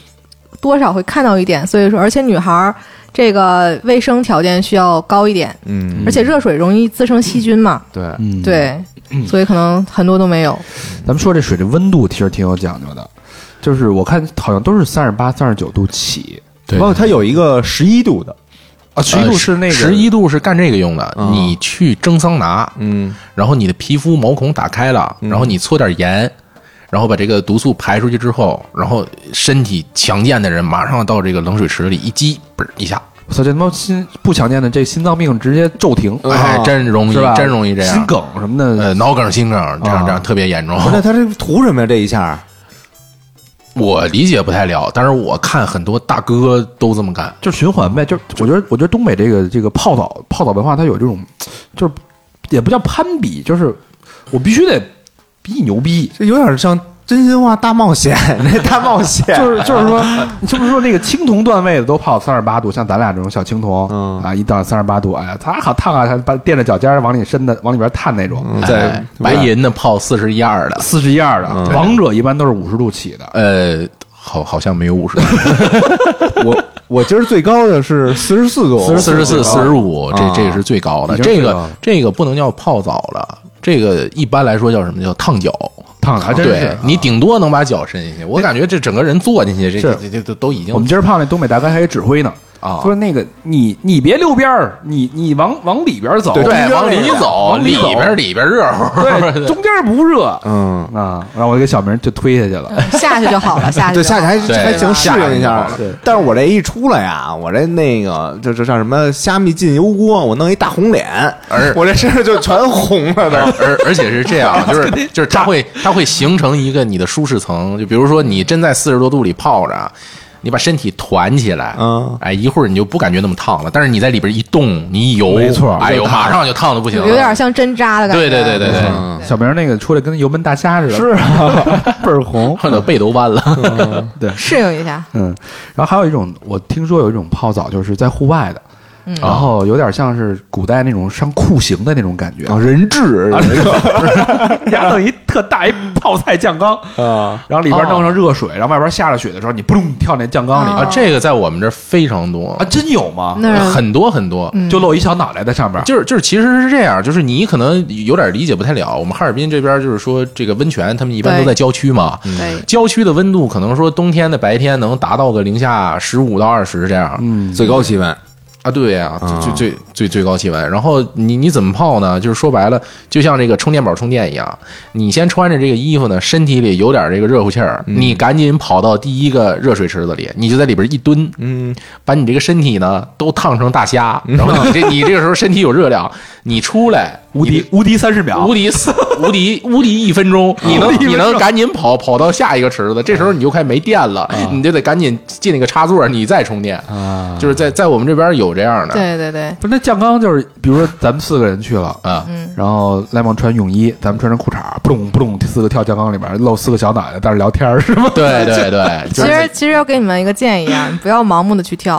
[SPEAKER 5] 多少会看到一点。所以说，而且女孩儿这个卫生条件需要高一点，
[SPEAKER 2] 嗯，
[SPEAKER 5] 而且热水容易滋生细菌嘛，
[SPEAKER 2] 对，
[SPEAKER 4] 嗯，
[SPEAKER 5] 对，所以可能很多都没有。
[SPEAKER 4] 咱们说这水的温度其实挺有讲究的，就是我看好像都是三十八、三十九度起
[SPEAKER 3] 对
[SPEAKER 2] 包括它有一个十一度的，
[SPEAKER 4] 啊，十一度是那个
[SPEAKER 3] 呃十一度是干这个用的。
[SPEAKER 2] 嗯
[SPEAKER 3] 你去蒸桑拿，
[SPEAKER 2] 嗯，
[SPEAKER 3] 然后你的皮肤毛孔打开了，
[SPEAKER 4] 嗯
[SPEAKER 3] 然后你搓点盐，然后把这个毒素排出去之后，然后身体强健的人马上到这个冷水池里一激，嘣儿一下，
[SPEAKER 4] 我操，这他妈心不强健的，这心脏病直接骤停，
[SPEAKER 3] 哎，真容易
[SPEAKER 4] 哦是吧？，
[SPEAKER 3] 真容易这
[SPEAKER 4] 心
[SPEAKER 3] 样。
[SPEAKER 4] 梗啊什么的，
[SPEAKER 3] 呃，脑梗、心梗，这样这样特别严重。
[SPEAKER 2] 不是，它这图什么呀？这一下
[SPEAKER 3] 我理解不太了，但是我看很多大哥都这么干。
[SPEAKER 4] 就循环呗。就我觉得，我觉得东北这个这个泡澡泡澡文化，它有这种，就是也不叫攀比，就是我必须得比你牛逼。
[SPEAKER 2] 这有点像真心话大冒险，那大 冒险
[SPEAKER 4] 就是就是说，你是不是说那个青铜段位的都泡三十八度，像咱俩这种小青铜，
[SPEAKER 2] 嗯
[SPEAKER 4] 啊，一到三十八度，哎呀，它好烫啊，它把垫着脚尖儿往里伸的，往里边探那种，
[SPEAKER 2] 在
[SPEAKER 3] 哎白银的泡四十一二的，
[SPEAKER 4] 四十一二的，王者一般都是五十度起的，
[SPEAKER 3] 呃，好好像没有五十，
[SPEAKER 2] 我我今儿最高的是四十四度，
[SPEAKER 3] 四十四、四十五，这这是最高的。
[SPEAKER 4] 啊已经是
[SPEAKER 3] 这
[SPEAKER 4] 最高
[SPEAKER 3] 个
[SPEAKER 4] 了
[SPEAKER 3] 这个不能叫泡澡了，这个一般来说叫什么？叫烫脚。啊
[SPEAKER 4] 烫啊的还真是
[SPEAKER 3] 对。你顶多能把脚伸进去，我感觉这整个人坐进去，这
[SPEAKER 4] 是
[SPEAKER 3] 这这都都已经
[SPEAKER 4] 我们今儿泡那东北大哥还给指挥呢，
[SPEAKER 3] 啊
[SPEAKER 4] 说那个你你别溜边儿，你你往往里边儿走，
[SPEAKER 2] 对
[SPEAKER 3] 对
[SPEAKER 2] 中间
[SPEAKER 3] 往
[SPEAKER 2] 那
[SPEAKER 3] 里
[SPEAKER 2] 个
[SPEAKER 3] 走，
[SPEAKER 4] 啊往里
[SPEAKER 3] 里
[SPEAKER 4] 走
[SPEAKER 3] 边里边热乎，
[SPEAKER 4] 对，中间儿不热
[SPEAKER 2] 嗯，
[SPEAKER 4] 啊，然后我给小明就推下去了，
[SPEAKER 5] 下去就好了，下去
[SPEAKER 2] 对，
[SPEAKER 5] 就
[SPEAKER 2] 下去还
[SPEAKER 3] 对
[SPEAKER 2] 还行，适应一下
[SPEAKER 4] 对。
[SPEAKER 2] 但是我这一出来呀，我这那个就就叫什么虾米进油锅，我弄一大红脸，
[SPEAKER 3] 而
[SPEAKER 2] 我这身上就全红了
[SPEAKER 3] 而
[SPEAKER 2] 都。
[SPEAKER 3] 而而且是 这样，就是就是它会它会形成一个你的舒适层，就比如说你真在四十多度里泡着。你把身体团起来，
[SPEAKER 2] 嗯
[SPEAKER 3] 哎，一会儿你就不感觉那么烫了。但是你在里边一动，你一游，
[SPEAKER 4] 没错
[SPEAKER 3] 哎呦，马上就烫的不行了，
[SPEAKER 5] 有点像针扎的感
[SPEAKER 3] 对
[SPEAKER 5] 觉。
[SPEAKER 3] 对对对对，
[SPEAKER 2] 嗯
[SPEAKER 4] 小明那个出来跟油焖大虾似的，是
[SPEAKER 2] 倍儿红，
[SPEAKER 3] 哦恨得背都弯了。
[SPEAKER 5] 适应一下。
[SPEAKER 4] 嗯，然后还有一种，我听说有一种泡澡，就是在户外的，
[SPEAKER 5] 嗯
[SPEAKER 4] 然后有点像是古代那种上酷刑的那种感觉，
[SPEAKER 2] 啊，人质
[SPEAKER 4] 然后一特大一泡菜酱 缸，
[SPEAKER 2] 啊，
[SPEAKER 4] 然后里边弄上热水，然后外边下着雪的时候，你扑通跳那酱缸里
[SPEAKER 5] 哦
[SPEAKER 3] 啊，这个在我们这儿非常多
[SPEAKER 4] 啊，，嗯真有吗？
[SPEAKER 5] 那儿嗯
[SPEAKER 3] 很多很多。
[SPEAKER 4] 就露一小脑袋在上边，
[SPEAKER 3] 就是就是，其实是这样，就是你可能有点理解不太了。我们哈尔滨这边就是说，这个温泉他们一般都
[SPEAKER 5] 对嗯
[SPEAKER 3] 在郊区嘛，
[SPEAKER 5] 对，
[SPEAKER 3] 郊区的温度可能说冬天的白天能达到个零下十五到二十这样、
[SPEAKER 4] 嗯，
[SPEAKER 2] 最高气温
[SPEAKER 3] 啊，对呀、最最最最最高气温。然后你你怎么泡呢？就是说白了，就像这个充电宝充电一样，你先穿着这个衣服呢，身体里有点这个热乎气儿，你赶紧跑到第一个热水池子里，你就在里边一蹲，嗯，把你这个身体呢都烫成大虾，然后你这你这个时候身体有热量，你出来
[SPEAKER 4] 无敌无敌三十秒
[SPEAKER 3] 无，敌四无敌无啊敌一分钟，你能你能赶紧跑跑到下一个池子，这时候你就快没电了，你就得赶紧进那个插座，你再充电。
[SPEAKER 4] 啊，
[SPEAKER 3] 就是在在我们这边有这样的
[SPEAKER 5] 对对对，
[SPEAKER 4] 不是那酱缸就是，比如说咱们四个人去了。
[SPEAKER 3] 啊，
[SPEAKER 4] 嗯
[SPEAKER 5] 嗯
[SPEAKER 4] 然后赖蒙穿泳衣，咱们穿上裤衩，扑通扑通，四个跳酱缸里边，露四个小脑袋，在那聊天儿是吗？
[SPEAKER 3] 对对对，
[SPEAKER 5] 其
[SPEAKER 3] 就是
[SPEAKER 5] 实其实要给你们一个建议啊，你不要盲目的去跳，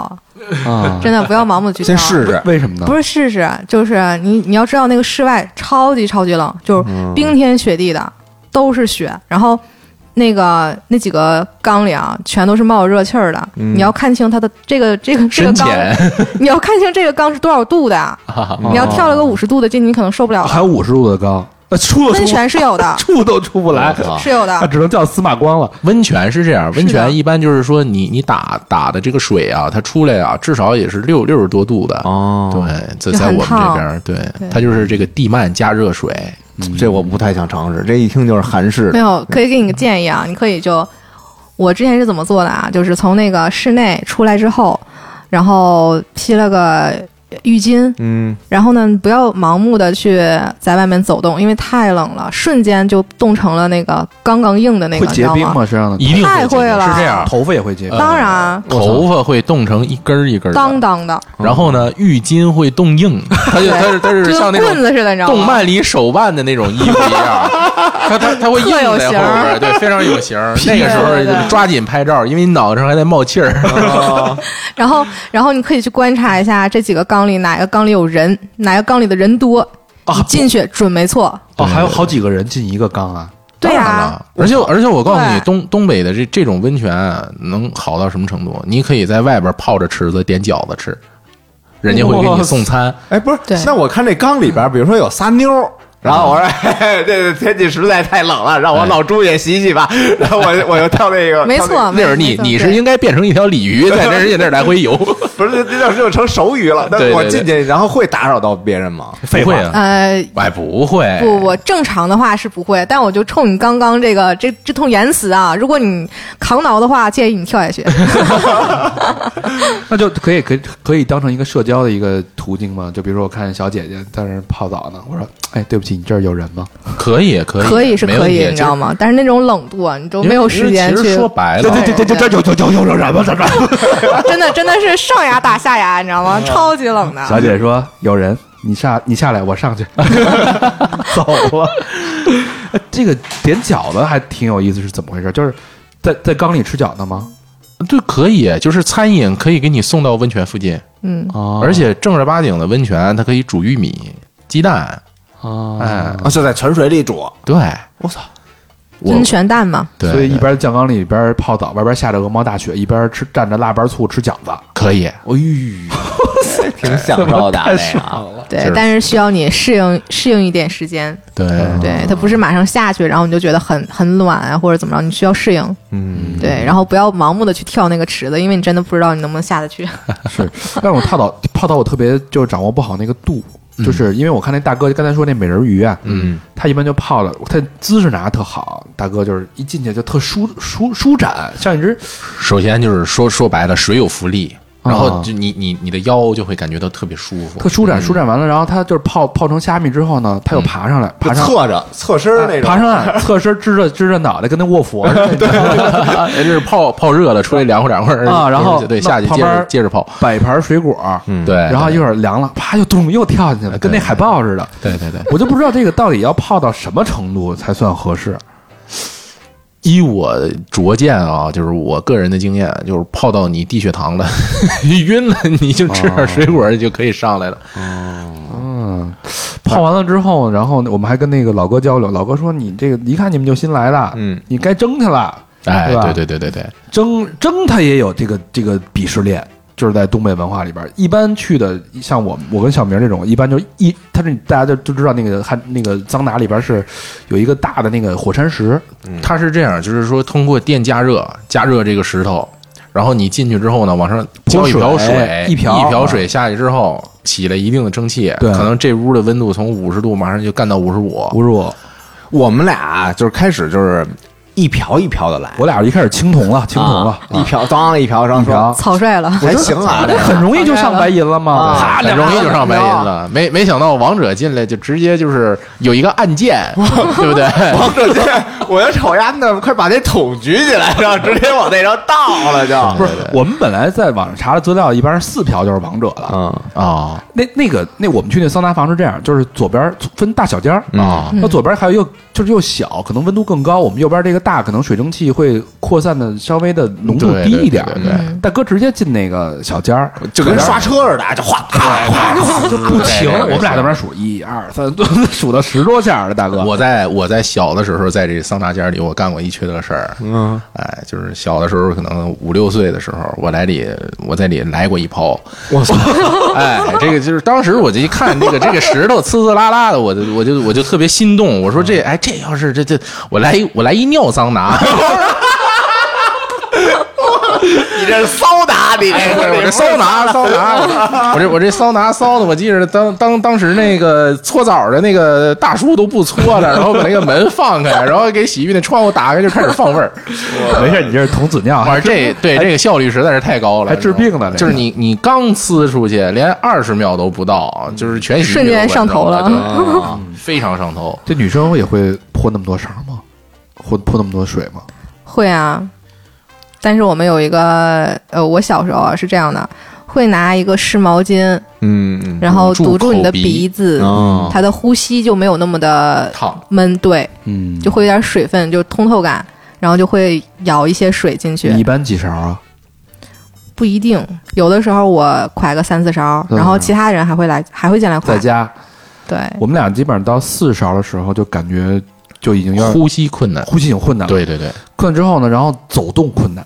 [SPEAKER 4] 啊，
[SPEAKER 5] 真的不要盲目的去跳。
[SPEAKER 2] 先试试，
[SPEAKER 4] 为什么
[SPEAKER 3] 嗯
[SPEAKER 4] 呢？
[SPEAKER 5] 不是试试，就是你你要知道那个
[SPEAKER 3] 嗯
[SPEAKER 5] 室外超级超级冷，就是冰天雪地的，都是雪，然后那个那几个缸里啊，全都是冒着热气儿的。你要看清它的这个这个这个
[SPEAKER 3] 嗯深
[SPEAKER 5] 缸，
[SPEAKER 3] 浅
[SPEAKER 5] 你要看清这个缸是多少度的啊。
[SPEAKER 3] 哦
[SPEAKER 5] 你要跳了个五十度的进去，你可能受不了。
[SPEAKER 4] 还有五十度的缸，那啊
[SPEAKER 3] 哦
[SPEAKER 4] 出都
[SPEAKER 5] 温
[SPEAKER 4] 出，
[SPEAKER 5] 泉是 有的
[SPEAKER 4] 出都出不来，
[SPEAKER 3] 啊
[SPEAKER 5] 是有
[SPEAKER 4] 那
[SPEAKER 5] 的。
[SPEAKER 4] 只能叫司马光了。
[SPEAKER 3] 温泉是这样，温
[SPEAKER 5] 是的
[SPEAKER 3] 泉一般就是说你你打打的这个水啊，它出来啊，至少也是六六十多度的。
[SPEAKER 2] 哦，
[SPEAKER 3] 对，在
[SPEAKER 5] 就
[SPEAKER 3] 在
[SPEAKER 5] 很
[SPEAKER 3] 我们这
[SPEAKER 5] 烫
[SPEAKER 3] 边儿，对
[SPEAKER 5] 对
[SPEAKER 3] 它就是这个地幔加热水，
[SPEAKER 2] 嗯这我不太想尝试，这一听就是韩式
[SPEAKER 5] 没
[SPEAKER 2] 的。
[SPEAKER 5] 有，可以给你个建议啊，你可以就我之前是怎么做的啊？就是从那个室内出来之后，然后披了个浴巾，
[SPEAKER 2] 嗯，
[SPEAKER 5] 然后呢，不要盲目的去在外面走动，因为太冷了，瞬间就冻成了那个刚刚硬的 那个，
[SPEAKER 4] 会
[SPEAKER 5] 你知
[SPEAKER 4] 结
[SPEAKER 5] 道
[SPEAKER 4] 冰
[SPEAKER 5] 吗？
[SPEAKER 4] 吗？身上的
[SPEAKER 3] 一定
[SPEAKER 5] 太
[SPEAKER 3] 结
[SPEAKER 5] 会
[SPEAKER 3] 冰
[SPEAKER 5] 了
[SPEAKER 3] 是这样，
[SPEAKER 4] 头发也会结冰
[SPEAKER 3] 呃
[SPEAKER 5] 当然，
[SPEAKER 3] 头发会冻成一根儿一根儿的，
[SPEAKER 5] 当当的，
[SPEAKER 3] 然后呢，浴巾会冻硬，它就它是它是
[SPEAKER 5] 就
[SPEAKER 3] 像那
[SPEAKER 5] 跟棍
[SPEAKER 3] 种
[SPEAKER 5] 子似的，你知道吗？
[SPEAKER 3] 动漫里手办的那种衣服一 样，它它它会硬
[SPEAKER 5] 特有
[SPEAKER 3] 在后
[SPEAKER 5] 型儿
[SPEAKER 3] 边儿，对，非常有型 儿。那个时
[SPEAKER 5] 对对
[SPEAKER 3] 候
[SPEAKER 5] 对
[SPEAKER 3] 抓紧拍照，因为你脑袋上还在冒气儿。
[SPEAKER 5] 然后，然后你可以去观察一下这几个缸里哪个缸里有人，哪个缸里的人多，
[SPEAKER 3] 啊
[SPEAKER 5] 你进去准没错。
[SPEAKER 4] 哦，还有好几个人进一个缸啊，
[SPEAKER 5] 对 呀、
[SPEAKER 3] 而且而且我告诉你，
[SPEAKER 5] 对
[SPEAKER 3] 东东北的这这种温泉啊能好到什么程度？你可以在外边泡着池子点饺子吃，人家会给你送餐。
[SPEAKER 2] 哎，不是
[SPEAKER 5] 对，
[SPEAKER 2] 那我看这缸里边，比如说有仨妞儿。然后啊哎我说， 嘿嘿这个天气实在太冷了，让我老朱也洗洗吧。 然后我我又跳那个，
[SPEAKER 5] 没
[SPEAKER 2] 跳那
[SPEAKER 5] 错，
[SPEAKER 3] 那会儿
[SPEAKER 5] 没
[SPEAKER 3] 你
[SPEAKER 5] 错
[SPEAKER 3] 你
[SPEAKER 5] 对
[SPEAKER 3] 是应该变成一条鲤鱼，在人家那儿来回游，
[SPEAKER 2] 个，不是这这就成熟鱼了。
[SPEAKER 3] 对
[SPEAKER 2] 那
[SPEAKER 3] 对
[SPEAKER 2] 我
[SPEAKER 3] 对
[SPEAKER 2] 进去，然后会打扰到别人吗？
[SPEAKER 3] 不会啊？
[SPEAKER 5] 呃。
[SPEAKER 3] 哎，不会，
[SPEAKER 5] 不，我正常的话是不会，但我就冲你刚刚这个这这通言辞啊，如果你扛挠的话，建议你跳下去。
[SPEAKER 4] 那就可以可以可以当成一个社交的一个途径吗？就比如说我看小姐姐在那儿泡澡呢，我说，哎，对不起，你这儿有人吗？
[SPEAKER 3] 可以可以
[SPEAKER 5] 可以是
[SPEAKER 3] 没问
[SPEAKER 5] 可以，
[SPEAKER 3] 题
[SPEAKER 5] 你知道吗？但是那种冷度啊，你都
[SPEAKER 3] 因为
[SPEAKER 5] 没有
[SPEAKER 3] 因为
[SPEAKER 5] 时间
[SPEAKER 3] 其
[SPEAKER 5] 去
[SPEAKER 3] 实。说白了，
[SPEAKER 5] 对对对对
[SPEAKER 4] 有有有有人吗？怎么？
[SPEAKER 5] 啊真的真的是上牙打下牙，你知道 吗？超级冷的。
[SPEAKER 4] 小姐姐说有人，你下你下来，我上去， 走 了。这个点饺子还挺有意思，是怎么回事？就是在在缸里吃饺子吗？
[SPEAKER 3] 对，可以，就是餐饮可以给你送到温泉附近，
[SPEAKER 5] 嗯，
[SPEAKER 4] 哦
[SPEAKER 3] 而且正儿八经的温泉，它可以煮玉米、鸡蛋，
[SPEAKER 4] 哦，
[SPEAKER 3] 哎，
[SPEAKER 2] 啊，就在泉水里煮。
[SPEAKER 3] 对，
[SPEAKER 2] 我操，
[SPEAKER 3] 我
[SPEAKER 5] 温泉蛋嘛，
[SPEAKER 3] 对，
[SPEAKER 4] 所以一
[SPEAKER 3] 对
[SPEAKER 4] 边酱缸里边泡澡，外边下着鹅毛大雪，一边吃蘸着腊八醋吃饺子。
[SPEAKER 3] 可以，
[SPEAKER 2] 哎呦，挺 享受的那个。
[SPEAKER 5] 对
[SPEAKER 3] 是，
[SPEAKER 5] 但是需要你适应适应一点时间。
[SPEAKER 3] 对，
[SPEAKER 4] 嗯
[SPEAKER 5] 对，它不是马上下去，然后你就觉得很很暖啊，或者怎么着，你需要适应。
[SPEAKER 2] 嗯，
[SPEAKER 5] 对，然后不要盲目的去跳那个池子，因为你真的不知道你能不能下 得去。
[SPEAKER 4] 是， 但我泡澡泡澡我特别就是掌握不好那个度，
[SPEAKER 2] 嗯
[SPEAKER 4] 就是因为我看那大哥刚才说那美人鱼啊，嗯，他一般就泡了，他姿势拿得特好，大哥就是一进去就特舒舒舒展，像一只
[SPEAKER 2] 嗯
[SPEAKER 3] 首先就是说说白了，水有浮力，然
[SPEAKER 4] 啊
[SPEAKER 3] 后就你你你的腰就会感觉到特别舒服，
[SPEAKER 4] 特舒展，舒展完了，然后他就是泡泡成虾米之后呢，他又爬上来，爬
[SPEAKER 2] 嗯就
[SPEAKER 4] 上。
[SPEAKER 2] 侧着侧身儿那种，
[SPEAKER 4] 爬上来，侧身支着支着脑袋，跟那卧佛似 的，
[SPEAKER 3] 啊就是泡泡热了，出来凉快凉快儿
[SPEAKER 4] 啊然后
[SPEAKER 3] 对
[SPEAKER 4] 那
[SPEAKER 3] 下去
[SPEAKER 4] 旁
[SPEAKER 3] 接
[SPEAKER 4] 边
[SPEAKER 3] 着接着泡，嗯
[SPEAKER 4] 摆盘水果，
[SPEAKER 3] 对，
[SPEAKER 2] 嗯
[SPEAKER 4] 然后一
[SPEAKER 3] 又
[SPEAKER 4] 会儿凉了，啪又咚又跳进去了，跟那海豹似的。
[SPEAKER 3] 对对对，
[SPEAKER 4] 我就不知道这个到底要泡到什么程度才算合适。
[SPEAKER 3] 依我拙见啊，就是我个人的经验，就是泡到你低血糖了， 晕了，你就吃点水果
[SPEAKER 4] 哦
[SPEAKER 3] 就可以上来了。
[SPEAKER 4] 嗯，泡完了之后，然后我们还跟那个老哥交流，老哥说你这个一看你们就新来的，
[SPEAKER 2] 嗯，
[SPEAKER 4] 你该蒸它了，
[SPEAKER 3] 哎，
[SPEAKER 4] 吧？
[SPEAKER 3] 对对对对对，
[SPEAKER 4] 蒸蒸它也有这个这个鄙视链，就是在东北文化里边儿，一般去的像我我跟小明这种，一般就一，他这大家就就知道那个汉那个桑拿里边是有一个大的那个火山石，
[SPEAKER 3] 它是这样，就是说通过电加热，加热这个石头，然后你进去之后呢，往上浇一瓢
[SPEAKER 4] 泼水一
[SPEAKER 3] 一
[SPEAKER 4] 瓢啊
[SPEAKER 3] 水下去之后，起了一定的蒸汽，
[SPEAKER 4] 对啊
[SPEAKER 3] 可能这屋的温度从五十度马上就干到五十五，
[SPEAKER 4] 不是我，
[SPEAKER 2] 我们俩啊就是开始就是一瓢一瓢的来，
[SPEAKER 4] 我俩一开始青铜了，青铜了，
[SPEAKER 2] 啊啊一瓢当一瓢，然后
[SPEAKER 4] 一瓢
[SPEAKER 2] 说
[SPEAKER 5] 草率了，
[SPEAKER 2] 还行啊，这
[SPEAKER 4] 那很容易就上白银了嘛，
[SPEAKER 2] 啊
[SPEAKER 4] 啪
[SPEAKER 3] 很容易就上白银了。没没想到王者进来就直接就是有一个按键，对不对？
[SPEAKER 2] 王者健，我要瞅丫的，快把那桶举起来，然后直接往那上倒了就。
[SPEAKER 4] 不是，我们本来在网上查的资料，一般是四瓢就是王者了。
[SPEAKER 2] 嗯，
[SPEAKER 3] 啊
[SPEAKER 4] 那那个那我们去那桑拿房是这样，就是左边分大小间儿，
[SPEAKER 2] 哦
[SPEAKER 3] 啊
[SPEAKER 5] 嗯
[SPEAKER 4] 那左边还有又就是又小，可能温度更高。我们右边这个大，可能水蒸气会扩散的稍微的浓度
[SPEAKER 3] 对
[SPEAKER 4] 低
[SPEAKER 3] 对
[SPEAKER 4] 一点儿
[SPEAKER 3] 对。对对
[SPEAKER 5] 嗯
[SPEAKER 4] 大哥直接进那个小间儿，
[SPEAKER 2] 就跟刷车似的，就哗啪哗
[SPEAKER 4] 就不停了。
[SPEAKER 3] 对对对
[SPEAKER 4] 我们俩在那边数一二三， 数到十多下了，大哥。
[SPEAKER 3] 我在我在小的时候，在这桑拿间里，我干过一缺德事儿。
[SPEAKER 2] 嗯，
[SPEAKER 3] 哎，就是小的时候，可能五六岁的时候，我来里，我在里来过一泡。
[SPEAKER 2] 我操！
[SPEAKER 3] 哎，这个就是当时我就一看这个这个石头呲呲啦啦的，我就我就我就特别心动。我说这哎这要是这这我来一我来一尿桑 拿，
[SPEAKER 2] 你这是骚打你
[SPEAKER 3] 哎，对我这桑拿桑拿，我这我这桑拿骚的，我记着当当当时那个搓澡的那个大叔都不搓了，然后把那个门放开，然后给洗浴那窗户打开就开始放味儿。
[SPEAKER 4] 没事，你这是童子尿
[SPEAKER 3] 我，说这对这个效率实在是太高了，
[SPEAKER 4] 还治病呢
[SPEAKER 3] 你知道吗就是你你刚呲出去，连二十秒都不到，就是全洗浴
[SPEAKER 5] 瞬间
[SPEAKER 3] 都闻着
[SPEAKER 5] 上头了
[SPEAKER 3] 对啊非常上头。
[SPEAKER 4] 这女生也会泼那么多勺吗？会泼那么多水吗？
[SPEAKER 5] 会啊，但是我们有一个，呃，我小时候啊是这样的，会拿一个湿毛巾，
[SPEAKER 2] 嗯
[SPEAKER 5] 然后
[SPEAKER 3] 堵住
[SPEAKER 5] 堵住你的
[SPEAKER 3] 口鼻啊
[SPEAKER 5] 鼻子，
[SPEAKER 4] 啊
[SPEAKER 2] 哦
[SPEAKER 5] 它的呼吸就没有那么的
[SPEAKER 3] 烫，
[SPEAKER 5] 闷，对，
[SPEAKER 4] 嗯
[SPEAKER 5] 就会有点水分，就通透感，然后就会舀一些水进
[SPEAKER 4] 你一
[SPEAKER 5] 去，
[SPEAKER 4] 般几勺啊？
[SPEAKER 5] 不一定，有的时候我㧟个三四勺，
[SPEAKER 4] 嗯
[SPEAKER 5] 然后其他人还会来，还会进来
[SPEAKER 4] 在
[SPEAKER 5] 㧟，
[SPEAKER 4] 家，
[SPEAKER 5] 对，
[SPEAKER 4] 我们俩基本上到四勺的时候就感觉就已经有点
[SPEAKER 3] 呼吸困难。
[SPEAKER 4] 呼吸挺困难了。
[SPEAKER 3] 对对对，
[SPEAKER 4] 困了之后呢，然后走动困 难，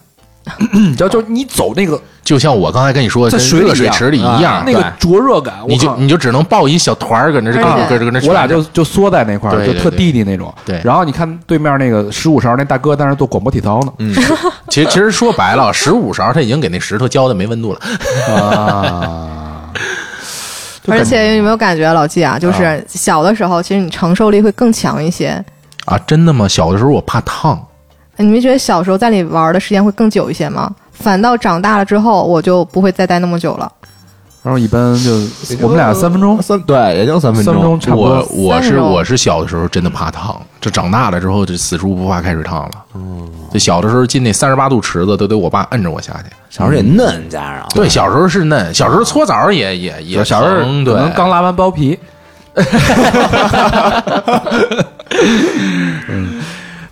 [SPEAKER 4] 你知道，就是你走那个
[SPEAKER 3] 就像我刚才跟你说的，
[SPEAKER 4] 在
[SPEAKER 3] 跟
[SPEAKER 4] 水里
[SPEAKER 3] 热水
[SPEAKER 4] 啊
[SPEAKER 3] 池里一样，
[SPEAKER 4] 那
[SPEAKER 3] 对
[SPEAKER 4] 个灼热感，
[SPEAKER 3] 你就
[SPEAKER 4] 我靠
[SPEAKER 3] 你就只能抱一小团儿搁那儿
[SPEAKER 5] 而
[SPEAKER 3] 搁
[SPEAKER 5] 且
[SPEAKER 3] 这搁那儿，
[SPEAKER 4] 我俩就就缩在那块儿，
[SPEAKER 3] 对
[SPEAKER 4] 就
[SPEAKER 3] 对
[SPEAKER 4] 特弟弟那种。
[SPEAKER 3] 对
[SPEAKER 4] 然后你看对面那个十五勺那大哥在那儿做广播体操呢。
[SPEAKER 2] 嗯
[SPEAKER 3] 其实其实说白了，十五勺他已经给那石头浇的没温度了。
[SPEAKER 4] 啊，就
[SPEAKER 5] 而
[SPEAKER 4] 感觉
[SPEAKER 5] 且有没有感觉老季啊，就是小的时候其实你承受力会更强一些，
[SPEAKER 3] 啊，真的吗？小的时候我怕烫，
[SPEAKER 5] 你没觉得小时候在里玩的时间会更久一些吗？反倒长大了之后，我就不会再待那么久了。
[SPEAKER 4] 然后一般就我们俩三分钟，
[SPEAKER 2] 三对，也就三分
[SPEAKER 4] 三分
[SPEAKER 2] 钟
[SPEAKER 4] 钟。差不
[SPEAKER 3] 我
[SPEAKER 4] 多。
[SPEAKER 3] 我
[SPEAKER 5] 三
[SPEAKER 3] 是
[SPEAKER 5] 种
[SPEAKER 3] 我是小的时候真的怕烫，这长大了之后就死猪不怕开水烫了。
[SPEAKER 4] 嗯
[SPEAKER 3] 这小的时候进那三十八度池子都得我爸摁着我下去。
[SPEAKER 2] 小时候也嫩，加上
[SPEAKER 3] 对，小时候是嫩，小时候搓澡也也也
[SPEAKER 4] 小时候
[SPEAKER 3] 疼
[SPEAKER 4] 可
[SPEAKER 3] 对
[SPEAKER 4] 能刚拉完包 皮。嗯，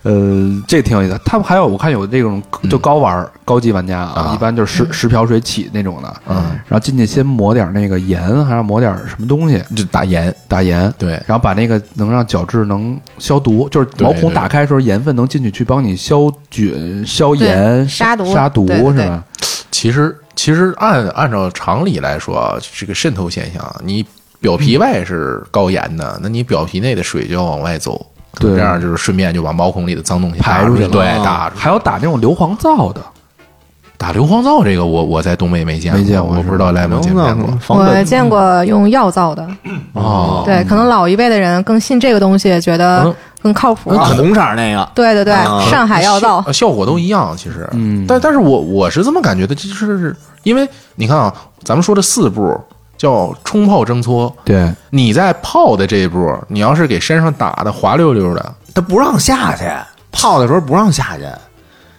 [SPEAKER 4] 呃，这挺有意思的。他们还有我看有这种就高玩儿、高级玩家嗯啊，
[SPEAKER 3] 啊
[SPEAKER 4] 一般就是十十瓢水起那种的，嗯，然后进去先抹点那个盐，还要抹点什么东西，
[SPEAKER 3] 就打盐，
[SPEAKER 4] 打盐，
[SPEAKER 3] 对
[SPEAKER 4] 然后把那个能让角质能消毒，就是
[SPEAKER 3] 对
[SPEAKER 4] 毛孔打开的时候，盐分能进去去帮你消菌、消炎、
[SPEAKER 5] 对杀毒
[SPEAKER 4] 杀毒
[SPEAKER 5] 对对
[SPEAKER 4] 是
[SPEAKER 5] 对
[SPEAKER 4] 吧？
[SPEAKER 3] 其实其实按按照常理来说啊，这个渗透现象，你表皮外是高盐的，那你表皮内的水就要往外走，
[SPEAKER 4] 对
[SPEAKER 3] 这样就是顺便就把毛孔里的脏东西
[SPEAKER 4] 排
[SPEAKER 3] 打
[SPEAKER 4] 出
[SPEAKER 3] 出
[SPEAKER 4] 去了
[SPEAKER 3] 对，
[SPEAKER 2] 啊
[SPEAKER 3] 打出去
[SPEAKER 4] 还有打那种硫磺皂的，
[SPEAKER 3] 打硫磺皂这个我我在东北没见过，
[SPEAKER 4] 没见过
[SPEAKER 3] 我不知道莱蒙见没见过。
[SPEAKER 2] 防
[SPEAKER 5] 我
[SPEAKER 2] 本
[SPEAKER 5] 见过用药皂
[SPEAKER 4] 嗯
[SPEAKER 5] 的，
[SPEAKER 3] 哦，
[SPEAKER 5] 对，可能老一辈的人更信这个东西，觉得更靠谱。啊
[SPEAKER 2] 嗯红色那个，
[SPEAKER 5] 对对对
[SPEAKER 2] 啊，
[SPEAKER 5] 上海药 皂
[SPEAKER 3] 效效果都一样，其实，
[SPEAKER 4] 嗯
[SPEAKER 3] 但但是我我是这么感觉的，就是因为你看啊，咱们说的四步叫冲泡蒸搓，
[SPEAKER 4] 对，
[SPEAKER 3] 你在泡的这一步，你要是给身上打的滑溜溜的，
[SPEAKER 2] 它不让下去，泡的时候不让下去。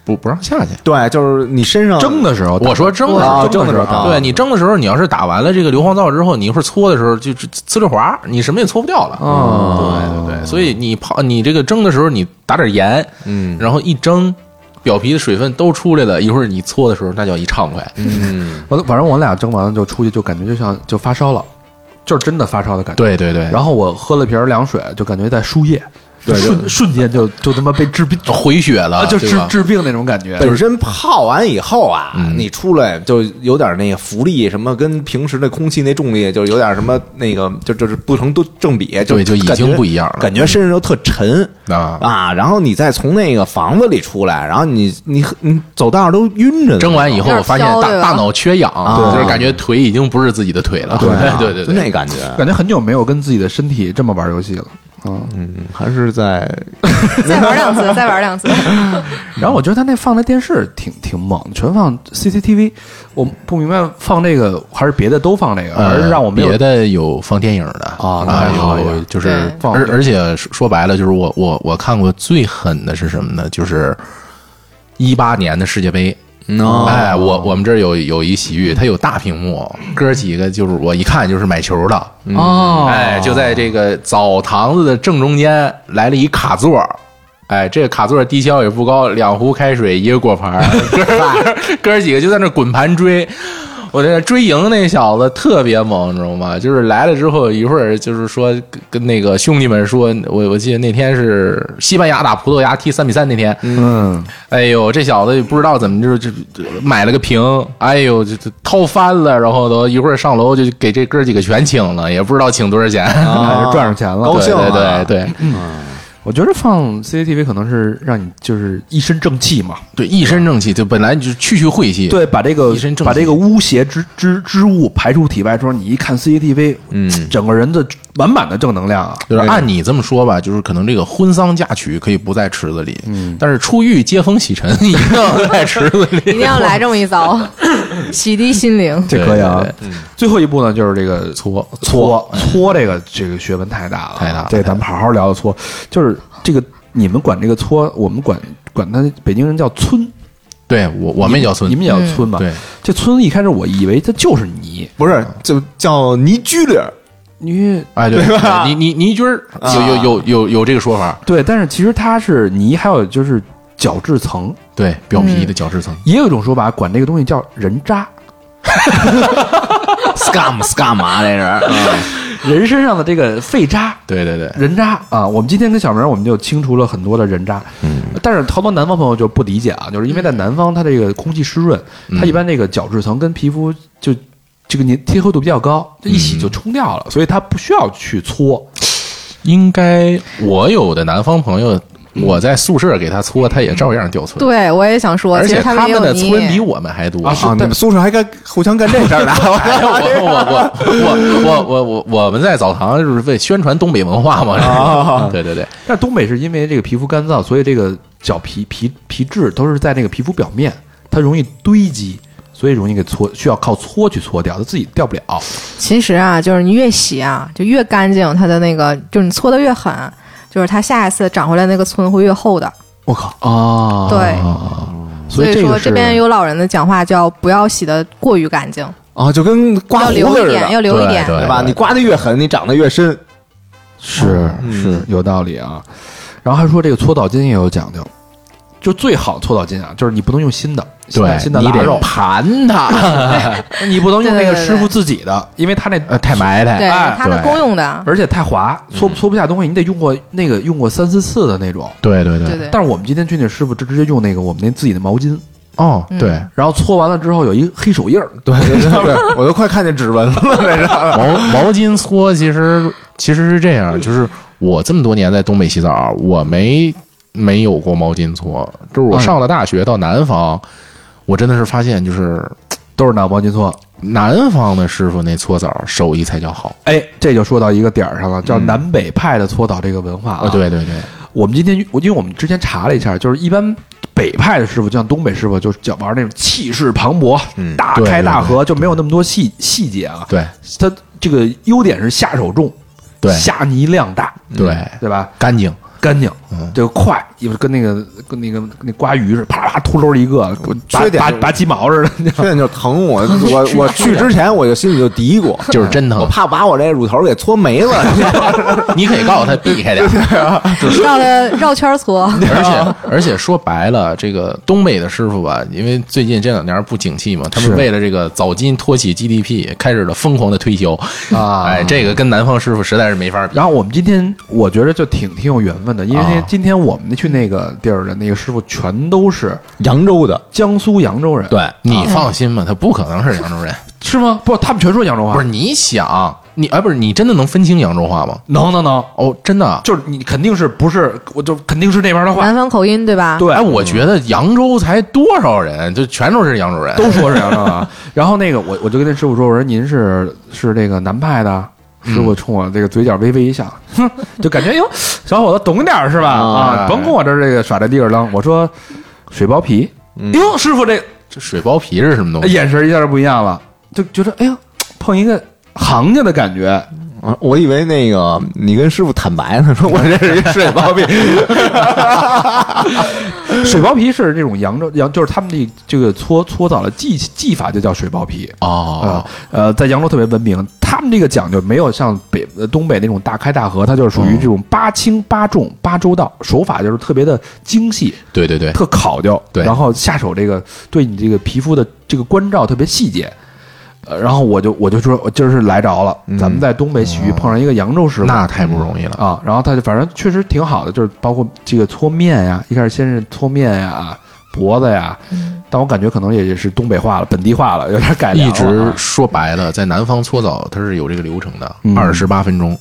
[SPEAKER 3] 不不让下去。
[SPEAKER 2] 对，就是你身上
[SPEAKER 4] 蒸的时候，
[SPEAKER 3] 我说蒸的时
[SPEAKER 2] 啊
[SPEAKER 3] 候，
[SPEAKER 2] 蒸的时候打
[SPEAKER 3] 对你蒸的时候，你要是打完了这个硫磺皂之后，你一会儿搓的时候就就呲溜滑，你什么也搓不掉了。
[SPEAKER 4] 哦
[SPEAKER 3] 对对对，所以你泡你这个蒸的时候，你打点盐，
[SPEAKER 2] 嗯
[SPEAKER 3] 然后一蒸，表皮的水分都出来了，一会儿你搓的时候那叫一畅快。
[SPEAKER 2] 嗯，
[SPEAKER 4] 我反正我俩蒸完了就出去，就感觉就像就发烧了，就是真的发烧的感觉。
[SPEAKER 3] 对对对，然
[SPEAKER 4] 然后我喝了瓶儿凉水，就感觉在输液，
[SPEAKER 2] 对就
[SPEAKER 4] 瞬瞬间就就他妈被治病，
[SPEAKER 3] 后回血了，
[SPEAKER 4] 啊，就
[SPEAKER 3] 对
[SPEAKER 4] 治
[SPEAKER 3] 吧
[SPEAKER 4] 治病那种感觉。
[SPEAKER 2] 本身泡完以后啊，
[SPEAKER 3] 嗯
[SPEAKER 2] 你出来就有点那个浮力，什么跟平时的空气那重力就有点什么那个，就就是不成对正比，
[SPEAKER 3] 对就已
[SPEAKER 2] 感觉
[SPEAKER 3] 经不一样了
[SPEAKER 2] 感觉身上就特沉。
[SPEAKER 3] 啊，
[SPEAKER 2] 啊，然后你再从那个房子里出来，然后你你你走道都晕着呢，
[SPEAKER 3] 蒸完以后
[SPEAKER 5] 有点
[SPEAKER 3] 我发现
[SPEAKER 5] 飘
[SPEAKER 3] 大
[SPEAKER 5] 对吧
[SPEAKER 3] 大脑缺氧，
[SPEAKER 2] 啊
[SPEAKER 3] 就是感觉腿已经不是自己的腿了。
[SPEAKER 2] 对啊
[SPEAKER 3] 对对
[SPEAKER 2] 就
[SPEAKER 3] 对，
[SPEAKER 2] 那感觉，
[SPEAKER 4] 感觉很久没有跟自己的身体这么玩游戏了。
[SPEAKER 2] 嗯，还是在
[SPEAKER 5] 再玩两次，再 玩两次。
[SPEAKER 4] 然后我觉得他那放的电视挺挺猛，全放 CCTV，我不明白放这个还是别的都放这个，还
[SPEAKER 3] 呃
[SPEAKER 4] 是让我没有
[SPEAKER 3] 别的有放电影的
[SPEAKER 4] 啊那还好
[SPEAKER 3] 啊，
[SPEAKER 4] 一
[SPEAKER 3] 有
[SPEAKER 4] 点
[SPEAKER 3] 就是
[SPEAKER 5] 对
[SPEAKER 4] 放
[SPEAKER 3] 而而且说说白了，就是我我我看过最狠的是什么呢？就是一八年的世界杯。
[SPEAKER 2] 哦
[SPEAKER 3] 哎，我我们这儿有有一洗浴，它有大屏幕，哥几个就是我一看就是买球的，
[SPEAKER 4] 哦
[SPEAKER 3] 哎哎，就在这个澡堂子的正中间来了一卡座，哎，这卡座低消也不高，两壶开水，一个果盘 儿，哥儿哥儿几个就在那滚盘追。我这追赢那小子特别猛，你知道吗？就是来了之后，一会儿就是说跟跟那个兄弟们说，我我记得那天是西班牙打葡萄牙踢三比三那天，
[SPEAKER 4] 嗯，
[SPEAKER 3] 哎呦，这小子也不知道怎么就是就就买了个平，哎呦，就就掏翻了，然后都一会儿上楼就给这哥几个全请了，也不知道请多少钱。
[SPEAKER 4] 还是赚上钱 了，
[SPEAKER 2] 高兴
[SPEAKER 3] 对
[SPEAKER 2] 了
[SPEAKER 3] 对对对
[SPEAKER 4] 我觉得放 CCTV 可能是让你就是一身正气嘛，
[SPEAKER 3] 对，一身正气，就本来就去去晦气。
[SPEAKER 4] 对，把这个
[SPEAKER 3] 一身正气
[SPEAKER 4] 把这个污邪之之之物排出体外之后，你一看 CCTV，嗯，整个人的满满的正能量啊，
[SPEAKER 3] 就是按你这么说吧，就是可能这个婚丧嫁娶可以不在池子里，嗯，但是出狱接风洗尘一定要在池子
[SPEAKER 5] 一
[SPEAKER 3] 里。
[SPEAKER 5] 定要来这么一遭，洗涤心灵。
[SPEAKER 4] 这可以啊
[SPEAKER 3] 对。
[SPEAKER 4] 最后一步呢，就是这个搓搓搓，这个这个学问太大了，
[SPEAKER 3] 太大了
[SPEAKER 4] 这个咱们好好聊聊搓，就是这个你们管这个搓，我们管管它，北京人叫村，
[SPEAKER 3] 对我我们也叫村嗯
[SPEAKER 4] 你，们也叫村嘛？
[SPEAKER 3] 对，
[SPEAKER 4] 这村一开始我以为它就是泥，
[SPEAKER 2] 不是就叫泥居里儿
[SPEAKER 4] 泥
[SPEAKER 3] 哎对，你你倪军儿有有有有有这个说法，
[SPEAKER 4] 对，但是其实它是泥，还有就是角质层，
[SPEAKER 3] 对，表皮
[SPEAKER 4] 嗯
[SPEAKER 3] 的角质层。
[SPEAKER 4] 也有一种说法管这个东西叫人渣，
[SPEAKER 2] ，scam scam 啊，这是，
[SPEAKER 4] 人身上的这个废渣。
[SPEAKER 3] 对对对，
[SPEAKER 4] 人渣啊！我们今天跟小明，我们就清除了很多的人渣。嗯，但是好多南方朋友就不理解啊，就是因为在南方，它这个空气湿润，它一般这个角质层跟皮肤就这个粘贴合度比较高，这一洗就冲掉了，所以它不需要去搓。
[SPEAKER 3] 应该我有的南方朋友，我在宿舍给他搓，他也照样掉村。
[SPEAKER 5] 对，我也想说，
[SPEAKER 3] 而
[SPEAKER 5] 其
[SPEAKER 3] 且
[SPEAKER 5] 实
[SPEAKER 3] 他
[SPEAKER 5] 们
[SPEAKER 3] 们
[SPEAKER 5] 也有
[SPEAKER 3] 的村比
[SPEAKER 5] 你，
[SPEAKER 3] 我们还多
[SPEAKER 4] 啊是
[SPEAKER 2] 啊，你们宿舍还干互相干这事儿 呢，
[SPEAKER 3] 哎我我我我我我我我们在澡堂就是为宣传东北文化嘛，是吧 对对对，
[SPEAKER 4] 但东北是因为这个皮肤干燥，所以这个角皮皮皮质都是在那个皮肤表面，它容易堆积，所以容易给搓，需要靠搓去搓掉，它自己掉不了。
[SPEAKER 5] 其实啊，就是你越洗啊，就越干净，它的那个就是你搓的越狠，啊就是它下一次长回来那个皴会越厚的。
[SPEAKER 4] 我靠啊！
[SPEAKER 5] 对，
[SPEAKER 4] 所以
[SPEAKER 5] 以
[SPEAKER 4] 这
[SPEAKER 5] 说
[SPEAKER 4] 个
[SPEAKER 5] 这
[SPEAKER 4] 是
[SPEAKER 5] 边有老人的讲话叫不要洗的过于干净，
[SPEAKER 2] 啊，就跟刮
[SPEAKER 5] 要
[SPEAKER 2] 胡
[SPEAKER 5] 留
[SPEAKER 2] 子
[SPEAKER 5] 一
[SPEAKER 2] 似
[SPEAKER 5] 点，
[SPEAKER 2] 的，
[SPEAKER 5] 要留一
[SPEAKER 3] 对
[SPEAKER 5] 点。
[SPEAKER 3] 对
[SPEAKER 2] 对吧？你刮的越狠，你长得越深，
[SPEAKER 4] 是
[SPEAKER 3] 嗯
[SPEAKER 4] 是有道理啊。然后还说这个搓澡巾也有讲究，就最好搓澡巾啊，就是你不能用新的，新的
[SPEAKER 3] 对
[SPEAKER 4] 新的
[SPEAKER 3] 你
[SPEAKER 4] 腊
[SPEAKER 3] 得
[SPEAKER 4] 肉，
[SPEAKER 2] 盘它，
[SPEAKER 4] 你不能用那
[SPEAKER 5] 对
[SPEAKER 4] 个
[SPEAKER 5] 对对
[SPEAKER 4] 师傅自己的，因为他那
[SPEAKER 3] 呃，太埋汰，嗯
[SPEAKER 5] 对，
[SPEAKER 4] 哎
[SPEAKER 5] 它的
[SPEAKER 3] 对
[SPEAKER 5] 公用的，
[SPEAKER 4] 而且太滑，搓不搓不下东西，你得用过那个用过三四次的那种。
[SPEAKER 3] 对对
[SPEAKER 5] 对，对。
[SPEAKER 4] 但是我们今天去那师傅，就直接用那个我们那自己的毛巾，
[SPEAKER 3] 哦，
[SPEAKER 5] 嗯
[SPEAKER 3] 对，
[SPEAKER 4] 然后搓完了之后有一黑手印儿，
[SPEAKER 2] 对对对对， 我都快看见指纹了，这是。
[SPEAKER 3] 毛毛巾搓其实其实是这样，就是我这么多年在东北洗澡，我没没有过毛巾搓，就是我上了大学到南方，我真的是发现就是
[SPEAKER 4] 都是拿毛巾搓。
[SPEAKER 3] 南方的师傅那搓澡手艺才叫好
[SPEAKER 4] 哎，这就说到一个点儿上了，叫南北派的搓澡这个文化啊。
[SPEAKER 3] 啊，嗯对对对，
[SPEAKER 4] 我们今天我因为我们之前查了一下，就是一般北派的师傅，就像东北师傅，就是讲玩那种气势磅礴、大
[SPEAKER 3] 嗯对
[SPEAKER 4] 开
[SPEAKER 3] 对
[SPEAKER 4] 大合，就没有那么多细细节啊。
[SPEAKER 3] 对
[SPEAKER 4] 他这个优点是下手重，
[SPEAKER 3] 对
[SPEAKER 4] 下泥量大，
[SPEAKER 3] 对嗯
[SPEAKER 4] 对吧？
[SPEAKER 3] 干净，
[SPEAKER 4] 干净，这个快，就是跟那个跟那个那刮鱼似的，啪啪秃噜一个，拔
[SPEAKER 2] 缺点
[SPEAKER 4] 拔
[SPEAKER 2] 是
[SPEAKER 4] 拔鸡毛似的。
[SPEAKER 2] 缺点就是啊嗯疼 我，我我去之前我就心里就嘀咕，
[SPEAKER 3] 就是真
[SPEAKER 2] 我
[SPEAKER 3] 疼。
[SPEAKER 2] 怕把我这乳头给搓没了。
[SPEAKER 3] 你可以告诉他 避开点儿，
[SPEAKER 5] 绕了绕圈儿搓，
[SPEAKER 3] 而且而且说白了，这个东北的师傅吧，因为最近这两年不景气嘛，他们
[SPEAKER 4] 是
[SPEAKER 3] 为了这个早金托起 GDP，开始了疯狂的推销
[SPEAKER 4] 啊
[SPEAKER 3] 哎，这个跟南方师傅实在是没法比。
[SPEAKER 4] 然后我们今天我觉得就挺挺有缘分的，因为
[SPEAKER 3] 啊
[SPEAKER 4] 今天我们去那个地儿的那个师傅全都是
[SPEAKER 2] 扬州的，
[SPEAKER 4] 江苏扬州人，，
[SPEAKER 2] 对，
[SPEAKER 3] 你放心吧，他不可能是扬 州人。
[SPEAKER 4] 是吗？不，他们全说扬州话，
[SPEAKER 3] 不是你想你哎，不是你真的能分清扬州话吗？
[SPEAKER 4] 能能能，
[SPEAKER 3] 哦，真的啊。
[SPEAKER 4] 就是你肯定是不是，我就肯定是那边的话
[SPEAKER 5] 南，方口音对吧？
[SPEAKER 4] 对，
[SPEAKER 3] 哎，我觉得扬州才多少人，就全都是扬州人。
[SPEAKER 4] 都说是扬州啊。然后那个我我就跟那师傅说，我说您是是这个南派的。师傅冲我这个嘴角微微一笑，哼，就感觉哟，小伙子懂点儿是吧？啊，甭跟我这儿这个耍这地儿扔。我说水包皮，哟，师傅这
[SPEAKER 3] 这水包皮是什么东西？
[SPEAKER 4] 眼神一下就不一样了，就觉得哎呦，碰一个行家的感觉。
[SPEAKER 2] 呃我以为那个你跟师傅坦白 呢，说我这是一水包病，
[SPEAKER 4] 水包皮是这种扬州扬，就是他们的这个搓搓澡的技技法就叫水包皮。
[SPEAKER 3] 哦
[SPEAKER 4] 啊啊，呃，在扬州特别文明，他们这个讲究没有像北呃东北那种大开大合，它就是属
[SPEAKER 3] 嗯
[SPEAKER 4] 于这种八轻八重八周到，手法就是特别的精细，
[SPEAKER 3] 对对对，
[SPEAKER 4] 特考究，
[SPEAKER 3] 哎对
[SPEAKER 4] 然后下手这个对你这个皮肤的这个关照特别细节。呃，然后我就我就说，我今儿是来着了，咱们在东北洗浴碰上一个扬州师傅，
[SPEAKER 3] 嗯哦那太不容易了。
[SPEAKER 4] 啊，然后他就反正确实挺好的，就是包括这个搓面呀，一开始先是搓面呀、啊脖子呀，但我感觉可能也是东北话了，本地话了，有点改良
[SPEAKER 3] 一
[SPEAKER 4] 了啊
[SPEAKER 3] 直说白了，在南方搓澡它是有这个流程的
[SPEAKER 4] 嗯，
[SPEAKER 3] 二十八分钟。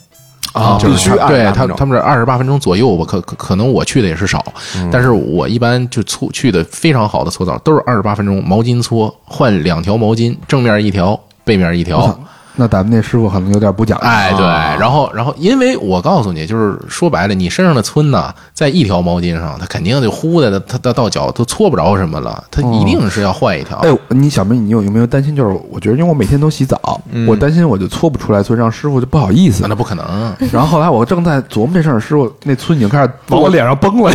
[SPEAKER 4] 啊
[SPEAKER 3] 就
[SPEAKER 2] 必
[SPEAKER 3] 是
[SPEAKER 2] 须
[SPEAKER 3] 他
[SPEAKER 2] 28
[SPEAKER 3] 对他
[SPEAKER 2] 分钟
[SPEAKER 3] 他们这二十八分钟左右吧，可可可能我去的也是少，
[SPEAKER 4] 嗯
[SPEAKER 3] 但是我一般就搓去的非常好的搓澡都是二十八分钟，毛巾搓换两条毛巾，正面一条，背面一条，
[SPEAKER 4] 那咱们那师傅可能有点不讲究，啊
[SPEAKER 3] 哎，对，然后，然后，因为我告诉你，就是说白了，你身上的皴呐，在一条毛巾上，它肯定就呼的，它它到脚都搓不着什么了，它一定是要换一条。
[SPEAKER 4] 哎，你小明，你有有没有担心？就是我觉得，因为我每天都洗澡，我担心我就搓不出来，所以让师傅就不好意思
[SPEAKER 3] 嗯啊。那不可能，
[SPEAKER 4] 然后后来我正在琢磨这事儿，师傅那村已经开始往我脸上崩 了，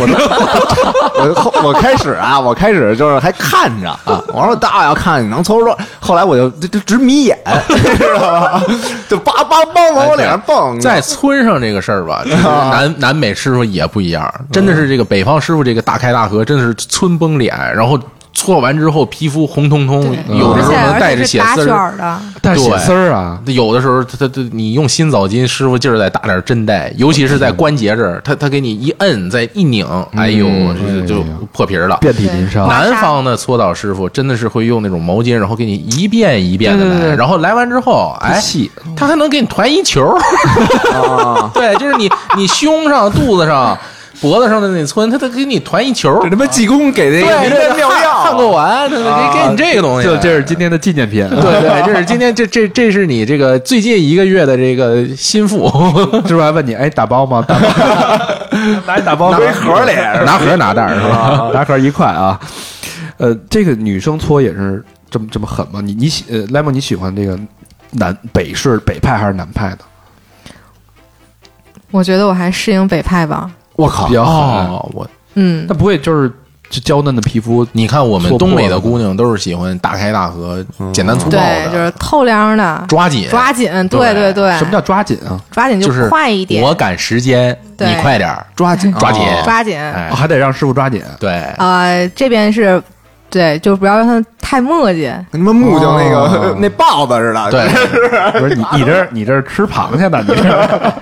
[SPEAKER 2] 我后我开始啊，我开始就是还看着啊，我说大要看你能搓出来，后来我就就就直眯 眼，知道吧？就叭叭梆往我脸上蹦，
[SPEAKER 3] 在皴上这个事儿吧，就是南南北师傅也不一样，真的是这个北方师傅这个大开大合，真的是皴崩脸，然然后搓完之后皮肤红彤彤，
[SPEAKER 5] 对，
[SPEAKER 3] 有
[SPEAKER 5] 而
[SPEAKER 3] 的时候
[SPEAKER 5] 且
[SPEAKER 3] 能
[SPEAKER 5] 而
[SPEAKER 3] 带着
[SPEAKER 5] 且是
[SPEAKER 3] 血
[SPEAKER 5] 打
[SPEAKER 3] 丝
[SPEAKER 5] 卷
[SPEAKER 3] 儿。
[SPEAKER 5] 儿的，
[SPEAKER 4] 但是血
[SPEAKER 3] 对
[SPEAKER 4] 丝儿啊，
[SPEAKER 3] 有的时候，他他他，你用新澡巾，师傅劲儿再打点针带，尤其是在关节这儿，他他给你一摁，再一拧，哎呦，就就破皮儿了。
[SPEAKER 4] 遍体鳞伤。
[SPEAKER 3] 南方的搓澡师傅真的是会用那种毛巾，然后给你一遍一遍的
[SPEAKER 4] 对对
[SPEAKER 3] 来，
[SPEAKER 4] 对
[SPEAKER 3] 然后来完之后，哎，
[SPEAKER 4] 细
[SPEAKER 3] 他还能给你团一球儿， 对，就是你你胸上、肚子上、脖子上的那皴，他得给你团一球儿
[SPEAKER 2] 这，他妈济公给那
[SPEAKER 3] 对，
[SPEAKER 2] 个
[SPEAKER 3] 这
[SPEAKER 2] 尿
[SPEAKER 3] 汗汗
[SPEAKER 2] 药，
[SPEAKER 3] 过完，他得给给你这个东西，
[SPEAKER 4] 就啊这是今天的纪念品。
[SPEAKER 3] 对对，这是今天这这这是你这个最近一个月的这个心 腹，
[SPEAKER 4] 师傅还问你，哎，打包 吗？打包拿一打包
[SPEAKER 2] 拿
[SPEAKER 4] 回
[SPEAKER 2] 回盒里，
[SPEAKER 3] 拿盒拿袋儿是吧？
[SPEAKER 4] 啊，拿盒一块啊。呃，这个女生搓也是这么这么狠吗？你你喜呃，Lemon 你喜欢这个南北式北派还是南派的？
[SPEAKER 5] 我觉得我还适应北派吧。
[SPEAKER 4] 我靠，比较狠。
[SPEAKER 3] 哦，我
[SPEAKER 5] 嗯
[SPEAKER 4] 啊那，不会就是就娇嫩的皮肤，
[SPEAKER 3] 你看我们
[SPEAKER 4] 错过
[SPEAKER 3] 东北
[SPEAKER 4] 了
[SPEAKER 3] 的姑娘都是喜欢大开大合、简单粗暴
[SPEAKER 5] 对，就
[SPEAKER 3] 的，
[SPEAKER 5] 是透亮的，
[SPEAKER 3] 抓紧
[SPEAKER 5] 抓紧，对
[SPEAKER 3] 对
[SPEAKER 5] 对对，
[SPEAKER 4] 什么叫抓紧啊？
[SPEAKER 5] 抓紧
[SPEAKER 3] 就是
[SPEAKER 5] 快一点，
[SPEAKER 3] 我赶时间，
[SPEAKER 5] 对
[SPEAKER 3] 你快点儿
[SPEAKER 2] 抓紧
[SPEAKER 3] 抓紧
[SPEAKER 2] 哦
[SPEAKER 5] 抓紧。
[SPEAKER 3] 哎
[SPEAKER 4] 啊哦还得让师傅抓紧。
[SPEAKER 3] 对，
[SPEAKER 5] 呃，这边是，对，就不要让他太磨 叽。
[SPEAKER 2] 跟他妈木匠那
[SPEAKER 4] 哦
[SPEAKER 2] 个那豹子似的，
[SPEAKER 3] 对，
[SPEAKER 4] 不是你 你这儿你这儿吃螃蟹呢？你这儿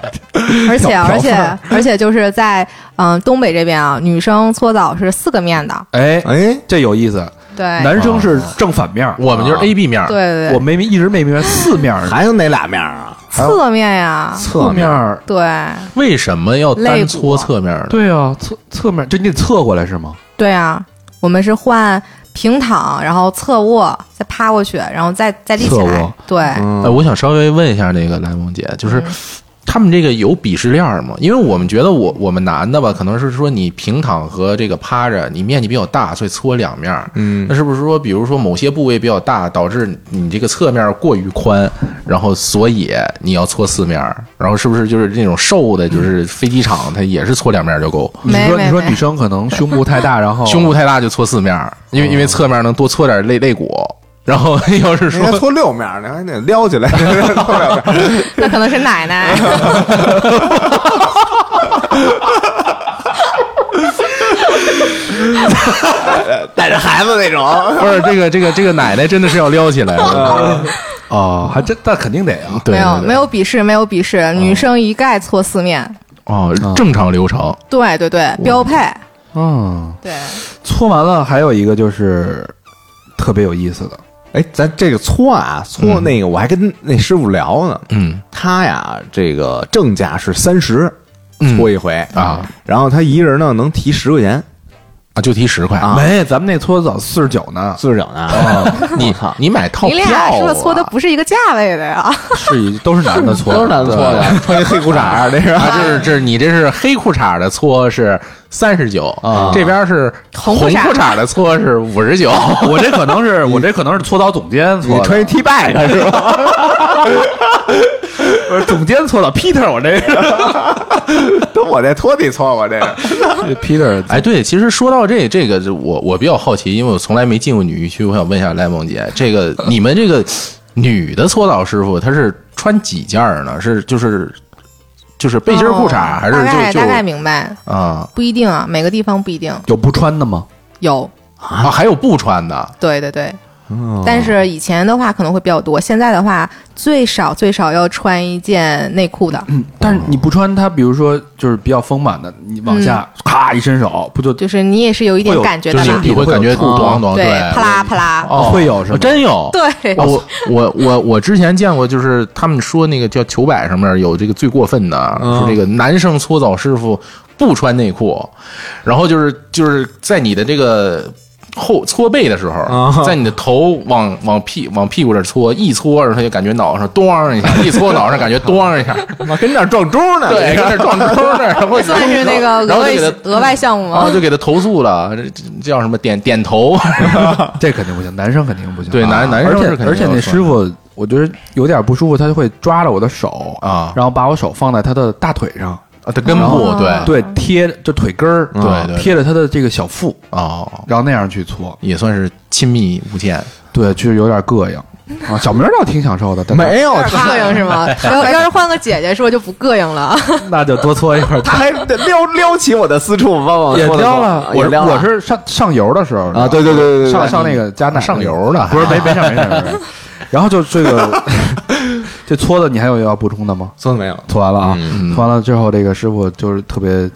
[SPEAKER 5] 而且
[SPEAKER 4] 挑
[SPEAKER 5] 而
[SPEAKER 4] 刺
[SPEAKER 5] 且
[SPEAKER 4] 儿
[SPEAKER 5] 而且就是在嗯、东北这边啊，女生搓澡是四个面的，
[SPEAKER 4] 哎，
[SPEAKER 2] 哎，
[SPEAKER 4] 这有意思。
[SPEAKER 5] 对，
[SPEAKER 4] 男生是正反面儿，
[SPEAKER 3] 我们
[SPEAKER 2] 哦
[SPEAKER 3] 就是 A B 面儿
[SPEAKER 5] 哎对，对
[SPEAKER 4] 我
[SPEAKER 5] 对，
[SPEAKER 4] 没明一直没明白四面儿
[SPEAKER 2] 还有哪俩面儿啊？
[SPEAKER 5] 侧面呀，
[SPEAKER 4] 侧面儿。
[SPEAKER 5] 对
[SPEAKER 3] 为什么要单搓
[SPEAKER 5] 肋骨
[SPEAKER 3] 侧面呢？
[SPEAKER 4] 对啊，侧侧面儿就你得侧过来是吗？
[SPEAKER 5] 对啊，我们是换平躺，然后侧卧，再趴过去，然后再再立起
[SPEAKER 4] 侧
[SPEAKER 5] 来
[SPEAKER 4] 卧，
[SPEAKER 5] 对，
[SPEAKER 3] 哎，我想稍微问一下那个蓝梦姐，
[SPEAKER 5] 嗯
[SPEAKER 3] 就是他们这个有鄙视链儿吗？因为我们觉得我我们男的吧，可能是说你平躺和这个趴着，你面积比较大，所以搓两面儿。
[SPEAKER 2] 嗯，
[SPEAKER 3] 那是不是说，比如说某些部位比较大，导致你这个侧面过于宽，然后所以你要搓四面儿，然后是不是就是那种瘦的，就是飞机场它也是搓两面儿就够，
[SPEAKER 4] 你
[SPEAKER 5] 没
[SPEAKER 4] 说
[SPEAKER 5] 没
[SPEAKER 4] 你说
[SPEAKER 5] 没
[SPEAKER 4] 女生可能胸部太 大，然后
[SPEAKER 3] 胸部太大就搓四面儿，因
[SPEAKER 4] 哦
[SPEAKER 3] 为因为侧面能多搓点肋肋骨，然后 要是
[SPEAKER 2] 应该
[SPEAKER 3] 说
[SPEAKER 2] 搓六面儿，你还得撩起来，搓两面儿
[SPEAKER 5] 那可能是奶奶。
[SPEAKER 2] 带着孩子那种。
[SPEAKER 3] 不是这个这个这个奶奶真的是要撩起来 了，
[SPEAKER 4] 哦，还真那肯定得啊。
[SPEAKER 3] 对
[SPEAKER 5] 没有
[SPEAKER 3] 对对嗯
[SPEAKER 5] 没有鄙视，没有鄙视，女生一概搓四面。
[SPEAKER 3] 哦，正常流程
[SPEAKER 5] 对对对，标配。
[SPEAKER 4] 嗯，
[SPEAKER 5] 对，
[SPEAKER 4] 搓完了还有一个就是特别有意思的，
[SPEAKER 2] 哎，咱这个搓啊搓那个，我还跟那师傅聊呢。
[SPEAKER 3] 嗯，
[SPEAKER 2] 他呀，这个正价是三十
[SPEAKER 3] 嗯
[SPEAKER 2] 搓一回
[SPEAKER 3] 啊，
[SPEAKER 2] 然后他一人呢能提十块钱，
[SPEAKER 3] 啊就提十块
[SPEAKER 2] 啊
[SPEAKER 4] 没，咱们那搓澡四十九呢，
[SPEAKER 2] 四十九呢。
[SPEAKER 3] 哦你你买套
[SPEAKER 5] 你
[SPEAKER 3] 票
[SPEAKER 5] 俩
[SPEAKER 3] 啊，
[SPEAKER 5] 说的搓的不是一个价位的呀？
[SPEAKER 4] 是一 都是男的搓，
[SPEAKER 2] 都是男搓
[SPEAKER 4] 对。
[SPEAKER 2] 的，穿一黑裤衩，那是
[SPEAKER 3] 啊，这是这是你这是黑裤衩的搓是三十九
[SPEAKER 2] 啊
[SPEAKER 3] 这边是
[SPEAKER 5] 红
[SPEAKER 3] 红
[SPEAKER 5] 裤
[SPEAKER 3] 裤
[SPEAKER 5] 衩
[SPEAKER 3] 衩的搓是五十九。
[SPEAKER 4] 我这可能是我这可能是搓澡总监搓
[SPEAKER 2] 你
[SPEAKER 4] 的，
[SPEAKER 2] 穿一 T back 是吧？
[SPEAKER 4] 不是总监搓澡，Peter 我这个
[SPEAKER 2] 都我这托底搓，我这个
[SPEAKER 4] Peter
[SPEAKER 3] 哎，对，其实说到这这个，我我比较好奇，因为我从来没进过女浴区，我想问一下赖梦姐，这 个你们这个女的搓澡师傅他是穿几件儿呢？是就是就是背心儿裤衩
[SPEAKER 5] 哦
[SPEAKER 3] 儿还是
[SPEAKER 5] 大概
[SPEAKER 3] 就
[SPEAKER 5] 大概
[SPEAKER 3] 就
[SPEAKER 5] 明白，
[SPEAKER 3] 啊
[SPEAKER 5] 不一定啊，每个地方不一定
[SPEAKER 4] 有不穿的吗？
[SPEAKER 5] 有。
[SPEAKER 3] 啊，还有不穿的
[SPEAKER 5] 对对对。
[SPEAKER 3] 嗯
[SPEAKER 5] 但是以前的话可能会比较多，现在的话最少最少要穿一件内裤的，
[SPEAKER 4] 嗯，但是你不穿它，比如说就是比较丰满的，你往下咔一伸手，不就
[SPEAKER 5] 就是你也是有一点
[SPEAKER 4] 会有
[SPEAKER 5] 感觉
[SPEAKER 3] 就
[SPEAKER 5] 的
[SPEAKER 3] 是
[SPEAKER 5] 吧
[SPEAKER 3] 你？会感觉
[SPEAKER 4] 会有
[SPEAKER 3] 咣咣
[SPEAKER 5] 哦对，啪啦啪啦，
[SPEAKER 3] 哦
[SPEAKER 4] 会有是吗
[SPEAKER 3] 真有
[SPEAKER 5] 对，
[SPEAKER 3] 我哦我我我之前见过，就是他们说那个叫糗百上面有这个最过分的，啊
[SPEAKER 2] 嗯
[SPEAKER 3] 说这个男生搓澡师傅不穿内裤，然后就是就是在你的这个后搓背的时
[SPEAKER 2] 啊
[SPEAKER 3] 候，在你的头往往屁往屁股这搓一搓，然后他就感觉脑上咚一下，一搓脑上感觉咚 一下，
[SPEAKER 2] 妈跟这儿撞钟呢，
[SPEAKER 3] 对，跟那撞钟 呢，然后
[SPEAKER 5] 算是那个
[SPEAKER 3] 然
[SPEAKER 5] 额
[SPEAKER 3] 后
[SPEAKER 5] 外
[SPEAKER 3] 就给哦他。
[SPEAKER 5] 额外项目
[SPEAKER 3] 然后
[SPEAKER 5] 吗？
[SPEAKER 3] 就给他投诉了，这这叫什么点 点头？啊
[SPEAKER 4] 这肯定不啊行，男生肯定不行。
[SPEAKER 3] 对男
[SPEAKER 4] 啊
[SPEAKER 3] 男生是肯定
[SPEAKER 4] 而且而且
[SPEAKER 3] 要
[SPEAKER 4] 那
[SPEAKER 3] 穿
[SPEAKER 4] 师傅，我觉得有点不舒服，他就会抓着我的手
[SPEAKER 3] 啊
[SPEAKER 4] 然后把我手放在他的大腿上，
[SPEAKER 3] 啊，他根部
[SPEAKER 5] 哦
[SPEAKER 3] 对
[SPEAKER 4] 对，贴就腿根儿，啊
[SPEAKER 3] 对对
[SPEAKER 4] 贴着他的这个小腹，
[SPEAKER 3] 哦，
[SPEAKER 4] 然后那样去搓，
[SPEAKER 3] 也算是亲密无间。
[SPEAKER 4] 对，确实有点膈应啊。小明儿倒挺享受的，但
[SPEAKER 2] 没有
[SPEAKER 5] 有点膈应是 吗？要要是换个姐姐说就不膈应了。
[SPEAKER 4] 那就多搓一 会儿。
[SPEAKER 2] 他还得撩撩起我的私处，帮我
[SPEAKER 4] 也
[SPEAKER 2] 搓
[SPEAKER 4] 撩
[SPEAKER 2] 搓
[SPEAKER 4] 了，
[SPEAKER 2] 也
[SPEAKER 4] 我是
[SPEAKER 2] 撩了
[SPEAKER 4] 我是上上游的时候
[SPEAKER 2] 啊，对对对对对，
[SPEAKER 4] 上上那个加奶
[SPEAKER 3] 上游的
[SPEAKER 4] 不是没没上没上没上。 然后就这个 这搓的，你还有要补充的吗？
[SPEAKER 2] 搓没有，
[SPEAKER 4] 搓完了啊，搓完了之后，这个师傅就是特别，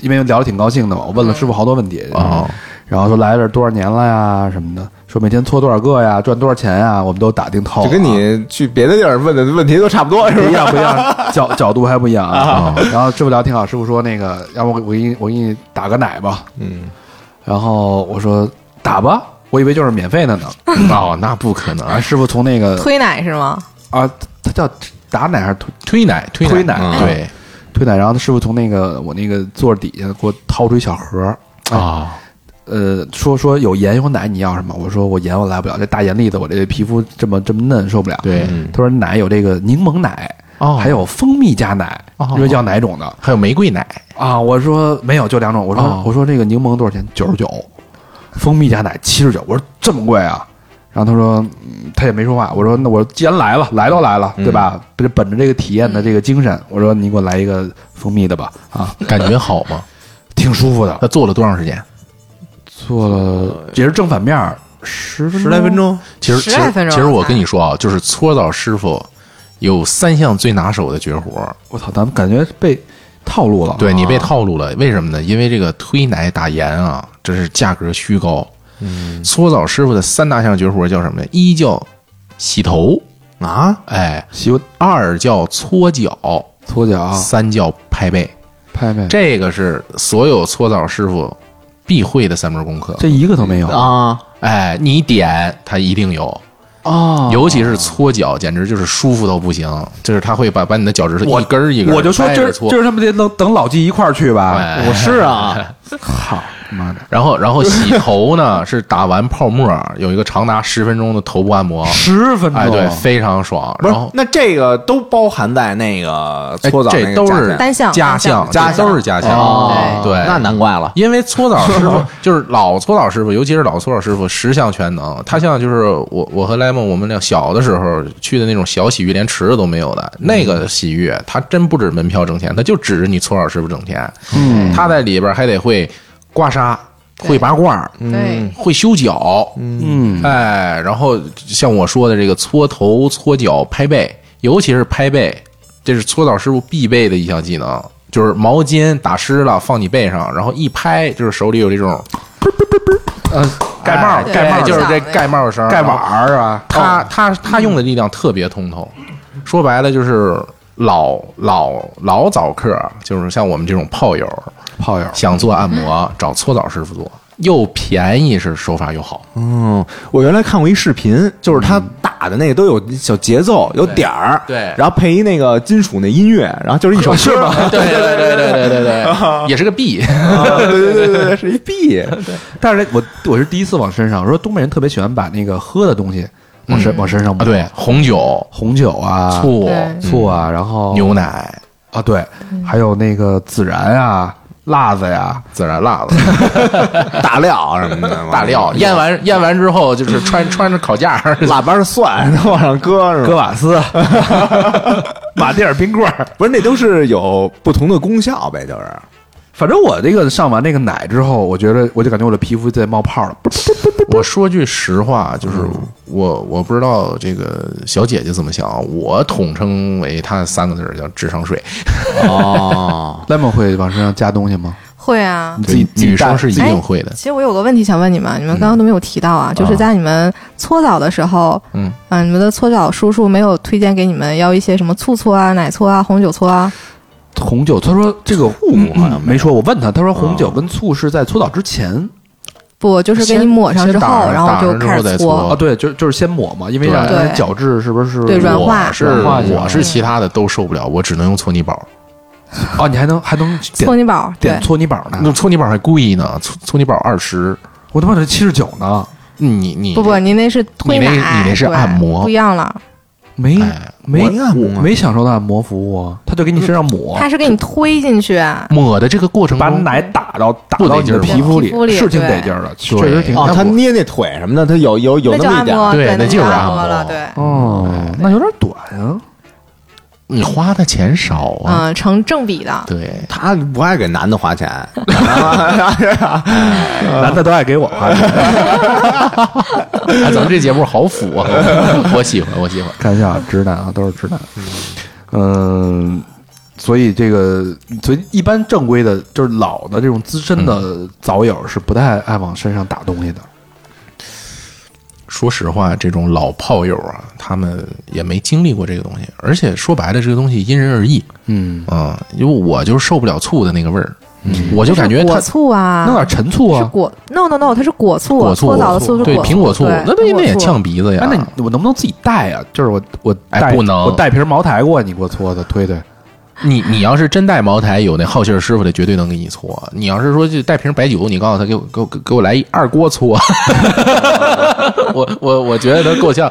[SPEAKER 4] 因为聊的挺高兴的嘛，我问了师傅好多问题，
[SPEAKER 3] 哦
[SPEAKER 4] 然后说来这儿多少年了呀什么的，说每天搓多少个呀，赚多少钱呀，我们都打听透了
[SPEAKER 2] 就
[SPEAKER 4] 啊，
[SPEAKER 2] 跟你去别的地儿问的问题都差不多，是
[SPEAKER 4] 不
[SPEAKER 2] 不
[SPEAKER 4] 一
[SPEAKER 2] 是？
[SPEAKER 4] 样不一样， 角角度还不一样啊。然后师傅聊挺好，师傅说那个，要不我给你我给你打个奶吧，
[SPEAKER 2] 嗯，
[SPEAKER 4] 然后我说打吧，我以为就是免费的呢，
[SPEAKER 3] 哦，那不可能
[SPEAKER 4] 啊，
[SPEAKER 3] 啊！
[SPEAKER 4] 师傅从那个
[SPEAKER 5] 推奶是吗？
[SPEAKER 4] 啊，他叫打奶还是推
[SPEAKER 3] 推奶，推
[SPEAKER 4] 推
[SPEAKER 3] 奶，
[SPEAKER 4] 奶啊
[SPEAKER 3] 嗯对
[SPEAKER 4] 推奶？然后他师傅从那个我那个座底下给我掏出一小盒儿，
[SPEAKER 3] 啊，
[SPEAKER 4] 呃，说说有盐有奶，你要什么？我说我盐我来不了，这大盐粒子我这皮肤这么这么嫩受不了。
[SPEAKER 3] 对
[SPEAKER 4] 他说奶有这个柠檬奶，
[SPEAKER 3] 哦
[SPEAKER 4] 还有蜂蜜加奶，
[SPEAKER 3] 哦
[SPEAKER 4] 你说要哪种的
[SPEAKER 3] 还有玫 瑰奶
[SPEAKER 4] 啊？我说没有，就两种。我说、
[SPEAKER 3] 哦
[SPEAKER 4] 我说这个柠檬多少钱？九十九，蜂蜜加奶七十九。我说这么贵啊？然后他说、嗯他也没说话。我说那我既然来了，来都来了，对
[SPEAKER 3] 嗯
[SPEAKER 4] 吧？这本着这个体验的这个精神，我说你给我来一个蜂蜜的吧，啊，
[SPEAKER 3] 感觉好吗？
[SPEAKER 4] 挺舒服的。
[SPEAKER 3] 他做了多长时间？
[SPEAKER 4] 做了也是正反面儿，十分
[SPEAKER 2] 十来分。钟，
[SPEAKER 3] 其实
[SPEAKER 5] 十
[SPEAKER 3] 其
[SPEAKER 5] 来
[SPEAKER 3] 实
[SPEAKER 5] 分钟
[SPEAKER 3] 其实我
[SPEAKER 5] 才
[SPEAKER 3] 跟你说啊，就是搓澡师傅有三项最拿手的绝活，
[SPEAKER 4] 我操，咱们感觉被套路了。
[SPEAKER 3] 对
[SPEAKER 2] 啊
[SPEAKER 3] 你被套路了，为什么呢？因为这个推奶打盐啊，真是价格虚高。嗯，搓澡师傅的三大项绝活叫什么呢？一叫洗头，
[SPEAKER 2] 啊，
[SPEAKER 3] 哎，
[SPEAKER 4] 洗过
[SPEAKER 3] 二叫搓脚，
[SPEAKER 4] 搓脚、
[SPEAKER 2] 啊
[SPEAKER 3] 三叫拍背。
[SPEAKER 4] 拍拍，
[SPEAKER 3] 这个是所有搓澡师傅必会的三门功课。
[SPEAKER 4] 这一个都没有
[SPEAKER 2] 啊
[SPEAKER 3] 哎，你点他一定有，
[SPEAKER 4] 啊
[SPEAKER 3] 尤其是搓脚，简直就是舒服到不行。就是他会把把你的脚趾头一根儿一根儿
[SPEAKER 4] 我就说
[SPEAKER 3] 掰
[SPEAKER 4] 今
[SPEAKER 3] 着
[SPEAKER 4] 儿
[SPEAKER 3] 搓
[SPEAKER 4] 今，儿他们得等等老纪一块儿去吧。
[SPEAKER 3] 哎，
[SPEAKER 2] 是 啊，
[SPEAKER 4] 好妈的，
[SPEAKER 3] 然后然后洗头呢 是打完泡沫有一个长达十分钟的头部按摩，
[SPEAKER 4] 十分钟，
[SPEAKER 3] 哎，对，非常爽。
[SPEAKER 2] 不
[SPEAKER 3] 然
[SPEAKER 2] 是
[SPEAKER 3] 后，
[SPEAKER 2] 那这个都包含在那个
[SPEAKER 3] 哎
[SPEAKER 2] 搓澡那
[SPEAKER 3] 这
[SPEAKER 2] 个
[SPEAKER 3] 都
[SPEAKER 2] 价
[SPEAKER 3] 是
[SPEAKER 2] 钱
[SPEAKER 5] 单项
[SPEAKER 3] 加
[SPEAKER 5] 单项
[SPEAKER 3] 这
[SPEAKER 2] 加项
[SPEAKER 3] 都是加项，
[SPEAKER 2] 哦
[SPEAKER 3] 对，
[SPEAKER 2] 那难怪了，
[SPEAKER 3] 因为搓澡师傅就是老搓澡师傅，尤其是老搓澡师傅，十项全能。他像就是我，我和莱蒙，我们俩小的时候去的那种小洗浴，连池子都没有的那个洗浴，他真不止门票挣钱，他就指着你搓澡师傅挣钱。嗯，他在里边还得会刮痧，
[SPEAKER 5] 对
[SPEAKER 3] 会拔罐儿，
[SPEAKER 5] 对，
[SPEAKER 3] 会修脚，
[SPEAKER 4] 嗯，
[SPEAKER 3] 哎，然后像我说的这个搓头、搓脚、拍背，尤其是拍背，这是搓澡师傅必备的一项技能，就是毛巾打湿了放你背上，然后一拍，就是手里有这种，呃，盖帽儿，
[SPEAKER 5] 对
[SPEAKER 3] 盖帽儿哦就是这
[SPEAKER 5] 对
[SPEAKER 3] 盖帽儿声，
[SPEAKER 4] 盖碗。儿啊，
[SPEAKER 3] 他他他用的力量特别通透，说白了就是老老老早客，就是像我们这种炮友，
[SPEAKER 4] 炮友
[SPEAKER 3] 想做按摩找搓澡师傅做，又便宜是手法又好。
[SPEAKER 2] 嗯，我原来看过一视频，就是他打的那个都有小节奏，有点儿，
[SPEAKER 3] 对
[SPEAKER 2] 然后配一那个金属那音乐，然后嗯 就是一首歌，
[SPEAKER 3] 对对对对对对对， 也是个 B，
[SPEAKER 2] 啊对对对对对，是一 B，
[SPEAKER 4] 但是这我我是第一次往身上，我说东北人特别喜欢把那个喝的东西往身、往身上抹，
[SPEAKER 3] 啊，对，红酒、
[SPEAKER 4] 红酒啊、
[SPEAKER 3] 醋、嗯
[SPEAKER 5] 对
[SPEAKER 4] 醋啊，然后
[SPEAKER 3] 牛奶、
[SPEAKER 4] 啊，对，还有那个孜然啊、辣子呀，
[SPEAKER 3] 孜然、辣子、
[SPEAKER 2] 大料什么 的，
[SPEAKER 3] 大料， 腌完腌完之后就是穿穿着烤架儿，
[SPEAKER 4] 啊
[SPEAKER 2] 腊八蒜往上搁是吧？
[SPEAKER 4] 瓦斯，马迭尔冰棍儿。
[SPEAKER 2] 不是，那都是有不同的功效呗，就是
[SPEAKER 4] 反正我这个上完那个奶之后，我觉得我就感觉我的皮肤在冒泡了，
[SPEAKER 3] 我说句实话，就是我我不知道这个小姐姐怎么想，啊我统称为她三个字儿叫智商税。
[SPEAKER 2] 哦，
[SPEAKER 4] lemon 会往身上加东西吗？
[SPEAKER 5] 会啊
[SPEAKER 3] 嗯
[SPEAKER 4] 你。自己哎
[SPEAKER 3] 女生是一定会的，
[SPEAKER 5] 其实我有个问题想问你们，你们刚刚都没有提到啊，就是在你们搓澡的时候，
[SPEAKER 3] 嗯
[SPEAKER 5] 啊，你们的搓澡叔叔没有推荐给你们要一些什么醋搓啊、奶搓啊、红酒搓啊？
[SPEAKER 4] 红酒，他说这个好像没说，我问他，他说红
[SPEAKER 3] 嗯
[SPEAKER 4] 酒跟醋是在搓澡之前
[SPEAKER 5] 不，就是给你
[SPEAKER 3] 先
[SPEAKER 5] 抹上
[SPEAKER 3] 先
[SPEAKER 5] 之
[SPEAKER 3] 打
[SPEAKER 5] 后，
[SPEAKER 3] 上
[SPEAKER 5] 然后
[SPEAKER 3] 打
[SPEAKER 5] 就
[SPEAKER 3] 上之
[SPEAKER 5] 开
[SPEAKER 3] 后
[SPEAKER 5] 始
[SPEAKER 3] 再
[SPEAKER 5] 搓
[SPEAKER 3] 搓。
[SPEAKER 4] 啊，对，就就是先抹嘛，因为
[SPEAKER 3] 对
[SPEAKER 4] 让它
[SPEAKER 5] 对
[SPEAKER 4] 角质是不是
[SPEAKER 5] 对软化
[SPEAKER 3] 我是
[SPEAKER 4] 软化一下
[SPEAKER 3] 我是其他的都受不了，我只能用搓泥宝。
[SPEAKER 4] 哦，你还能还能
[SPEAKER 5] 搓
[SPEAKER 4] 点
[SPEAKER 5] 泥宝，对
[SPEAKER 4] 点，搓泥宝呢
[SPEAKER 3] 那？搓泥宝还贵呢，搓搓泥宝二十。
[SPEAKER 4] 我他妈才七十九呢，
[SPEAKER 3] 你你
[SPEAKER 5] 不不，您那是推
[SPEAKER 3] 你那
[SPEAKER 5] 奶，
[SPEAKER 3] 你那是
[SPEAKER 5] 对
[SPEAKER 3] 按摩
[SPEAKER 5] 不一样了，
[SPEAKER 4] 没
[SPEAKER 3] 哎
[SPEAKER 4] 没
[SPEAKER 2] 我也按摩啊
[SPEAKER 4] 没享受到按摩服务啊，他就给你身上
[SPEAKER 3] 哦
[SPEAKER 4] 抹，
[SPEAKER 5] 他是给你推进去，啊
[SPEAKER 3] 抹的这个过程
[SPEAKER 4] 把
[SPEAKER 3] 中
[SPEAKER 4] 奶打到打
[SPEAKER 3] 不得
[SPEAKER 4] 到你
[SPEAKER 3] 劲
[SPEAKER 4] 的
[SPEAKER 3] 儿吗
[SPEAKER 4] 皮肤
[SPEAKER 5] 皮肤里
[SPEAKER 4] 是挺
[SPEAKER 5] 对
[SPEAKER 4] 得劲儿的，确
[SPEAKER 3] 确
[SPEAKER 4] 实
[SPEAKER 3] 实
[SPEAKER 4] 挺
[SPEAKER 3] 挺
[SPEAKER 2] 哦，
[SPEAKER 3] 那
[SPEAKER 2] 他
[SPEAKER 3] 我
[SPEAKER 2] 捏那腿什么的，他有有有
[SPEAKER 5] 那就
[SPEAKER 2] 么一
[SPEAKER 5] 按
[SPEAKER 2] 点儿，
[SPEAKER 5] 摩，
[SPEAKER 3] 对
[SPEAKER 5] 那
[SPEAKER 3] 那就是
[SPEAKER 5] 按
[SPEAKER 3] 按摩
[SPEAKER 5] 了，对，
[SPEAKER 4] 哦，那有点短啊。
[SPEAKER 3] 你花的钱少啊。
[SPEAKER 5] 嗯，成正比的，
[SPEAKER 3] 对，
[SPEAKER 2] 他不爱给男的花钱，
[SPEAKER 4] 男的都爱给我啊花钱，
[SPEAKER 3] 哎，咱们这节目好腐啊！ 我喜欢，我喜欢。
[SPEAKER 4] 看一下直男啊，都是直男。嗯，所以这个，所以一般正规的，就是老的这种资深的早友是不太爱往身上打东西的。
[SPEAKER 3] 说实话，这种老炮友啊，他们也没经历过这个东西，而且说白了，这个东西因人而异
[SPEAKER 4] 嗯，
[SPEAKER 3] 啊、嗯因为我就受不了醋的那个味儿，我
[SPEAKER 5] 我
[SPEAKER 3] 就感觉它哦
[SPEAKER 5] 果醋啊，
[SPEAKER 4] 弄点陈醋
[SPEAKER 5] 是
[SPEAKER 4] 啊。
[SPEAKER 5] 果，no no no，它是果醋，
[SPEAKER 3] 果醋
[SPEAKER 5] 搓澡的醋是
[SPEAKER 3] 对
[SPEAKER 5] 果
[SPEAKER 3] 苹果醋，
[SPEAKER 5] 对
[SPEAKER 3] 那那
[SPEAKER 5] 苹果
[SPEAKER 3] 那也
[SPEAKER 5] 醋
[SPEAKER 3] 呛鼻子
[SPEAKER 4] 哎
[SPEAKER 3] 呀，啊
[SPEAKER 4] 那你我能不能自己带啊？就是我我
[SPEAKER 3] 哎
[SPEAKER 4] 带
[SPEAKER 3] 不能
[SPEAKER 4] 我带瓶茅台过来，你给我搓搓推推。
[SPEAKER 3] 你你要是真带茅台，有那好信儿师傅的，绝对能给你搓。你要是说就带瓶白酒，你告诉他给我给我给我来一二锅搓， 我我我觉得他够呛，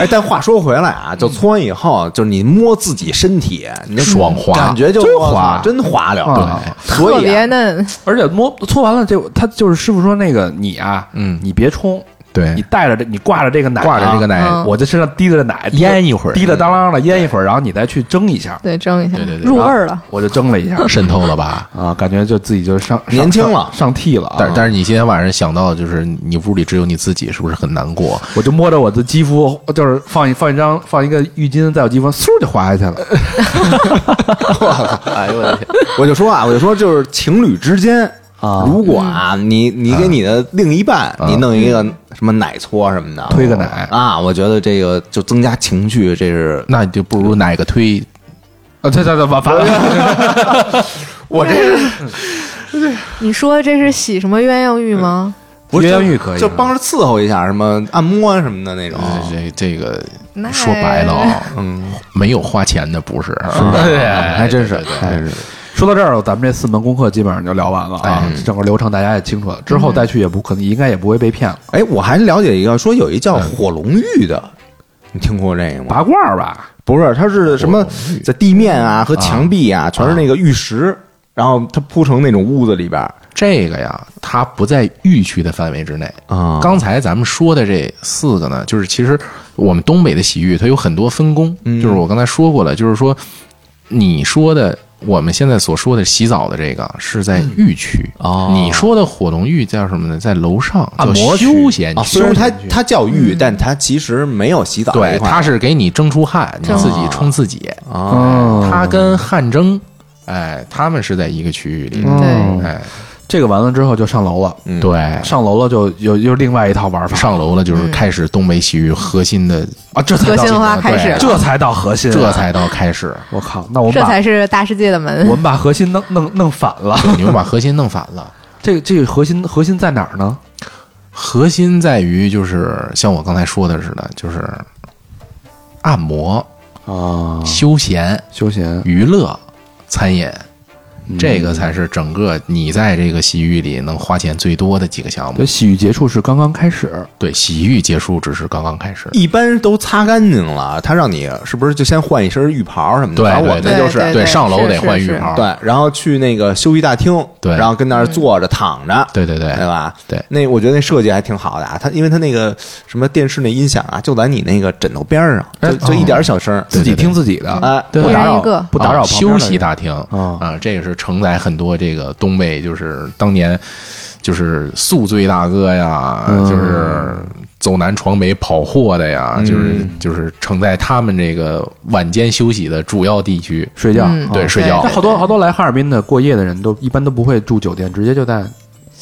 [SPEAKER 2] 哎，但话说回来啊，就
[SPEAKER 5] 嗯
[SPEAKER 2] 搓完以后，就是你摸自己身体，你就
[SPEAKER 4] 嗯
[SPEAKER 3] 爽滑
[SPEAKER 2] 感觉就
[SPEAKER 4] 真
[SPEAKER 2] 哇
[SPEAKER 4] 滑
[SPEAKER 2] 真滑溜。
[SPEAKER 4] 啊
[SPEAKER 2] 对，所
[SPEAKER 5] 特
[SPEAKER 2] 以
[SPEAKER 5] 别
[SPEAKER 2] 啊
[SPEAKER 5] 嫩，
[SPEAKER 4] 而且摸搓完了，这他就是师傅说那个你啊，
[SPEAKER 3] 嗯
[SPEAKER 4] 你别冲，
[SPEAKER 3] 对
[SPEAKER 4] 你带着这你挂着这个奶啊，
[SPEAKER 3] 挂着这个奶
[SPEAKER 5] 嗯
[SPEAKER 4] 我在身上滴着奶，
[SPEAKER 3] 腌一 会儿
[SPEAKER 4] 滴了当啷的腌一会儿，然后你再去蒸一下，
[SPEAKER 5] 对，蒸一下
[SPEAKER 3] 对对，对
[SPEAKER 5] 入味儿了。
[SPEAKER 4] 我就蒸了一下
[SPEAKER 3] 渗透了吧？
[SPEAKER 4] 啊，感觉就自己就上
[SPEAKER 2] 年轻了
[SPEAKER 4] 上上上屉了啊，
[SPEAKER 3] 但但是你今天晚上想到就是你屋里只有你自己，是不是很难过？
[SPEAKER 4] 我就摸着我的肌肤，就是放一放一张放一个浴巾在我肌肤上，嗖就滑下去 了。
[SPEAKER 3] 哎呦我的天！
[SPEAKER 2] 我就说啊，我就说就是情侣之间
[SPEAKER 4] 啊嗯
[SPEAKER 2] 如果啊，
[SPEAKER 5] 嗯
[SPEAKER 2] 你你给你的另一半，你弄一个什么奶搓什么的，
[SPEAKER 4] 推个奶
[SPEAKER 2] 啊，我觉得这个就增加情趣，这是
[SPEAKER 3] 那你就不如哪个推
[SPEAKER 4] 啊，对对对，完完 了，
[SPEAKER 2] 我这
[SPEAKER 5] 你说这是洗什么鸳鸯浴吗？
[SPEAKER 2] 不是
[SPEAKER 4] 鸳鸯
[SPEAKER 2] 就
[SPEAKER 4] 浴可以啊嗯
[SPEAKER 2] 就帮着伺候一下，什么按摩啊什么的那种。
[SPEAKER 3] 呃这这这个
[SPEAKER 5] 嗯那
[SPEAKER 3] 说白了
[SPEAKER 2] 哎
[SPEAKER 3] 啊，嗯，没有花钱的不是，啊
[SPEAKER 4] 哎
[SPEAKER 3] 对，还真是，还真是。
[SPEAKER 4] 说到这儿，咱们这四门功课基本上就聊完了啊，整个流程大家也清楚了，之后再去也不可能，应该也不会被骗了。
[SPEAKER 2] 哎，我还了解一个，说有一叫火龙浴的，你听过这个吗？
[SPEAKER 4] 拔罐儿吧，
[SPEAKER 2] 不是，它是什么在地面啊和墙壁啊，全是那个玉石，然后它铺成那种屋子里边儿
[SPEAKER 3] 这个呀，它不在预区的范围之内。
[SPEAKER 2] 啊
[SPEAKER 3] 刚才咱们说的这四个呢，就是其实我们东北的洗浴它有很多分工，
[SPEAKER 2] 嗯
[SPEAKER 3] 就是我刚才说过了，就是说你说的我们现在所说的洗澡的这个是在浴区，
[SPEAKER 2] 嗯哦
[SPEAKER 3] 你说的火龙浴叫什么呢？在楼上
[SPEAKER 4] 按
[SPEAKER 3] 叫
[SPEAKER 4] 摩区
[SPEAKER 3] 休闲
[SPEAKER 2] 啊，
[SPEAKER 3] 区，
[SPEAKER 2] 虽然它它叫浴，但它其实没有洗澡这一
[SPEAKER 3] 对，
[SPEAKER 2] 块啊
[SPEAKER 3] 它是给你蒸出汗，
[SPEAKER 5] 嗯
[SPEAKER 3] 你自己冲自己。
[SPEAKER 4] 哦
[SPEAKER 3] 它嗯跟汗蒸，哎，他们是在一个区域
[SPEAKER 5] 嗯
[SPEAKER 3] 里。
[SPEAKER 5] 对
[SPEAKER 3] 哎，
[SPEAKER 4] 这个完了之后就上楼了，
[SPEAKER 3] 对，
[SPEAKER 5] 嗯
[SPEAKER 4] 上楼了就有又另外一套玩法，
[SPEAKER 3] 上楼了就是开始东北洗浴核心的，
[SPEAKER 4] 啊，这才
[SPEAKER 5] 核
[SPEAKER 4] 到
[SPEAKER 5] 心化开始
[SPEAKER 3] 对，
[SPEAKER 4] 这才到核心啊，
[SPEAKER 3] 哎这才到开始。
[SPEAKER 4] 我靠，那我们
[SPEAKER 5] 这
[SPEAKER 4] 把
[SPEAKER 5] 才是大世界的
[SPEAKER 4] 我
[SPEAKER 5] 门。
[SPEAKER 4] 们把核心弄弄弄反了。
[SPEAKER 3] 你们把核心弄反了。
[SPEAKER 4] 这个这个核心核心在哪儿呢？
[SPEAKER 3] 核心在于就是像我刚才说的似的，就是按摩、
[SPEAKER 4] 啊，
[SPEAKER 3] 休闲、
[SPEAKER 4] 休闲
[SPEAKER 3] 娱乐、餐饮。
[SPEAKER 5] 嗯
[SPEAKER 3] 这个才是整个你在这个洗浴里能花钱最多的几个项目
[SPEAKER 4] 对，。洗浴结束是刚刚开始，
[SPEAKER 3] 对，洗浴结束只是刚刚开始。
[SPEAKER 2] 一般都擦干净了，他让你是不是就先换一身浴袍什么的？
[SPEAKER 3] 对
[SPEAKER 2] 反正我们
[SPEAKER 3] 对
[SPEAKER 2] 那就是
[SPEAKER 5] 对
[SPEAKER 3] 对，上楼
[SPEAKER 5] 是
[SPEAKER 3] 得
[SPEAKER 5] 是
[SPEAKER 3] 换浴
[SPEAKER 5] 是
[SPEAKER 3] 袍。
[SPEAKER 2] 对，然后去那个休息大厅，
[SPEAKER 3] 对
[SPEAKER 2] 然后跟那儿坐着躺着，
[SPEAKER 3] 对对对
[SPEAKER 5] 哎
[SPEAKER 2] 对吧？
[SPEAKER 3] 对
[SPEAKER 2] 那我觉得那设计还挺好的啊。它因为它那个什么电视那音响啊，就在你那个枕头边儿上，就就一点儿小声儿，
[SPEAKER 4] 自己听自己的，
[SPEAKER 2] 哎，
[SPEAKER 3] 对
[SPEAKER 2] 不
[SPEAKER 5] 一
[SPEAKER 2] 打
[SPEAKER 5] 人一
[SPEAKER 2] 扰。
[SPEAKER 5] 个。
[SPEAKER 4] 不打扰
[SPEAKER 3] 啊
[SPEAKER 4] 旁边的
[SPEAKER 3] 休
[SPEAKER 4] 人
[SPEAKER 3] 息大厅
[SPEAKER 5] 嗯
[SPEAKER 4] 啊
[SPEAKER 3] 啊，这个是承载很多这个东北就是当年就是宿醉大哥呀，
[SPEAKER 5] 嗯
[SPEAKER 3] 就是走南闯北跑货的呀，就是就是承载他们这个晚间休息的主要地区。
[SPEAKER 4] 睡觉。
[SPEAKER 5] 嗯
[SPEAKER 4] 啊
[SPEAKER 3] 对，睡觉
[SPEAKER 4] 但。好多好多来哈尔滨的过夜的人都一般都不会住酒店，直接就在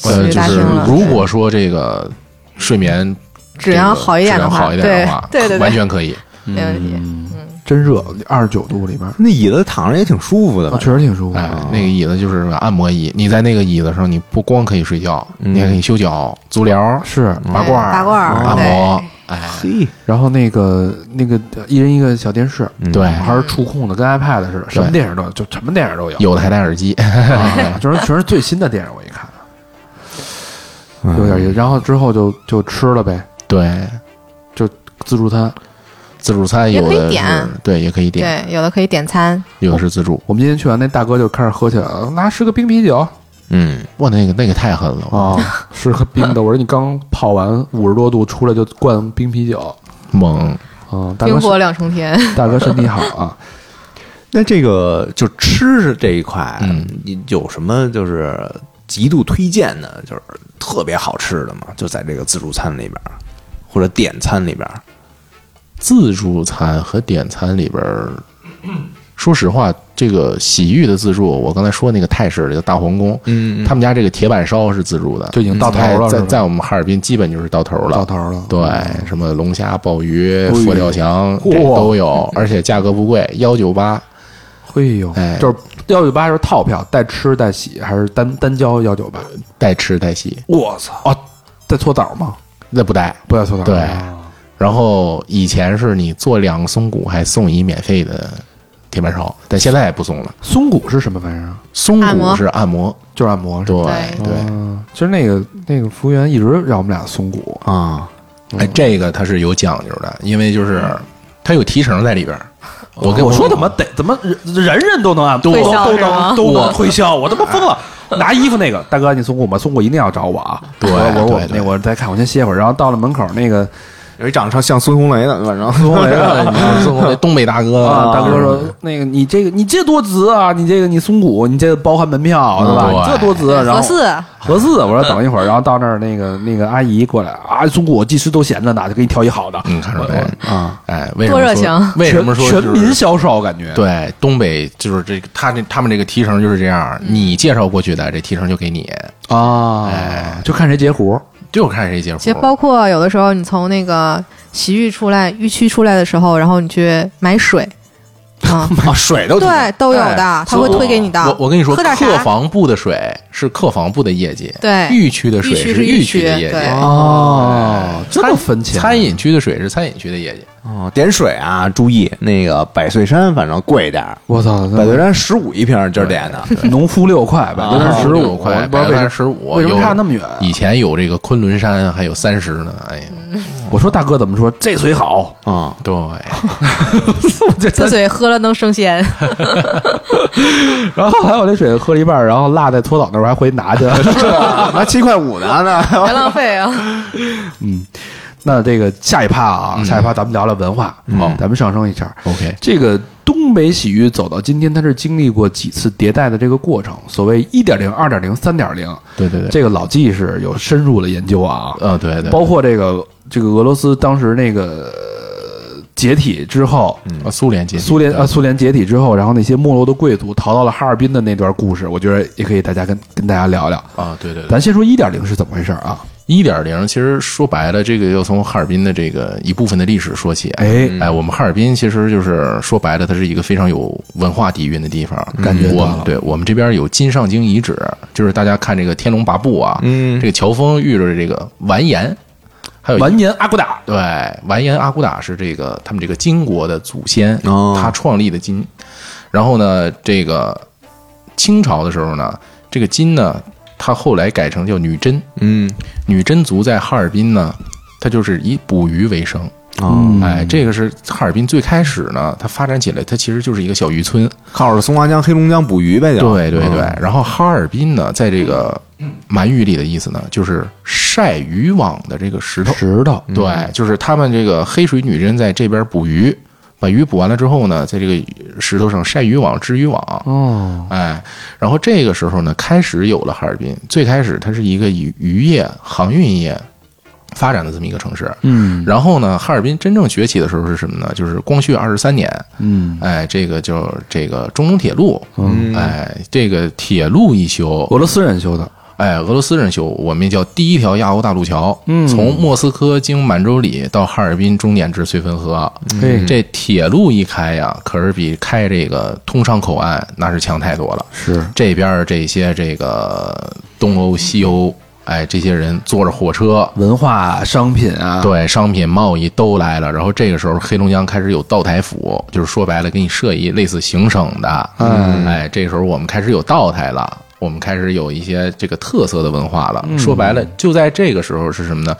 [SPEAKER 3] 呃，
[SPEAKER 5] 洗浴
[SPEAKER 3] 就
[SPEAKER 5] 大
[SPEAKER 3] 是
[SPEAKER 5] 厅了
[SPEAKER 3] 如果说这个睡眠
[SPEAKER 5] 质量
[SPEAKER 3] 这个
[SPEAKER 5] 好一点
[SPEAKER 3] 质
[SPEAKER 5] 的
[SPEAKER 3] 量
[SPEAKER 5] 话，
[SPEAKER 3] 好一点的话，
[SPEAKER 5] 对对对对，
[SPEAKER 3] 完全可以。
[SPEAKER 5] 没问题。
[SPEAKER 2] 嗯
[SPEAKER 4] 真热，二十九度里边，
[SPEAKER 2] 那椅子躺着也挺舒服的
[SPEAKER 4] 啊
[SPEAKER 2] 吧？
[SPEAKER 4] 确实挺舒服
[SPEAKER 3] 哎
[SPEAKER 4] 的。，
[SPEAKER 3] 那个椅子就是按摩椅，你在那个椅子上，你不光可以睡觉，你还
[SPEAKER 4] 嗯
[SPEAKER 3] 可以修脚、足疗、
[SPEAKER 4] 是，
[SPEAKER 3] 拔罐儿、
[SPEAKER 5] 八卦儿
[SPEAKER 3] 按摩，哎，
[SPEAKER 2] 嘿，
[SPEAKER 4] 然后那个那个呃一人一个小电视，
[SPEAKER 2] 嗯
[SPEAKER 3] 对，
[SPEAKER 4] 还是触控的，跟 iPad 似的，什么电影都有，就什么电影都有，
[SPEAKER 3] 有的还戴耳机，
[SPEAKER 4] 啊就是全是最新的电影，我一看。
[SPEAKER 3] 嗯
[SPEAKER 4] 有点意思，然后之后就就吃了呗，
[SPEAKER 3] 对，
[SPEAKER 4] 自助餐。
[SPEAKER 3] 自助餐有
[SPEAKER 5] 也可
[SPEAKER 3] 的
[SPEAKER 5] 以点
[SPEAKER 3] 是，对，也可以点，
[SPEAKER 5] 对，有的可以点餐，
[SPEAKER 3] 有的是自助。
[SPEAKER 4] 我们今天去完，那大哥就开始喝起来了，拿十个冰啤酒啊、
[SPEAKER 2] 嗯，
[SPEAKER 3] 哇，那个那个太狠了，
[SPEAKER 4] 哦十个冰的。我说你刚泡完五十多度出来就灌冰啤酒，
[SPEAKER 3] 猛！哦
[SPEAKER 4] 嗯，大
[SPEAKER 5] 冰
[SPEAKER 4] 哥
[SPEAKER 5] 火两重天。
[SPEAKER 4] 大哥身体好啊，
[SPEAKER 2] 那这个就吃这一块，
[SPEAKER 3] 嗯
[SPEAKER 2] 你有什么就是极度推荐的，就是特别好吃的吗？就在这个自助餐里边儿，或者点餐里边儿，
[SPEAKER 3] 自助餐和点餐里边儿，说实话，这个洗浴的自助，我刚才说那个泰式的就大皇宫，
[SPEAKER 2] 嗯
[SPEAKER 3] 他们家这个铁板烧是自助的，
[SPEAKER 4] 就已经到头了是
[SPEAKER 3] 在在
[SPEAKER 4] 吧
[SPEAKER 3] 在我们哈尔滨基本就是到头了，
[SPEAKER 4] 到头了。
[SPEAKER 3] 对，什么龙虾、鲍鱼、
[SPEAKER 4] 呦
[SPEAKER 3] 佛跳墙这
[SPEAKER 4] 嚯
[SPEAKER 3] 都有，而且价格不贵，幺九八。
[SPEAKER 4] 哎呦，
[SPEAKER 3] 哎
[SPEAKER 4] 就是幺九八是套票，带吃带洗还是单单交幺九八？
[SPEAKER 3] 带吃带洗，
[SPEAKER 4] 我操！哦，带搓澡吗？
[SPEAKER 3] 那不带。
[SPEAKER 4] 不带搓澡。哦
[SPEAKER 3] 对，然后以前是你做两个松骨还送一免费的铁板烧，但现在也不送了。
[SPEAKER 4] 松骨是什么玩意儿？啊
[SPEAKER 3] 松
[SPEAKER 5] 按
[SPEAKER 3] 骨
[SPEAKER 5] 摩
[SPEAKER 3] 是按摩，
[SPEAKER 4] 就是按摩。
[SPEAKER 3] 对
[SPEAKER 4] 是吧
[SPEAKER 5] 对
[SPEAKER 3] 对。
[SPEAKER 4] 嗯其实那个那个服务员一直让我们俩松骨，
[SPEAKER 2] 啊，
[SPEAKER 4] 哦
[SPEAKER 3] 哎，这个它是有讲究的，因为就是它有提成在里边儿。我跟
[SPEAKER 4] 哦我说怎么得怎么人人人都能按都
[SPEAKER 5] 推
[SPEAKER 4] 都
[SPEAKER 5] 销
[SPEAKER 4] 都
[SPEAKER 5] 是吗
[SPEAKER 4] 能都能推销，我他妈疯了！拿衣服那个大哥，你松骨吗？松骨一定要找我啊！
[SPEAKER 3] 对
[SPEAKER 4] 我我我
[SPEAKER 3] 对对
[SPEAKER 4] 那我再看，我先歇会儿。然后到了门口那个
[SPEAKER 2] 有一长得像孙红雷的，反正
[SPEAKER 4] 孙红雷啊，
[SPEAKER 3] 松骨那东北大哥嗯
[SPEAKER 4] 啊， 大哥说那个你这个你这多值啊，你这个你松骨，你这包含门票对吧？
[SPEAKER 3] 嗯对
[SPEAKER 4] 你这多
[SPEAKER 3] 啊
[SPEAKER 4] 值，啊然后
[SPEAKER 5] 合适，
[SPEAKER 4] 合适。我说等一会儿，然后到那儿那个那个阿姨过来啊，松骨我技师都闲着呢，就给你挑一好的
[SPEAKER 3] 嗯，看出来
[SPEAKER 4] 啊。
[SPEAKER 3] 哎，为什
[SPEAKER 5] 多
[SPEAKER 3] 么
[SPEAKER 5] 热
[SPEAKER 3] 说
[SPEAKER 5] 情
[SPEAKER 3] 为什么说
[SPEAKER 4] 全
[SPEAKER 3] 就
[SPEAKER 4] 全
[SPEAKER 3] 是
[SPEAKER 4] 民销售感觉？
[SPEAKER 3] 对，东北就是这个，他这他们这个提成就是这样，
[SPEAKER 5] 嗯
[SPEAKER 3] 你介绍过去的这提成就给你，
[SPEAKER 4] 啊，
[SPEAKER 3] 哎
[SPEAKER 4] 就看谁截胡。
[SPEAKER 3] 就看谁接活。
[SPEAKER 5] 其实包括有的时候你从那个洗浴出来、浴区出来的时候，然后你去买 水，啊，
[SPEAKER 2] 啊， 水都
[SPEAKER 5] 对，都有的，他会推给你的。
[SPEAKER 3] 哎我我跟你说，
[SPEAKER 5] 喝点
[SPEAKER 3] 客
[SPEAKER 5] 啥？
[SPEAKER 3] 房部的水是客房部的业绩，
[SPEAKER 5] 对
[SPEAKER 3] 浴区的水
[SPEAKER 5] 浴区
[SPEAKER 3] 是
[SPEAKER 5] 是
[SPEAKER 3] 浴
[SPEAKER 5] 浴
[SPEAKER 3] 区
[SPEAKER 5] 区
[SPEAKER 3] 的业
[SPEAKER 5] 对
[SPEAKER 3] 绩，
[SPEAKER 4] 哦，这么分钱？
[SPEAKER 3] 餐饮区的水是餐饮区的业绩。
[SPEAKER 2] 哦，点水啊，注意那个百岁山，反正贵点儿，
[SPEAKER 4] 我操，
[SPEAKER 2] 百岁山十五一瓶儿今儿点的，
[SPEAKER 4] 农夫六块，百分之十
[SPEAKER 3] 15
[SPEAKER 4] 五
[SPEAKER 3] 啊块，
[SPEAKER 4] 啊不知道为
[SPEAKER 3] 百
[SPEAKER 4] 什
[SPEAKER 3] 分之十五，啊
[SPEAKER 4] 为什么
[SPEAKER 3] 有
[SPEAKER 4] 差那么远？啊
[SPEAKER 3] 以前有这个昆仑山，还有三十呢。哎呀，
[SPEAKER 4] 我说大哥怎么 说？这水好，
[SPEAKER 2] 啊，
[SPEAKER 3] 对，
[SPEAKER 5] 这水喝了能 升仙，
[SPEAKER 4] 然后还有那水喝了一半，然后落在搓澡那儿，我还回去 拿去。
[SPEAKER 2] 那七块五呢呢，
[SPEAKER 5] 别浪费
[SPEAKER 3] 哎
[SPEAKER 5] 啊！
[SPEAKER 4] 嗯那这个下一趴啊，下一趴咱们聊聊文化，好，咱们上升一下。
[SPEAKER 3] OK
[SPEAKER 4] 这个东北洗浴走到今天，它是经历过几次迭代的这个过程，所谓一点零、二点零、三点零，
[SPEAKER 3] 对对对，
[SPEAKER 4] 这个老纪是有深入的研究啊。
[SPEAKER 3] 呃，对对对，
[SPEAKER 4] 包括这个这个俄罗斯当时那个呃解体之后，
[SPEAKER 3] 呃苏联接近
[SPEAKER 4] 苏联
[SPEAKER 3] 对
[SPEAKER 4] 呃苏联嗯解体之后，然后那些没落的贵族逃到了哈尔滨的那段故事，我觉得也可以大家跟跟大家聊聊。
[SPEAKER 3] 啊，对对对，
[SPEAKER 4] 咱先说一点零是怎么回事啊？
[SPEAKER 3] 一点零，其实说白了，这个要从哈尔滨的这个一部分的历史说起。
[SPEAKER 4] 哎
[SPEAKER 3] 哎，我们哈尔滨其实就是说白了，它是一个非常有文化底蕴的地方。
[SPEAKER 4] 嗯感觉到
[SPEAKER 3] 我
[SPEAKER 4] 了
[SPEAKER 3] 们对我们这边有金上京遗址，就是大家看这个《天龙八部》啊，嗯，这个乔峰遇着这个完颜，还有一
[SPEAKER 4] 完颜阿骨打，
[SPEAKER 3] 对，完颜阿骨打是这个他们这个金国的祖先，
[SPEAKER 2] 哦
[SPEAKER 3] 他创立的金。然后呢，这个清朝的时候呢，这个金呢，它后来改成叫女真，
[SPEAKER 2] 嗯，
[SPEAKER 3] 女真族在哈尔滨呢，它就是以捕鱼为生。
[SPEAKER 2] 哦，
[SPEAKER 3] 哎，这个是哈尔滨最开始呢，它发展起来，它其实就是一个小渔村。
[SPEAKER 2] 靠着松花江、黑龙江捕鱼呗，就
[SPEAKER 3] 对对对，，
[SPEAKER 4] 嗯
[SPEAKER 3] 然后哈尔滨呢，在这个满语里的意思呢，就是晒渔网的这个石头。
[SPEAKER 4] 石头，嗯
[SPEAKER 3] 对，就是他们这个黑水女真在这边捕鱼，把鱼捕完了之后呢，在这个石头上晒渔网、织渔网。
[SPEAKER 4] 哦，
[SPEAKER 3] 哎，然后这个时候呢，开始有了哈尔滨。最开始它是一个以渔业、航运业发展的这么一个城市。
[SPEAKER 4] 嗯
[SPEAKER 3] 然后呢，哈尔滨真正崛起的时候是什么呢？就是光绪二十三年，
[SPEAKER 4] 嗯，
[SPEAKER 3] 哎，这个就这个中东铁路，
[SPEAKER 2] 嗯，
[SPEAKER 3] 哎，这个铁路一修，
[SPEAKER 4] 俄罗斯人修的，
[SPEAKER 3] 哎，俄罗斯人修，我们叫第一条亚欧大陆桥，嗯，从莫斯科经满洲里到哈尔滨，终点至绥芬河。
[SPEAKER 4] 哎
[SPEAKER 3] 嗯这铁路一开呀，可是比开这个通商口岸那是强太多了。
[SPEAKER 4] 是
[SPEAKER 3] 这边儿这些这个东欧、西欧，哎，这些人坐着火车，
[SPEAKER 4] 文化商品啊，，
[SPEAKER 3] 对商品贸易都来了。然后这个时候，黑龙江开始有道台府，就是说白了，给你设一类似行省的。嗯，哎，这时候我们开始有道台了，我们开始有一些这个特色的文化
[SPEAKER 2] 嗯
[SPEAKER 3] 了。说白了，就在这个时候是什么呢？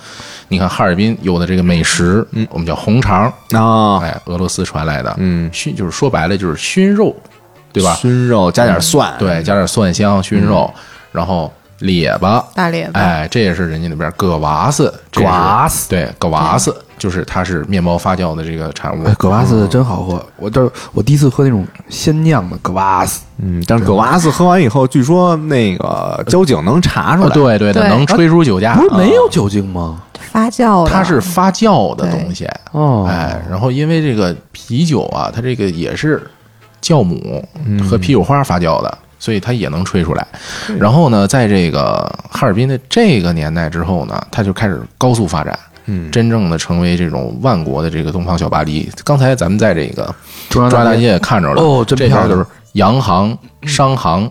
[SPEAKER 3] 你看哈尔滨有的这个美食，我们叫红肠，
[SPEAKER 2] 嗯啊，
[SPEAKER 3] 哎，俄罗斯传来的，
[SPEAKER 2] 嗯，
[SPEAKER 3] 熏就是说白了就是熏肉，对吧？
[SPEAKER 2] 熏嗯肉加点蒜，
[SPEAKER 3] 对，加点蒜香熏肉，然后列巴，
[SPEAKER 5] 大列巴，
[SPEAKER 3] 哎，这也是人家那边葛瓦斯，这是
[SPEAKER 4] 葛瓦斯
[SPEAKER 3] 对，葛瓦斯就是它是面包发酵的这个产物
[SPEAKER 4] 哎，，葛瓦斯
[SPEAKER 3] 嗯
[SPEAKER 4] 真好喝，我这我第一次喝那种鲜酿的葛瓦斯，
[SPEAKER 2] 嗯，但是葛瓦斯喝完以后，据说那个交警能查出
[SPEAKER 3] 啊
[SPEAKER 2] 来，
[SPEAKER 3] 对对的，
[SPEAKER 5] 对
[SPEAKER 3] 能吹出酒驾
[SPEAKER 4] 不，是没
[SPEAKER 3] 啊
[SPEAKER 4] 有酒精吗？
[SPEAKER 5] 发酵的，
[SPEAKER 3] 它是发酵的东西，
[SPEAKER 4] 哦，
[SPEAKER 3] 哎，然后因为这个啤酒啊，它这个也是酵母
[SPEAKER 4] 嗯
[SPEAKER 3] 和啤酒花发酵的，所以它也能吹出来。然后呢，在这个哈尔滨的这个年代之后呢，它就开始高速发展。
[SPEAKER 2] 嗯
[SPEAKER 3] 真正的成为这种万国的这个东方小巴黎。刚才咱们在这个
[SPEAKER 4] 中央
[SPEAKER 3] 抓大
[SPEAKER 4] 街
[SPEAKER 3] 街也看着了，
[SPEAKER 4] 哦真
[SPEAKER 3] 这边
[SPEAKER 4] 漂亮嗯
[SPEAKER 3] 就是洋行、商行。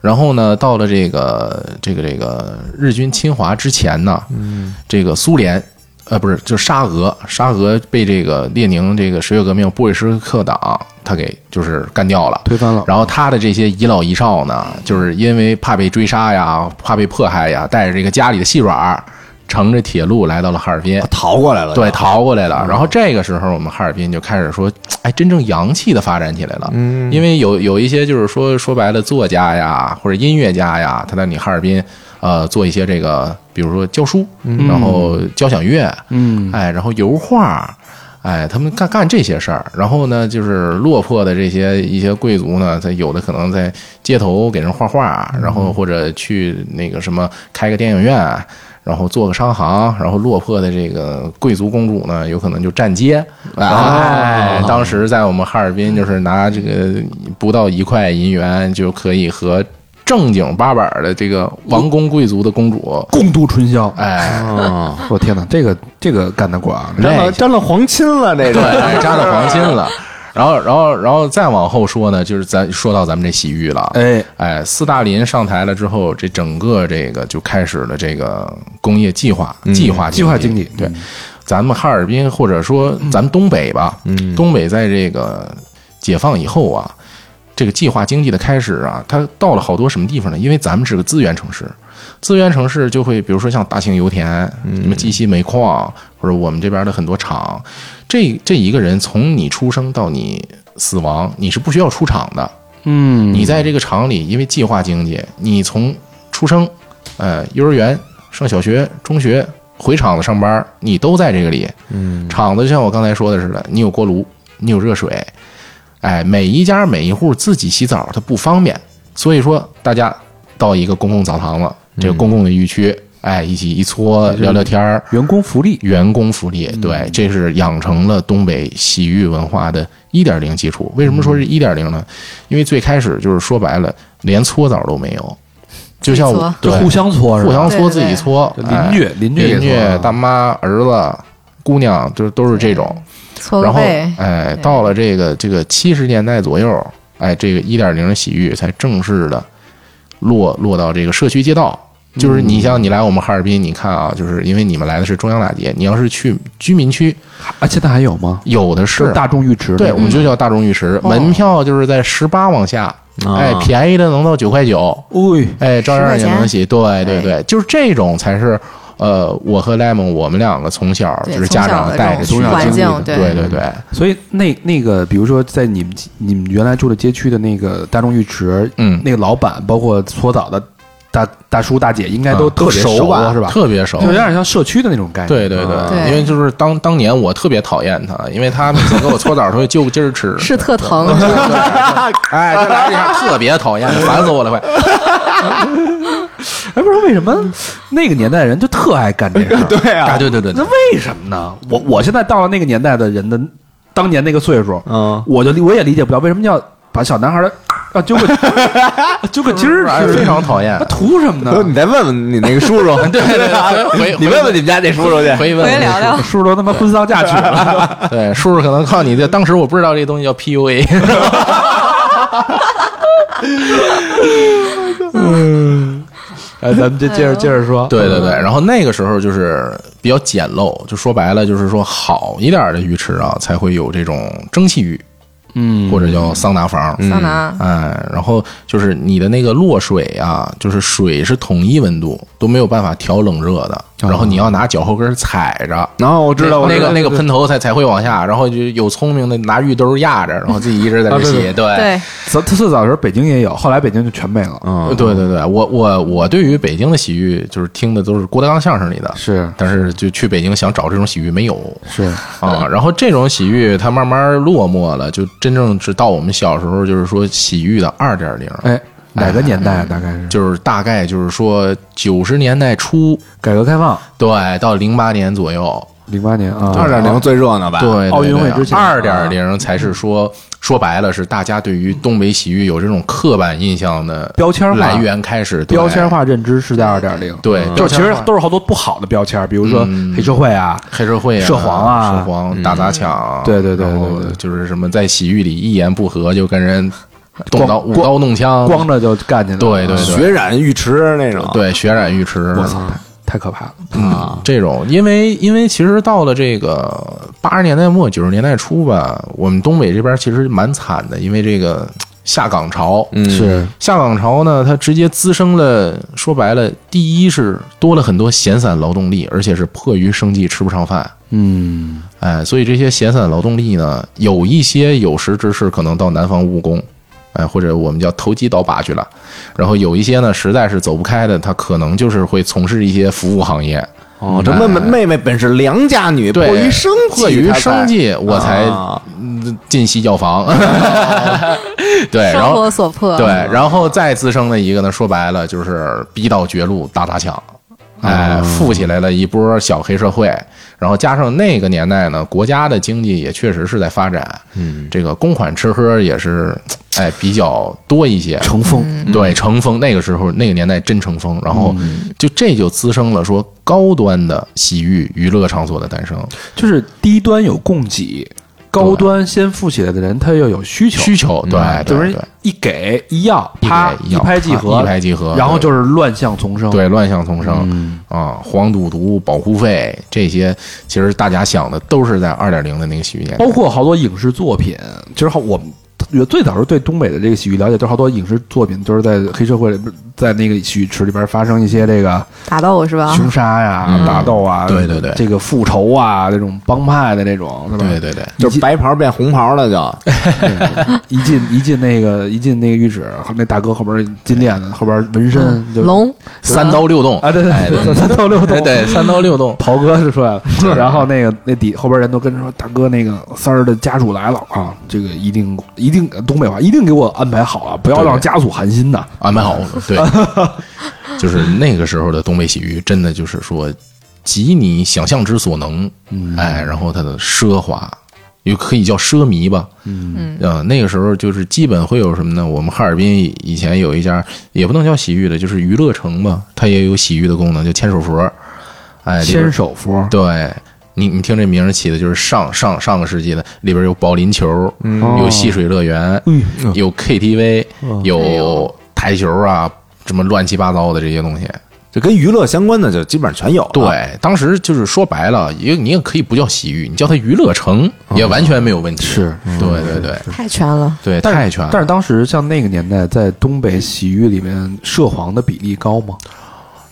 [SPEAKER 3] 然后呢，到了这个这个这个日军侵华之前呢，嗯，这个苏联，呃，不是，就沙俄，沙俄被这个列宁这个十月革命布尔什维克党他给就是干掉了，
[SPEAKER 4] 推翻了，
[SPEAKER 3] 然后他的这些遗老遗少呢，就是因为怕被追杀呀，怕被迫害呀，带着这个家里的细软儿，乘着铁路来到了哈尔滨，
[SPEAKER 2] 啊逃过来了，
[SPEAKER 3] 对，逃过来了。然后这个时候，我们哈尔滨就开始说，哎，真正洋气的发展起来了。嗯，因为有有一些就是说说白了，作家呀或者音乐家呀，他在你哈尔滨呃做一些这个，比如说教书，然后交响乐，
[SPEAKER 4] 嗯，
[SPEAKER 3] 哎，然后油画。哎，他们干干这些事儿，然后呢，就是落魄的这些一些贵族呢，他有的可能在街头给人画画，然后或者去那个什么开个电影院，然后做个商行，然后落魄的这个贵族公主呢，有可能就站街。哎，当时在我们哈尔滨，就是拿这个不到一块银元就可以和正经八板的这个王公贵族的公主，
[SPEAKER 4] 共度春宵。
[SPEAKER 3] 哎，
[SPEAKER 2] 哦，
[SPEAKER 4] 我天哪，这个这个干得过啊！
[SPEAKER 2] 沾了沾了黄金了，这
[SPEAKER 3] 对，
[SPEAKER 2] 个
[SPEAKER 3] 扎到黄金了。然后，然后，然后再往后说呢，就是咱说到咱们这洗浴了。
[SPEAKER 4] 哎，
[SPEAKER 3] 哎，斯大林上台了之后，这整个这个就开始了这个工业计划、计划
[SPEAKER 4] 嗯计划经济
[SPEAKER 3] 对，咱们哈尔滨或者说咱们东北吧，嗯，东北在这个解放以后啊，这个计划经济的开始啊，它到了好多什么地方呢？因为咱们是个资源城市，资源城市就会比如说像大庆油田、什么鸡西煤矿，或者我们这边的很多厂，这这一个人从你出生到你死亡，你是不需要出厂的。
[SPEAKER 4] 嗯，
[SPEAKER 3] 你在这个厂里，因为计划经济，你从出生，呃，幼儿园上小学、中学，回厂子上班，你都在这个里。嗯，厂子就像我刚才说的似的，你有锅炉，你有热水，哎，每一家每一户自己洗澡它不方便，所以说大家到一个公共澡堂子，这个公共的浴区，哎，一起一搓聊聊天儿，
[SPEAKER 4] 员工福利，
[SPEAKER 3] 员工福利，
[SPEAKER 4] 嗯
[SPEAKER 3] 对，这是养成了东北洗浴文化的一点零基础。为什么说
[SPEAKER 4] 嗯
[SPEAKER 3] 是一点零呢？因为最开始就是说白了，连搓澡都没有，就像我
[SPEAKER 4] 就
[SPEAKER 3] 对
[SPEAKER 4] 互相搓是吧？
[SPEAKER 3] 互相搓
[SPEAKER 5] 对对
[SPEAKER 3] 自
[SPEAKER 5] 对
[SPEAKER 3] 己搓，哎
[SPEAKER 4] 邻居邻居也
[SPEAKER 3] 邻居
[SPEAKER 4] 搓啊
[SPEAKER 3] 大妈儿子姑娘，就都是这种。
[SPEAKER 5] 搓
[SPEAKER 3] 然
[SPEAKER 5] 个
[SPEAKER 3] 后
[SPEAKER 5] 背，
[SPEAKER 3] 哎，
[SPEAKER 5] 对
[SPEAKER 3] 到了这个这个七十年代左右，哎，这个一点零的洗浴才正式的落落到这个社区街道。就是你像你来我们哈尔滨，你看啊，就是因为你们来的是中央大街，你要是去居民区，
[SPEAKER 4] 啊，现在还有吗？
[SPEAKER 3] 有的是
[SPEAKER 4] 就大众浴池那种，
[SPEAKER 3] 对，我们就叫大众浴池，门票就是在十八往下，
[SPEAKER 2] 啊
[SPEAKER 3] 哎，便宜的能到九块九，
[SPEAKER 4] 哎，
[SPEAKER 3] 哎，照样也
[SPEAKER 5] 10块
[SPEAKER 3] 能
[SPEAKER 5] 钱
[SPEAKER 3] 洗。对对对，就是这种才是，呃，我和 Lemon 我们两个从小
[SPEAKER 5] 对
[SPEAKER 3] 就是家长带着去
[SPEAKER 5] 从
[SPEAKER 4] 小的这种
[SPEAKER 3] 经历的
[SPEAKER 5] 环境
[SPEAKER 3] 对
[SPEAKER 5] 对
[SPEAKER 3] 对对，
[SPEAKER 4] 所以那那个，比如说在你们你们原来住的街区的那个大众浴池，
[SPEAKER 3] 嗯
[SPEAKER 4] 那个老板包括搓澡的大大叔大姐，应该都
[SPEAKER 3] 嗯
[SPEAKER 4] 特别
[SPEAKER 2] 都熟吧
[SPEAKER 4] 吧？是吧？
[SPEAKER 3] 特别熟啊
[SPEAKER 4] 就。有点像社区的那种概念。
[SPEAKER 3] 对对
[SPEAKER 2] 啊
[SPEAKER 3] 对，
[SPEAKER 5] 对
[SPEAKER 3] 因为就是当当年我特别讨厌他，因为他每次给我搓澡，他会就劲儿吃，
[SPEAKER 5] 是特疼，
[SPEAKER 3] 哎，这俩人特别讨厌，烦死我了，快！
[SPEAKER 4] 哎，不知道为什么那个年代人就特爱干这事儿。
[SPEAKER 2] 对啊，
[SPEAKER 3] 啊，对对对，
[SPEAKER 4] 那
[SPEAKER 3] 对
[SPEAKER 4] 为什么呢？我我现在到了那个年代的人的当年那个岁数，
[SPEAKER 2] 嗯
[SPEAKER 4] 我就理我也理解不了为什么要把小男孩的啊揪个揪个 筋儿
[SPEAKER 3] 哎
[SPEAKER 4] 吃，
[SPEAKER 3] 非常讨厌
[SPEAKER 4] 他。图什么
[SPEAKER 2] 不是
[SPEAKER 4] 呢？
[SPEAKER 2] 你再问问你那个叔 叔，
[SPEAKER 3] 对对对 回回
[SPEAKER 2] 你问问你们家那叔叔去。
[SPEAKER 3] 回去问
[SPEAKER 5] 回
[SPEAKER 3] 问
[SPEAKER 5] 聊聊。
[SPEAKER 4] 叔叔都他妈婚丧嫁娶了，
[SPEAKER 3] 对，叔叔可能靠你这，当时我不知道这东西叫 PUA，
[SPEAKER 4] 哎，咱们就接着接着说。嗯
[SPEAKER 3] 对对对，然后那个时候就是比较简陋，就说白了就是说好一点的浴池啊，才会有这种蒸汽浴，嗯，或者叫桑拿房，
[SPEAKER 4] 嗯
[SPEAKER 5] 桑拿，
[SPEAKER 3] 哎，然后就是你的那个落水啊，就是水是统一温度，都没有办法调冷热的，
[SPEAKER 4] 哦
[SPEAKER 3] 然后你要拿脚后跟踩着。
[SPEAKER 2] 然后我知道，我
[SPEAKER 3] 那
[SPEAKER 2] 知
[SPEAKER 3] 个
[SPEAKER 2] 道
[SPEAKER 3] 那个喷头才才会往下，然后就有聪明的拿浴兜压着，然后自己一直在这
[SPEAKER 2] 啊对
[SPEAKER 3] 洗，对
[SPEAKER 5] 对，
[SPEAKER 4] 早他最早的时候北京也有，后来北京就全没了。
[SPEAKER 2] 嗯，
[SPEAKER 3] 对对对，我我我对于北京的洗浴就是听的都是郭德纲相声里的，
[SPEAKER 4] 是
[SPEAKER 3] 但是就去北京想找这种洗浴没有
[SPEAKER 4] 是，
[SPEAKER 3] 啊。然后这种洗浴它慢慢落寞了，就真正是到我们小时候就是说洗浴的二点零，
[SPEAKER 4] 哎，哪个年 代啊？大概是
[SPEAKER 3] 就是大概就是说九十年代初，
[SPEAKER 4] 改革开放
[SPEAKER 3] 对，到零八年左右，
[SPEAKER 4] 零八年啊，
[SPEAKER 2] 二点零最热闹吧？
[SPEAKER 3] 对，
[SPEAKER 4] 奥运会之前啊
[SPEAKER 3] 二点零才是说说白了是大家对于东北洗浴有这种刻板印象的
[SPEAKER 4] 标签化
[SPEAKER 3] 来源开始对
[SPEAKER 4] 标签化嗯认知是在二点零，
[SPEAKER 3] 对，
[SPEAKER 4] 就
[SPEAKER 3] 标
[SPEAKER 4] 是
[SPEAKER 3] 签
[SPEAKER 4] 其实
[SPEAKER 3] 化嗯
[SPEAKER 4] 都是好多不好的标签，比如说黑社会啊，
[SPEAKER 3] 黑社会、啊、
[SPEAKER 4] 涉黄啊
[SPEAKER 3] 涉黄、打砸抢，
[SPEAKER 4] 对对对
[SPEAKER 3] 然后
[SPEAKER 4] 对对对
[SPEAKER 3] 就是什么在洗浴里一言不合就跟人动刀
[SPEAKER 4] 光
[SPEAKER 3] 舞刀弄枪，
[SPEAKER 4] 光着就干进来了，
[SPEAKER 3] 嗯对对对
[SPEAKER 2] 血染浴池那种。
[SPEAKER 3] 对血染浴池，
[SPEAKER 4] 我操，太可怕了。
[SPEAKER 2] 啊
[SPEAKER 3] 嗯，这种，因为因为其实到了这个八十年代末九十年代初吧，我们东北这边其实蛮惨的，因为这个下岗潮，
[SPEAKER 2] 嗯，
[SPEAKER 4] 是
[SPEAKER 3] 下岗潮呢，它直接滋生了，说白了，第一是多了很多闲散劳动力，而且是迫于生计吃不上饭。
[SPEAKER 4] 嗯，
[SPEAKER 3] 哎，所以这些闲散劳动力呢，有一些有识之士可能到南方务工，哎，或者我们叫投机倒把去了。然后有一些呢，实在是走不开的，他可能就是会从事一些服务行业。
[SPEAKER 2] 哦，这妹妹妹妹本是良家女，迫
[SPEAKER 3] 对，
[SPEAKER 2] 于生计，
[SPEAKER 3] 迫于
[SPEAKER 2] 她才
[SPEAKER 3] 生计，我才
[SPEAKER 2] 啊
[SPEAKER 3] 嗯进西药房。 对，哎然
[SPEAKER 5] 生
[SPEAKER 3] 后
[SPEAKER 5] 活所迫，
[SPEAKER 3] 对，然后再滋生的一个呢，说白了就是逼到绝路，打砸抢。哎，富起来了一波小黑社会，然后加上那个年代呢，国家的经济也确实是在发展，嗯，这个公款吃喝也是，哎，比较多一些，
[SPEAKER 4] 乘风
[SPEAKER 3] 对，成风那个时候那个年代真成风，然后就这就滋生了说高端的洗浴娱乐场所的诞生，
[SPEAKER 4] 就是低端有供给，高端先富起来的人他要有需求，
[SPEAKER 3] 需求，对
[SPEAKER 4] 嗯就
[SPEAKER 3] 对
[SPEAKER 4] 是
[SPEAKER 3] 对
[SPEAKER 4] 一给一要，啪
[SPEAKER 3] 一给一要
[SPEAKER 4] 拍即合，
[SPEAKER 3] 啪一拍即合
[SPEAKER 4] 然后就是乱象丛生。
[SPEAKER 3] 对，乱象丛生啊，黄赌毒、保护费这些，其实大家想的都是在二点零的那个洗浴年代
[SPEAKER 4] 包。括好多影视作品，其实好我们。最早时候对东北的这个洗浴了解，就是好多影视作品都是在黑社会里，不是在那个洗浴池里边发生一些这个
[SPEAKER 5] 打斗是吧？
[SPEAKER 4] 凶杀呀、打斗啊，
[SPEAKER 3] 对对对
[SPEAKER 4] 这个复仇啊，这种帮派的这种，是吧？
[SPEAKER 3] 对对对，
[SPEAKER 2] 就是白袍变红袍了，就
[SPEAKER 4] 一进一进那个一进那个浴室，后那大哥后边金链子，后边纹身，就
[SPEAKER 5] 嗯龙
[SPEAKER 3] 三刀六洞
[SPEAKER 4] 啊，对
[SPEAKER 3] 哎
[SPEAKER 4] 对，三三到六
[SPEAKER 3] 对
[SPEAKER 4] 洞，
[SPEAKER 3] 对，三刀六 洞，
[SPEAKER 4] 袍哥就出来了，然后那个那底后边人都跟着说：“大哥，那个三儿的家属来了啊，这个一定一定东北话，一定给我安排好啊，不要
[SPEAKER 3] 对对
[SPEAKER 4] 让家属寒心呐。
[SPEAKER 3] 安排啊好， 对，就是那个时候的东北洗浴，真的就是说，集你想象之所能，
[SPEAKER 4] 嗯
[SPEAKER 3] 哎，然后它的奢华，也可以叫奢靡吧，嗯，呃，那个时候就是基本会有什么呢？我们哈尔滨以前有一家，也不能叫洗浴的，就是娱乐城吧，它也有洗浴的功能，就牵手佛，哎，里边
[SPEAKER 4] 牵手佛，
[SPEAKER 3] 对。你你听这名儿起的就是上上上个世纪的，里边有保龄球，
[SPEAKER 4] 嗯哦
[SPEAKER 3] 有戏水乐园，
[SPEAKER 4] 哎
[SPEAKER 3] 有 KTV，有台球啊，什么乱七八糟的这些东西。
[SPEAKER 2] 就跟娱乐相关的就基本上全有了。
[SPEAKER 3] 对，当时就是说白了，也你也可以不叫洗浴，你叫它娱乐城也完全没有问题。
[SPEAKER 4] 哦是，
[SPEAKER 3] 对对对
[SPEAKER 6] 太全了。
[SPEAKER 3] 对，
[SPEAKER 4] 但是
[SPEAKER 3] 泰拳。
[SPEAKER 4] 但是当时像那个年代，在东北洗浴里面，涉黄的比例高吗？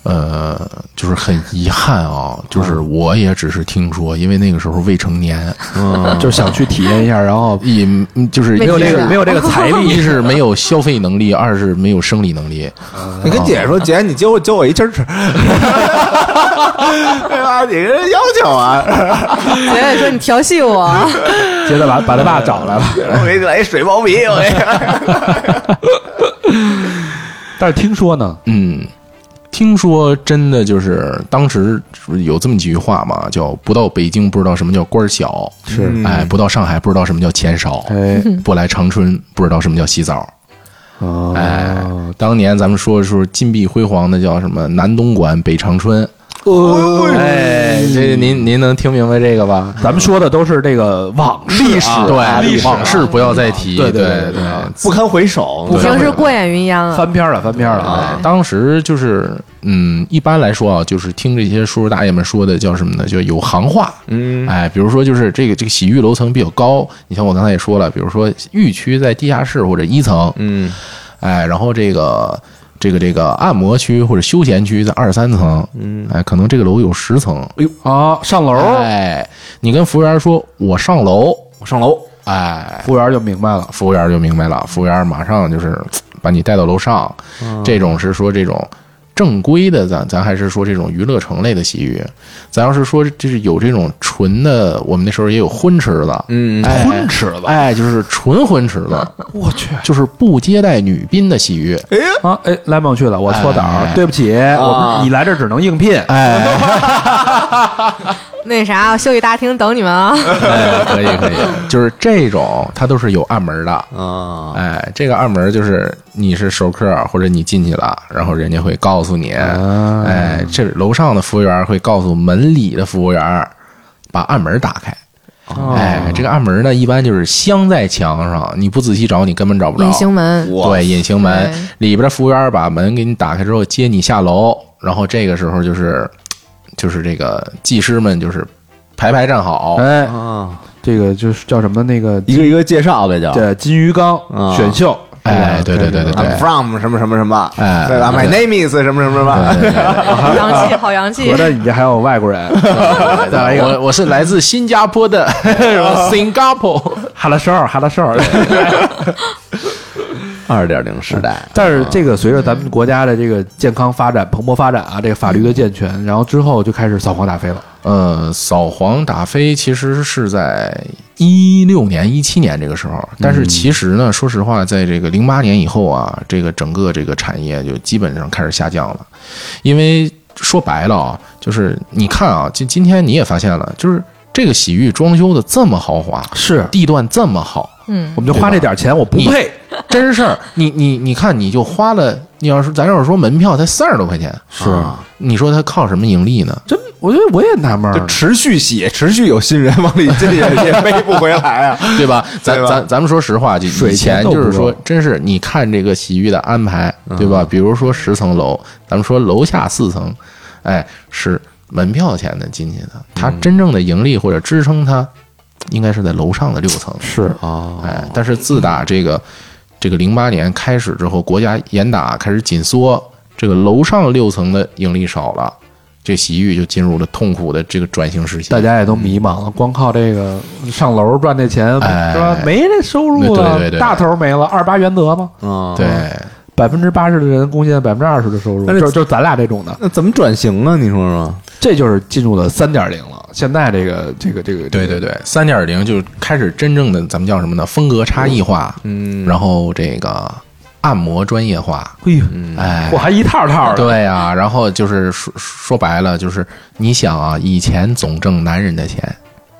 [SPEAKER 3] 呃，就是很遗憾啊，就是
[SPEAKER 4] 嗯
[SPEAKER 3] 我也只是听说，因为那个时候未成年，
[SPEAKER 2] 嗯
[SPEAKER 4] 就是想去体验一下，然后
[SPEAKER 3] 也嗯就是
[SPEAKER 5] 没有
[SPEAKER 3] 一
[SPEAKER 5] 这
[SPEAKER 3] 是
[SPEAKER 5] 个 没
[SPEAKER 4] 有这个
[SPEAKER 3] 财力，一是没有消费能力，二是没有生理能力。
[SPEAKER 2] 你跟姐说，姐，你揪我揪我一针吃， 对吧？你这要求啊，
[SPEAKER 6] 姐姐说你调戏我，
[SPEAKER 4] 接着把把他爸找来了。
[SPEAKER 2] 我给你来一水包皮，我给你。
[SPEAKER 4] 但是听说呢，
[SPEAKER 3] 嗯，听说真的就是当时有这么几句话嘛，叫不到北京不知道什么叫官儿小，
[SPEAKER 4] 是
[SPEAKER 3] 哎，不到上海不知道什么叫钱少，
[SPEAKER 4] 哎，
[SPEAKER 3] 不来长春不知道什么叫洗澡。
[SPEAKER 4] 哦
[SPEAKER 3] 哎，当年咱们说的时候，金碧辉煌的叫什么南东馆北长春，
[SPEAKER 4] 呃
[SPEAKER 3] 哎，这您您能听明白这个吧？
[SPEAKER 4] 咱们说的都是这个往事啊、历
[SPEAKER 3] 对，往事不要再提，
[SPEAKER 4] 对
[SPEAKER 3] 对
[SPEAKER 4] 对对对
[SPEAKER 2] 不堪回首，
[SPEAKER 6] 已经是过眼云烟
[SPEAKER 5] 嗯
[SPEAKER 6] 了。
[SPEAKER 4] 翻篇了，翻篇了
[SPEAKER 2] 哦
[SPEAKER 3] 啊，当时就是，嗯，一般来说啊，就是听这些叔叔大爷们说的叫什么呢？就有行话，
[SPEAKER 2] 嗯，
[SPEAKER 3] 哎，比如说就是这个这个洗浴楼层比较高，你像我刚才也说了，比如说浴区在地下室或者一层，
[SPEAKER 2] 嗯，
[SPEAKER 3] 哎，然后这个这个这个按摩区或者休闲区在二三层，嗯，哎，可能这个楼有十层，
[SPEAKER 2] 哎
[SPEAKER 4] 啊！上楼，
[SPEAKER 3] 哎，你跟服务员说我上楼，
[SPEAKER 2] 我上楼，
[SPEAKER 3] 哎，
[SPEAKER 4] 服务员就明白了。
[SPEAKER 3] 服务员就明白了，服务员马上就是把你带到楼上，这种是说这种。正规的咱咱还是说这种娱乐城类的洗浴，咱要是说就是有这种纯的，我们那时候也有荤池子，
[SPEAKER 2] 嗯
[SPEAKER 3] 哎
[SPEAKER 4] 混吃了吧？
[SPEAKER 3] 哎，就是纯荤池子，
[SPEAKER 4] 我去
[SPEAKER 3] 就是不接待女宾的洗浴。
[SPEAKER 4] 啊！哎，来不去了，我搓澡
[SPEAKER 3] 哎，
[SPEAKER 4] 对不起，我们你来这儿只能应聘。
[SPEAKER 3] 哎，
[SPEAKER 6] 那啥，休息大厅等你们啊！
[SPEAKER 3] 哎可以可以，就是这种，它都是有暗门的。
[SPEAKER 2] 啊，
[SPEAKER 3] 哎，这个暗门就是你是熟客或者你进去了，然后人家会告诉你，
[SPEAKER 6] 啊
[SPEAKER 3] 哎，这楼上的服务员会告诉门里的服务员把暗门打开。
[SPEAKER 6] 哦
[SPEAKER 3] 哎，这个暗门呢，一般就是镶在墙上，你不仔细找，你根本找不着。
[SPEAKER 6] 隐形门，
[SPEAKER 3] 对，隐形门
[SPEAKER 6] 对
[SPEAKER 3] 里边的服务员把门给你打开之后，接你下楼，然后这个时候就是，就是这个技师们就是排排站好，
[SPEAKER 4] 哎，
[SPEAKER 2] 啊，
[SPEAKER 4] 这个就是叫什么那个
[SPEAKER 2] 一个一个介绍呗，就
[SPEAKER 4] 对金鱼缸
[SPEAKER 2] 啊
[SPEAKER 4] 选秀，
[SPEAKER 3] 哎对对对对对
[SPEAKER 2] I'm from 什么什么什么，
[SPEAKER 3] 哎
[SPEAKER 2] 对吧？My name is 什么什么什么，
[SPEAKER 6] 好洋气，好洋气
[SPEAKER 4] 合。着你这还有外国人， 再来一个
[SPEAKER 3] 啊我我是来哦自新加坡 的 Singapore，
[SPEAKER 4] 哈拉少儿，哈拉少儿。
[SPEAKER 2] 二点零时代，
[SPEAKER 4] 但是这个随着咱们国家的这个健康发展、蓬勃发展啊，这个法律的健全，然后之后就开始扫黄打非了。
[SPEAKER 3] 呃，扫黄打非其实是在一六年、一七年这个时候，但是其实呢，说实话，在这个零八年以后啊，这个整个这个产业就基本上开始下降了，因为说白了啊，就是你看啊，今今天你也发现了，就是这个洗浴装修的这么豪华，
[SPEAKER 4] 是，
[SPEAKER 3] 地段这么好，
[SPEAKER 6] 嗯，
[SPEAKER 4] 我们就花这点钱，我不
[SPEAKER 3] 你
[SPEAKER 4] 配。
[SPEAKER 3] 真事儿，你你你看，你就花了，你要是咱要是说门票才三十多块钱，
[SPEAKER 4] 是，
[SPEAKER 3] 你说它靠什么盈利呢？
[SPEAKER 4] 真，我觉得我也纳闷儿
[SPEAKER 2] 就，持续洗，持续有新人往里进，也也背不回来啊。
[SPEAKER 3] 对吧？咱
[SPEAKER 2] 对吧
[SPEAKER 3] 咱咱们说实话，就
[SPEAKER 4] 水
[SPEAKER 3] 以前
[SPEAKER 4] 钱都
[SPEAKER 3] 就是
[SPEAKER 4] 不
[SPEAKER 3] 说
[SPEAKER 4] 够，
[SPEAKER 3] 真是你看这个洗浴的安排，对
[SPEAKER 4] 嗯
[SPEAKER 3] 吧？比如说十层楼，咱们说楼下四层，哎，是门票钱的进去的，它
[SPEAKER 4] 嗯
[SPEAKER 3] 真正的盈利或者支撑它，应该是在楼上的六层，
[SPEAKER 4] 是
[SPEAKER 2] 哦，
[SPEAKER 3] 哎，但是自打这个这个零八年开始之后，国家严打开始紧缩，这个楼上六层的盈利少了，这洗浴就进入了痛苦的这个转型时期。
[SPEAKER 4] 大家也都迷茫了，光靠这个上楼赚这钱
[SPEAKER 3] 哎
[SPEAKER 4] 是吧？没这收入
[SPEAKER 3] 对对对
[SPEAKER 4] 了，
[SPEAKER 3] 对
[SPEAKER 4] 大头没了，二八原则吗？
[SPEAKER 2] 嗯，
[SPEAKER 3] 对。
[SPEAKER 4] 哦百分之八十的人贡献百分之二十的收入，
[SPEAKER 2] 但是
[SPEAKER 4] 就就咱俩这种的，
[SPEAKER 2] 那怎么转型啊？你说说，
[SPEAKER 4] 这就是进入了三点零了。现在这个这个这个，
[SPEAKER 3] 对对对，三点零就开始真正的咱们叫什么呢？风格差异化，
[SPEAKER 2] 嗯
[SPEAKER 3] 然后这个按摩专业化，
[SPEAKER 4] 哎呦，
[SPEAKER 2] 嗯
[SPEAKER 3] 哎
[SPEAKER 4] 我，还一套套的，
[SPEAKER 3] 对呀、然后就是说说白了，就是你想啊，以前总挣男人的钱，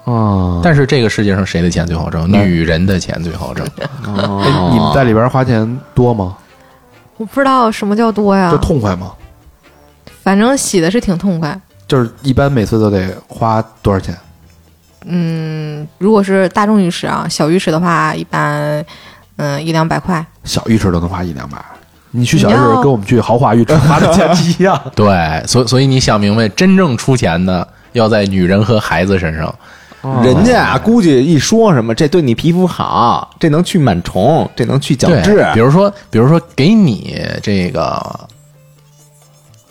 [SPEAKER 4] 啊，
[SPEAKER 3] 但是这个世界上谁的钱最好挣？女人的钱最好挣。
[SPEAKER 2] 哦
[SPEAKER 4] 哎你们在里边花钱多吗？
[SPEAKER 6] 我不知道什么叫多呀
[SPEAKER 5] 啊
[SPEAKER 4] 就，痛快吗？
[SPEAKER 6] 反正洗的是挺痛快。
[SPEAKER 4] 就是一般每次都得花多少钱？
[SPEAKER 6] 嗯，如果是大众浴池啊，小浴池的话，一般嗯一两百块。
[SPEAKER 4] 小浴池都能花一两百，你去小日
[SPEAKER 6] 你要
[SPEAKER 4] 跟我们去豪华浴池花的钱一样。
[SPEAKER 3] 对，所所以你想明白，真正出钱的要在女人和孩子身上。
[SPEAKER 2] 人家啊，估计一说什么这对你皮肤好，这能去螨虫，这能去角质
[SPEAKER 3] 对，比如说，比如说给你这个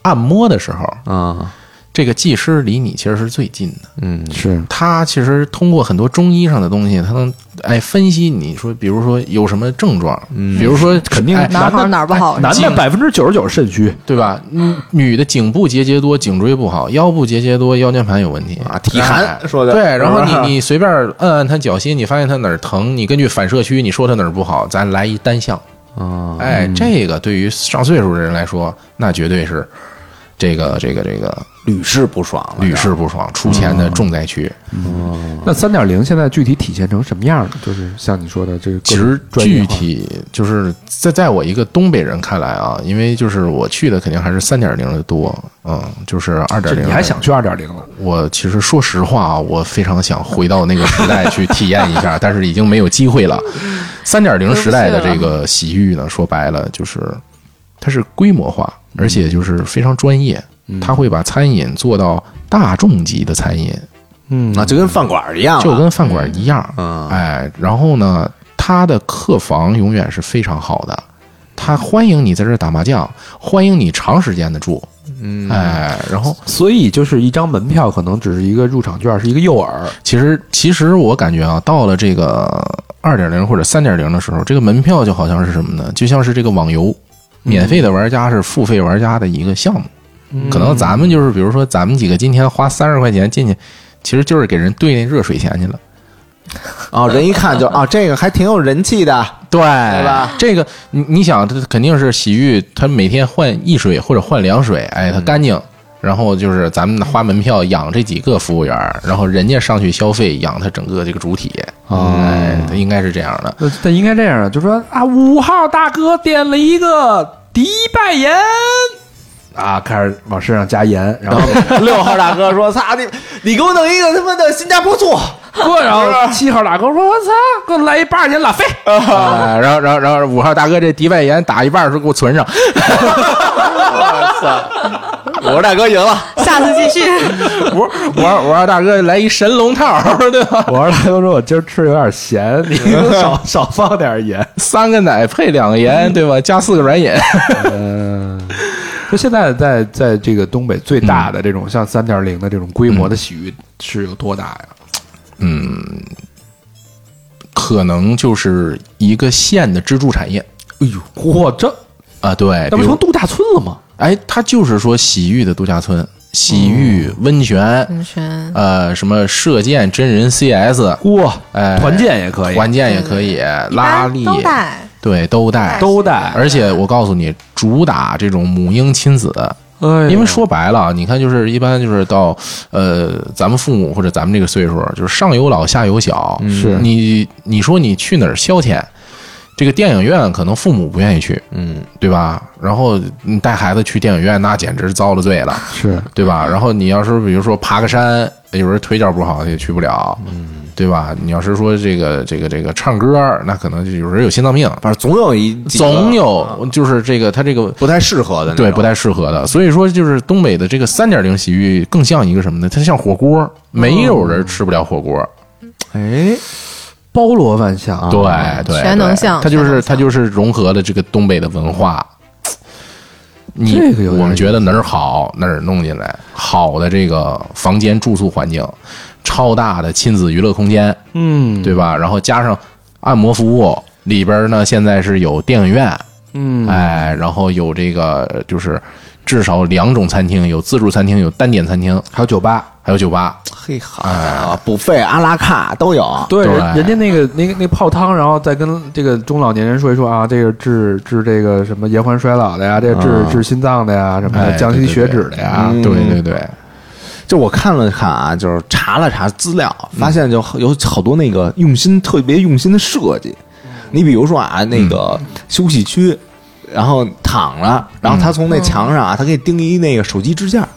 [SPEAKER 3] 按摩的时候，
[SPEAKER 2] 啊，
[SPEAKER 3] 这个技师离你其实是最近的。
[SPEAKER 2] 嗯
[SPEAKER 4] 是，
[SPEAKER 3] 他其实通过很多中医上的东西，他能哎分析你说，比如说有什么症状，
[SPEAKER 2] 嗯
[SPEAKER 3] 比如说
[SPEAKER 4] 肯定
[SPEAKER 3] 哎
[SPEAKER 6] 哪
[SPEAKER 4] 男的
[SPEAKER 6] 儿好哪儿不好，
[SPEAKER 4] 男的
[SPEAKER 3] 颈
[SPEAKER 4] 百分之九十九是肾虚，
[SPEAKER 3] 对吧？嗯，女的颈部结节多，颈椎不好；腰部结节多，腰间盘有问题
[SPEAKER 2] 啊体寒
[SPEAKER 3] 哎
[SPEAKER 2] 说的
[SPEAKER 3] 对，然后
[SPEAKER 2] 是吧
[SPEAKER 3] 你你随便按按她脚心，你发现她哪儿疼，你根据反射区，你说她哪儿不好，咱来一单项。
[SPEAKER 2] 啊，
[SPEAKER 3] 哎，
[SPEAKER 4] 嗯
[SPEAKER 3] 这个对于上岁数的人来说，那绝对是这个这个这个
[SPEAKER 2] 屡试不爽了，
[SPEAKER 3] 屡试不爽，出钱的重灾区。
[SPEAKER 4] 嗯
[SPEAKER 3] 嗯
[SPEAKER 4] 那三点零现在具体体现成什么样呢？就是像你说的这个各
[SPEAKER 3] 其
[SPEAKER 4] 种
[SPEAKER 3] 实
[SPEAKER 4] 专业
[SPEAKER 3] 具
[SPEAKER 4] 化，
[SPEAKER 3] 体就是在在我一个东北人看来啊，因为就是我去的肯定还是三点零的多，嗯，就是二点
[SPEAKER 4] 这
[SPEAKER 3] 零。
[SPEAKER 4] 你还想？去二点零了？
[SPEAKER 3] 我其实说实话啊，我非常想回到那个时代去体验一 下，但是已经没有机会了。三点零时代的
[SPEAKER 2] 啊
[SPEAKER 3] 这个洗浴呢，说白了就是它是规模化，
[SPEAKER 2] 嗯
[SPEAKER 3] 而且就是非常专业，它会把餐饮做到大众级的餐饮，
[SPEAKER 4] 嗯
[SPEAKER 2] 啊，就跟饭馆一样了，
[SPEAKER 3] 就跟饭馆一样。
[SPEAKER 2] 嗯
[SPEAKER 3] 哎，然后呢，他的客房永远是非常好的，他欢迎你在这儿打麻将，欢迎你长时间的住。
[SPEAKER 2] 嗯
[SPEAKER 3] 哎，然后
[SPEAKER 4] 所以就是一张门票，可能只是一个入场券，是一个诱
[SPEAKER 5] 哎
[SPEAKER 4] 饵。
[SPEAKER 3] 其实其实我感觉啊，到了这个二点零或者三点零的时候，这个门票就好像是什么呢？就像是这个网游，免费的玩家是付费玩家的一个项目。
[SPEAKER 6] 嗯
[SPEAKER 4] 嗯
[SPEAKER 3] 可能咱们就是比如说咱们几个今天花三十块钱进去，其实就是给人兑那热水钱去了。
[SPEAKER 2] 啊，人一看就啊，这个还挺有人气的，
[SPEAKER 3] 对，
[SPEAKER 2] 吧
[SPEAKER 3] 这个你你想，这肯定是洗浴，它每天换一水或者换凉水，哎，它干净。然后就是咱们花门票养这几个服务员儿，然后人家上去消费养他整个这个主体，哎，它应该是这样的。
[SPEAKER 4] 呃但应该这样，就说啊，五号大哥点了一个迪拜盐，啊，开始往身上加盐， 然后
[SPEAKER 2] 六号大哥说：“擦你，你给我弄一个他妈的新加坡醋。
[SPEAKER 4] 过，然后七号大哥说：“我操，给我来一八十年拉菲。
[SPEAKER 3] 啊，然后然后然后五号大哥这迪拜盐打一半儿的时候给我存上，”
[SPEAKER 2] 我说：“大哥赢了。
[SPEAKER 6] 下次继续。
[SPEAKER 3] 五五号五号大哥来一神龙套儿， 对吧？
[SPEAKER 4] 我说：“大哥说我今儿吃有点咸，你给 我少少放点盐。
[SPEAKER 3] 三个奶配两个盐，对吧？加四个软饮。”
[SPEAKER 4] 就现在在在这个东北最大的这种像三点零的这种规模的洗浴是有多大呀？
[SPEAKER 3] 嗯可能就是一个县的支柱产业
[SPEAKER 4] 哎呦，嚯，这
[SPEAKER 3] 啊，对，
[SPEAKER 4] 那
[SPEAKER 3] 比
[SPEAKER 4] 不成
[SPEAKER 3] 如
[SPEAKER 4] 度假村了吗？
[SPEAKER 3] 哎，它就是说洗浴的度假村，洗浴、
[SPEAKER 4] 哦
[SPEAKER 3] 温泉，
[SPEAKER 4] 嗯
[SPEAKER 6] 安全
[SPEAKER 3] 呃，什么射箭、真人 CS，
[SPEAKER 4] 嚯，
[SPEAKER 3] 哎，
[SPEAKER 4] 团建嗯也可以，
[SPEAKER 3] 团建也可以，拉力
[SPEAKER 6] 啊
[SPEAKER 3] 啊
[SPEAKER 6] 都带，
[SPEAKER 3] 对都带。
[SPEAKER 4] 都带，
[SPEAKER 3] 而且我告诉你，主打这种母婴亲子，
[SPEAKER 4] 哎呦
[SPEAKER 3] 因为说白了啊，你看就是一般就是到呃咱们父母或者咱们这个岁数，就是上有老下有小，
[SPEAKER 4] 是
[SPEAKER 3] 你你说你去哪儿消遣？这个电影院可能父母不愿意去，”
[SPEAKER 2] 嗯，
[SPEAKER 3] 对吧？然后你带孩子去电影院，那简直是遭了罪了，
[SPEAKER 4] 是
[SPEAKER 3] 对吧？然后你要是比如说爬个山，有人腿脚不好也去不了，对吧？你要是说这个这个这个唱歌，那可能就有人有心脏病，
[SPEAKER 2] 反正总有一几个
[SPEAKER 3] 总有就是这个他这个
[SPEAKER 2] 不太适合的那种，
[SPEAKER 3] 对不太适合的。所以说，就是东北的这个三点零洗浴更像一个什么呢？它像火锅，没有人吃不了火锅。
[SPEAKER 2] 哎，
[SPEAKER 4] 包罗万象啊！
[SPEAKER 3] 对对，
[SPEAKER 6] 全能
[SPEAKER 3] 对
[SPEAKER 6] 像
[SPEAKER 3] 它就
[SPEAKER 6] 全
[SPEAKER 3] 是
[SPEAKER 6] 能
[SPEAKER 3] 它就是融合了这个东北的文化。你
[SPEAKER 4] 这个有点
[SPEAKER 3] 我们觉得哪儿好哪儿弄进来，好的这个房间住宿环境，超大的亲子娱乐空间，
[SPEAKER 4] 嗯，
[SPEAKER 3] 对吧？然后加上按摩服务，里边呢现在是有电影院，
[SPEAKER 4] 嗯，
[SPEAKER 3] 哎，然后有这个就是至少两种餐厅，有自助餐厅，有单点餐厅，
[SPEAKER 4] 还有酒吧，
[SPEAKER 3] 还有酒吧。
[SPEAKER 2] 嘿好啊，补费阿拉卡都有，
[SPEAKER 4] 对，
[SPEAKER 3] 对
[SPEAKER 4] 人人家那个那个那泡汤，然后再跟这个中老年人说一说啊，这个治治这个什么延缓衰老的呀，这个治、治心脏的呀，什么
[SPEAKER 3] 哎
[SPEAKER 4] 的，降
[SPEAKER 3] 对
[SPEAKER 4] 低
[SPEAKER 3] 对
[SPEAKER 4] 血
[SPEAKER 3] 对嗯
[SPEAKER 4] 脂的呀，
[SPEAKER 3] 哎对对对，
[SPEAKER 2] 就我看了看啊，就是查了查资料，发现就有好多那个用心特别用心的设计。你比如说啊，那个休息区，然后躺了，然后他从那墙上啊，他给你钉一那个手机支架，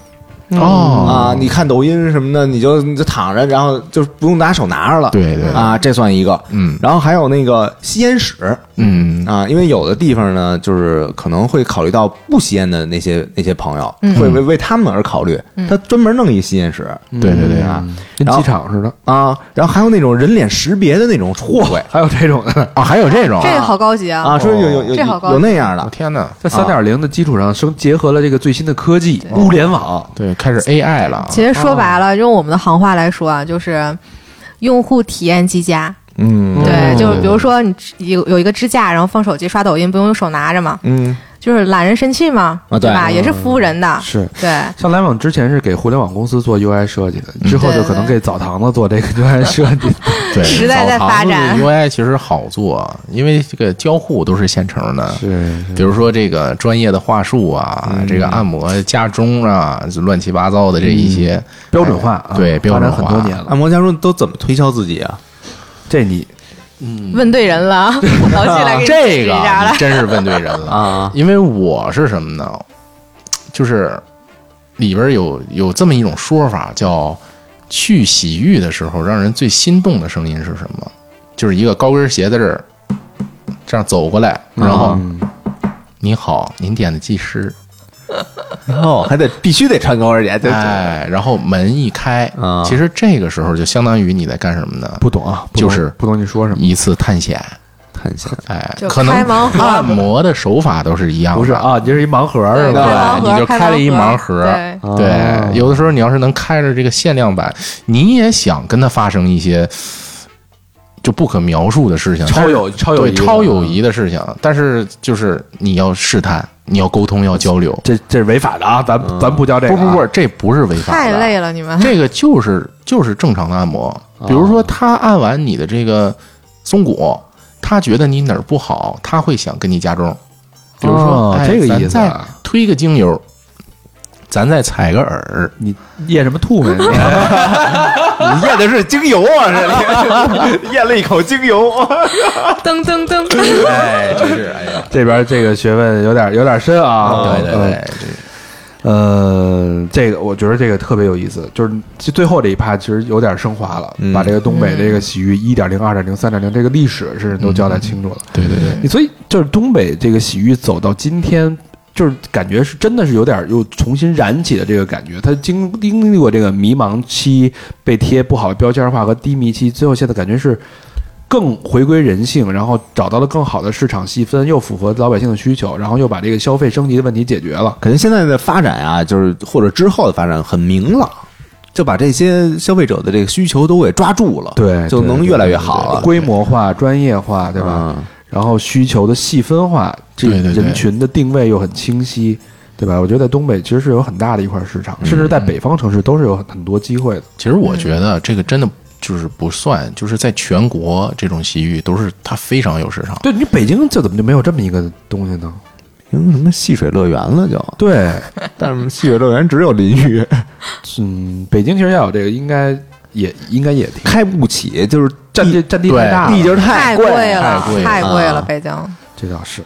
[SPEAKER 3] 哦，
[SPEAKER 2] 啊，你看抖音什么的，你就你就躺着，然后就是不用拿手拿着了。
[SPEAKER 3] 对对
[SPEAKER 2] 啊，这算一个。
[SPEAKER 3] 嗯
[SPEAKER 2] 然后还有那个吸烟室
[SPEAKER 3] 嗯
[SPEAKER 2] 啊，因为有的地方呢，就是可能会考虑到不吸烟的那些那些朋友，
[SPEAKER 6] 嗯
[SPEAKER 2] 会为为他们而考虑，他专门弄一吸烟室
[SPEAKER 3] 对对对
[SPEAKER 4] 嗯
[SPEAKER 2] 啊
[SPEAKER 4] 跟
[SPEAKER 2] 然后
[SPEAKER 4] 机场似的，
[SPEAKER 2] 啊，然后还有那种人脸识别的那种货柜
[SPEAKER 4] 还有这种的，
[SPEAKER 3] 啊，还有这种啊，
[SPEAKER 6] 这个好高级啊！
[SPEAKER 2] 啊，说有有有
[SPEAKER 6] 这好高
[SPEAKER 2] 有
[SPEAKER 6] 级
[SPEAKER 2] 有那样
[SPEAKER 3] 我
[SPEAKER 2] 的，
[SPEAKER 3] 天哪，
[SPEAKER 4] 在三点零的基础上，生结合了这个最新的科技，物联网，
[SPEAKER 3] 对，开始 AI 了啊，
[SPEAKER 6] 其实说白了，用我们的行话来说啊，就是用户体验极佳。
[SPEAKER 2] 嗯
[SPEAKER 6] 对，就是比如说你有有一个支架，然后放手机刷抖音，不用用手拿着嘛，
[SPEAKER 2] 嗯
[SPEAKER 6] 就是懒人神器嘛，
[SPEAKER 2] 啊对
[SPEAKER 6] 对吧？也是服务人的，
[SPEAKER 4] 是。
[SPEAKER 6] 对。
[SPEAKER 4] 像来往之前是给互联网公司做 UI 设计的，之后就可能给澡堂子做这个 UI 设计。
[SPEAKER 3] 对
[SPEAKER 6] 时代在发展
[SPEAKER 3] 澡堂子的 UI 其实好做，因为这个交互都是现成的，
[SPEAKER 4] 是，
[SPEAKER 3] 比如说这个专业的话术啊，这个按摩家中啊，乱七八糟的这一些，
[SPEAKER 4] 标准化啊，
[SPEAKER 3] 对标准化
[SPEAKER 4] 发展很多年了
[SPEAKER 2] 按。摩家中都怎么推销自己啊？
[SPEAKER 4] 这你
[SPEAKER 6] 问对人了，老季嗯来给你解释
[SPEAKER 3] 啊这
[SPEAKER 6] 一
[SPEAKER 3] 个
[SPEAKER 6] 下来
[SPEAKER 3] 你。真是问对人 了
[SPEAKER 2] 啊！
[SPEAKER 3] 因为我是什么呢？就是里边有有这么一种说法，叫去洗浴的时候让人最心动的声音是什么？就是一个高跟鞋在这儿这样走过来，然
[SPEAKER 4] 啊
[SPEAKER 3] 后、
[SPEAKER 4] 嗯
[SPEAKER 3] 你好，您点的技师，
[SPEAKER 2] 哦，还得必须得穿高跟鞋，对
[SPEAKER 3] 哎，然后门一开，
[SPEAKER 2] 啊
[SPEAKER 3] 其实这个时候就相当于你在干什么呢？
[SPEAKER 4] 不懂啊，不
[SPEAKER 3] 就
[SPEAKER 4] 懂
[SPEAKER 3] 是
[SPEAKER 4] 不懂你说什么。
[SPEAKER 3] 一次探险，
[SPEAKER 2] 探险
[SPEAKER 3] 哎
[SPEAKER 6] 就，
[SPEAKER 3] 可能
[SPEAKER 6] 开盲盒
[SPEAKER 3] 按摩的手法都是一样的，
[SPEAKER 4] 不是啊，你这是一盲盒
[SPEAKER 6] 对
[SPEAKER 4] 是
[SPEAKER 6] 开
[SPEAKER 4] 吧？
[SPEAKER 6] 盲盒
[SPEAKER 3] 你就开了一盲盒
[SPEAKER 6] 对
[SPEAKER 4] 啊
[SPEAKER 2] 哦
[SPEAKER 3] 对，有的时候你要是能开着这个限量版，你也想跟它发生一些就不可描述的事情，
[SPEAKER 4] 超友超友
[SPEAKER 3] 对
[SPEAKER 4] 谊的嗯
[SPEAKER 3] 超友谊的事情，但是就是你要试探，你要沟通，要交流。
[SPEAKER 4] 这这是违法的啊，咱咱不教这个
[SPEAKER 3] 不
[SPEAKER 4] 啊。
[SPEAKER 3] 不不，这不是违法
[SPEAKER 6] 太
[SPEAKER 3] 的，
[SPEAKER 6] 累了，你们
[SPEAKER 3] 这个就是就是正常的按摩。
[SPEAKER 4] 哦
[SPEAKER 3] 比如说，他按完你的这个松骨，他觉得你哪儿不好，他会想跟你加钟。比如说，
[SPEAKER 4] 哦
[SPEAKER 3] 哎
[SPEAKER 4] 这个意
[SPEAKER 3] 咱
[SPEAKER 4] 思
[SPEAKER 3] 再
[SPEAKER 4] 啊
[SPEAKER 3] 推个精油，咱再踩个耳，
[SPEAKER 4] 你咽什么吐沫？你
[SPEAKER 2] 你咽的是精油啊，这里咽了一口精油。
[SPEAKER 6] 噔噔噔，
[SPEAKER 3] 哎，真是哎呀，
[SPEAKER 4] 这边这个学问有点有点深啊。
[SPEAKER 3] 对对
[SPEAKER 4] 嗯
[SPEAKER 3] 对，这
[SPEAKER 4] 呃，这个我觉得这个特别有意思，就是其最后这一趴其实有点升华了，
[SPEAKER 2] 嗯
[SPEAKER 4] 把这个东北这个洗浴一点零、二点零、三点零这个历史是都交代清楚了。
[SPEAKER 3] 对对对，
[SPEAKER 4] 你所以就是东北这个洗浴走到今天，就是感觉是真的是有点又重新燃起的这个感觉。它经经历过这个迷茫期，被贴不好的标签化和低迷期，最后现在感觉是更回归人性，然后找到了更好的市场细分，又符合老百姓的需求，然后又把这个消费升级的问题解决了。
[SPEAKER 2] 可能现在的发展啊，就是或者之后的发展很明朗，就把这些消费者的这个需求都给抓住了，
[SPEAKER 4] 对
[SPEAKER 2] 就能
[SPEAKER 4] 对
[SPEAKER 2] 越来越好了，
[SPEAKER 4] 规模化、专业化，对吧？
[SPEAKER 2] 嗯？
[SPEAKER 4] 然后需求的细分化，这
[SPEAKER 3] 对对对
[SPEAKER 4] 人群的定位又很清晰，对吧？我觉得在东北其实是有很大的一块市场，甚至在北方城市都是有很很多机会的。
[SPEAKER 3] 其实我觉得这个真的就是不算，就是在全国这种洗浴都是它非常有市场。
[SPEAKER 4] 对你北京这怎么就没有这么一个东西呢？
[SPEAKER 2] 因为嗯什么戏水乐园了就，
[SPEAKER 4] 对，
[SPEAKER 2] 但是戏水乐园只有淋浴，
[SPEAKER 4] 嗯，北京其实要有这个，应该也应该也挺
[SPEAKER 2] 开不起，就是
[SPEAKER 4] 占地占地太大
[SPEAKER 2] 地
[SPEAKER 4] 了，
[SPEAKER 2] 界儿
[SPEAKER 6] 太
[SPEAKER 2] 贵
[SPEAKER 6] 贵了，
[SPEAKER 3] 太贵了
[SPEAKER 6] 太贵了，
[SPEAKER 2] 啊
[SPEAKER 6] 北京。
[SPEAKER 4] 这倒是。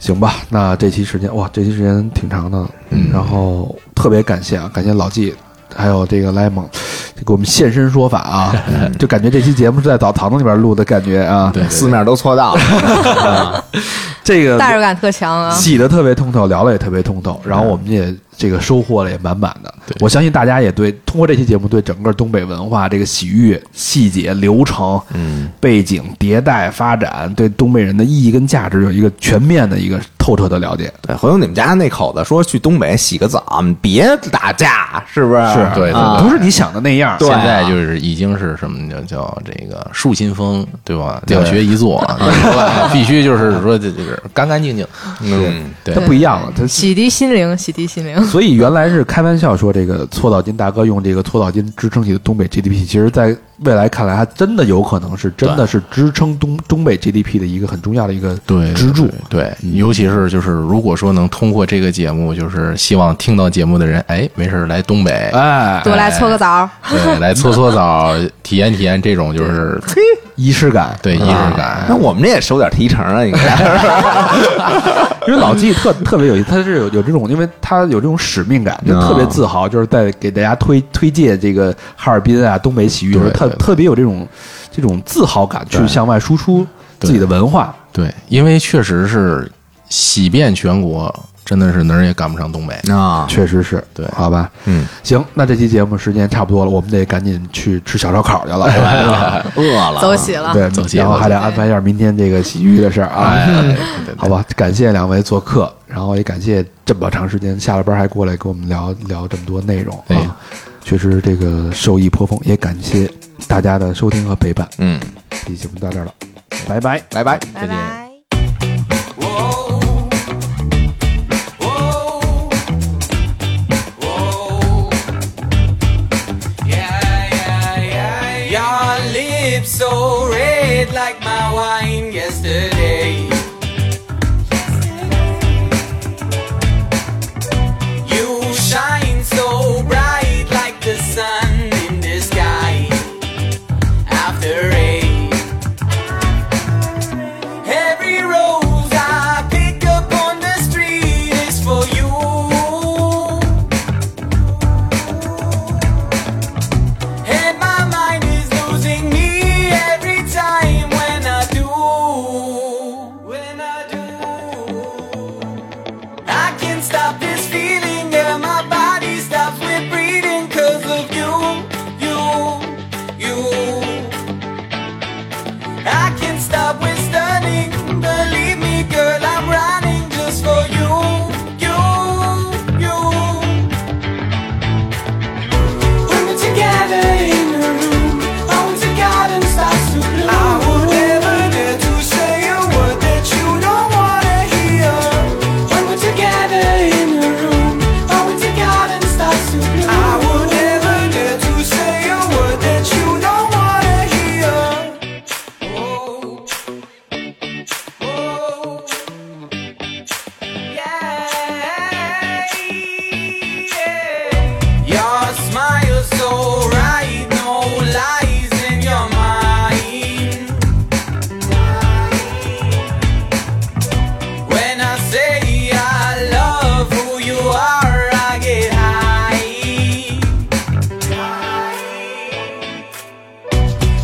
[SPEAKER 4] 行吧，那这期时间哇，这期时间挺长的，
[SPEAKER 3] 嗯
[SPEAKER 4] 然后特别感谢啊，感谢老纪，还有这个莱蒙，这给我们现身说法啊， 就感觉这期节目是在澡堂子里边录的感觉啊，
[SPEAKER 3] 对，对
[SPEAKER 2] 四面都搓到了，
[SPEAKER 4] 这个
[SPEAKER 6] 代入感特强啊！
[SPEAKER 4] 洗的特别通透，聊的也特别通透，然后
[SPEAKER 3] 啊
[SPEAKER 4] 我们也这个收获了也满满的。我相信大家也对通过这期节目对整个东北文化这个洗浴细节、流程、嗯、背景、迭代、发展，对东北人的意义跟价值有一个全面的一个透彻的了解。
[SPEAKER 2] 对，回头你们家那口子说去东北洗个澡，别打架，是不是？是
[SPEAKER 3] 对对
[SPEAKER 2] 啊
[SPEAKER 4] 不是你想的那样。
[SPEAKER 2] 对
[SPEAKER 3] 现
[SPEAKER 2] 啊
[SPEAKER 3] 在就是已经是什么叫叫这个树新风，对嗯吧？两学一做，对吧 必须就是说这这个干干净净。嗯，对
[SPEAKER 4] 它，不一样了，它
[SPEAKER 6] 洗涤心灵，洗涤心灵。
[SPEAKER 4] 所以原来是开玩笑说这个搓澡巾大哥用这个搓澡巾支撑起的东北 GDP，其实在未来看来，它真的有可能是真的是支撑东东北 GDP 的一个很重要的一个
[SPEAKER 3] 对
[SPEAKER 4] 支柱。
[SPEAKER 3] 对，嗯对尤其是就是如果说能通过这个节目，就是希望听到节目的人，哎，没事儿来东北，
[SPEAKER 4] 哎，
[SPEAKER 5] 多来搓个澡，
[SPEAKER 3] 对，来搓搓澡，体验体验这种就是
[SPEAKER 4] 仪式感，
[SPEAKER 3] 对仪式感。
[SPEAKER 2] 那我们这也收点提成啊，应该
[SPEAKER 4] 因为老纪特特别有意思，他是有有这种，因为他有这种使命感，就
[SPEAKER 3] 啊
[SPEAKER 2] 嗯
[SPEAKER 4] 特别自豪，就是在给大家推推介这个哈尔滨啊、东北洗浴的时候，
[SPEAKER 3] 对
[SPEAKER 4] 特
[SPEAKER 3] 对
[SPEAKER 4] 特别有这种这种自豪感，去
[SPEAKER 3] 对
[SPEAKER 4] 向外输出自己的文化。
[SPEAKER 3] 对，因为确实是洗遍全国，真的是哪儿也赶不上东北。
[SPEAKER 2] 啊，
[SPEAKER 4] 确实是
[SPEAKER 3] 对
[SPEAKER 4] 好吧，
[SPEAKER 2] 嗯，
[SPEAKER 4] 行，那这期节目时间差不多了，我们得赶紧去吃小烧烤去了。
[SPEAKER 2] 饿
[SPEAKER 3] 哎
[SPEAKER 2] 了，
[SPEAKER 5] 走起了。
[SPEAKER 4] 对
[SPEAKER 3] 走，起
[SPEAKER 4] 然后
[SPEAKER 3] 走
[SPEAKER 4] 还得安排一下明天这个洗浴的事儿啊。
[SPEAKER 3] 哎，对
[SPEAKER 4] 好
[SPEAKER 3] 对
[SPEAKER 4] 吧，感谢两位做客，然后也感谢这么长时间下了班还过来跟我们聊聊这么多内容
[SPEAKER 3] 哎
[SPEAKER 4] 啊，确实这个受益颇丰，也感谢大家的收听和陪伴。
[SPEAKER 2] 嗯，
[SPEAKER 4] 这期节目到这儿了，拜拜。
[SPEAKER 2] 拜拜。
[SPEAKER 5] 拜拜。
[SPEAKER 7] Your lips so red like my wine yesterday. You shine so bright like the sun in the sky after rain. Every rose I pick up on the street is for you. And my mind is losing me every time when I do. When I do. I can't stop this feeling and my body stops with breathing cause of you, you, you. I can't stop with stunning. Believe me, girl, I'm running just for you, you, you. When we're together in a room, all the garden starts to bloom. I would never dare to say a word that you don't wanna hear. When we're together in a room, all the garden starts to bloom. I would never dare to say a word that you don't wanna hear. Oh, oh, yeah. Your smile so right, no lies in your mind. When I say I love who you are, I get high.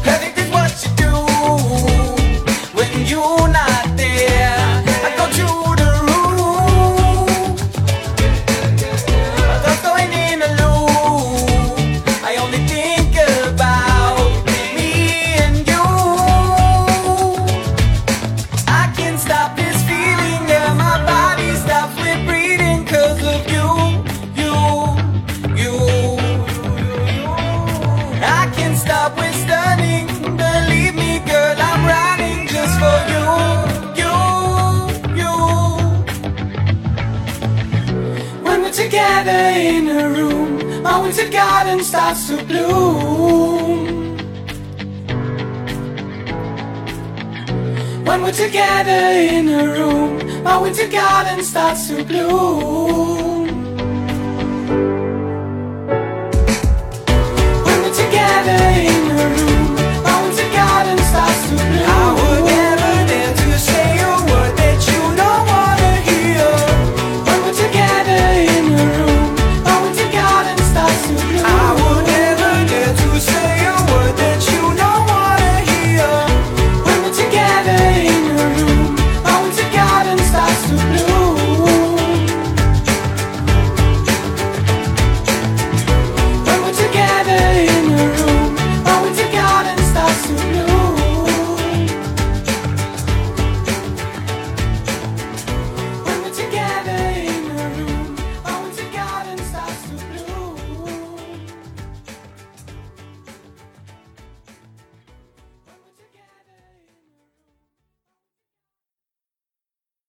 [SPEAKER 7] Perfect is what you do when you're not there. I go to the room. Just going in a loop. I only think about me and you. I can't stop this feeling, and my body stops with breathing 'cause of you, you, you. I can't stop with stunning. Believe me, girl, I'm running just for you, you, you. When we're together in a room, our winter garden starts to bloom. When we're together in a room, our winter garden starts to bloom. When we're together in a room,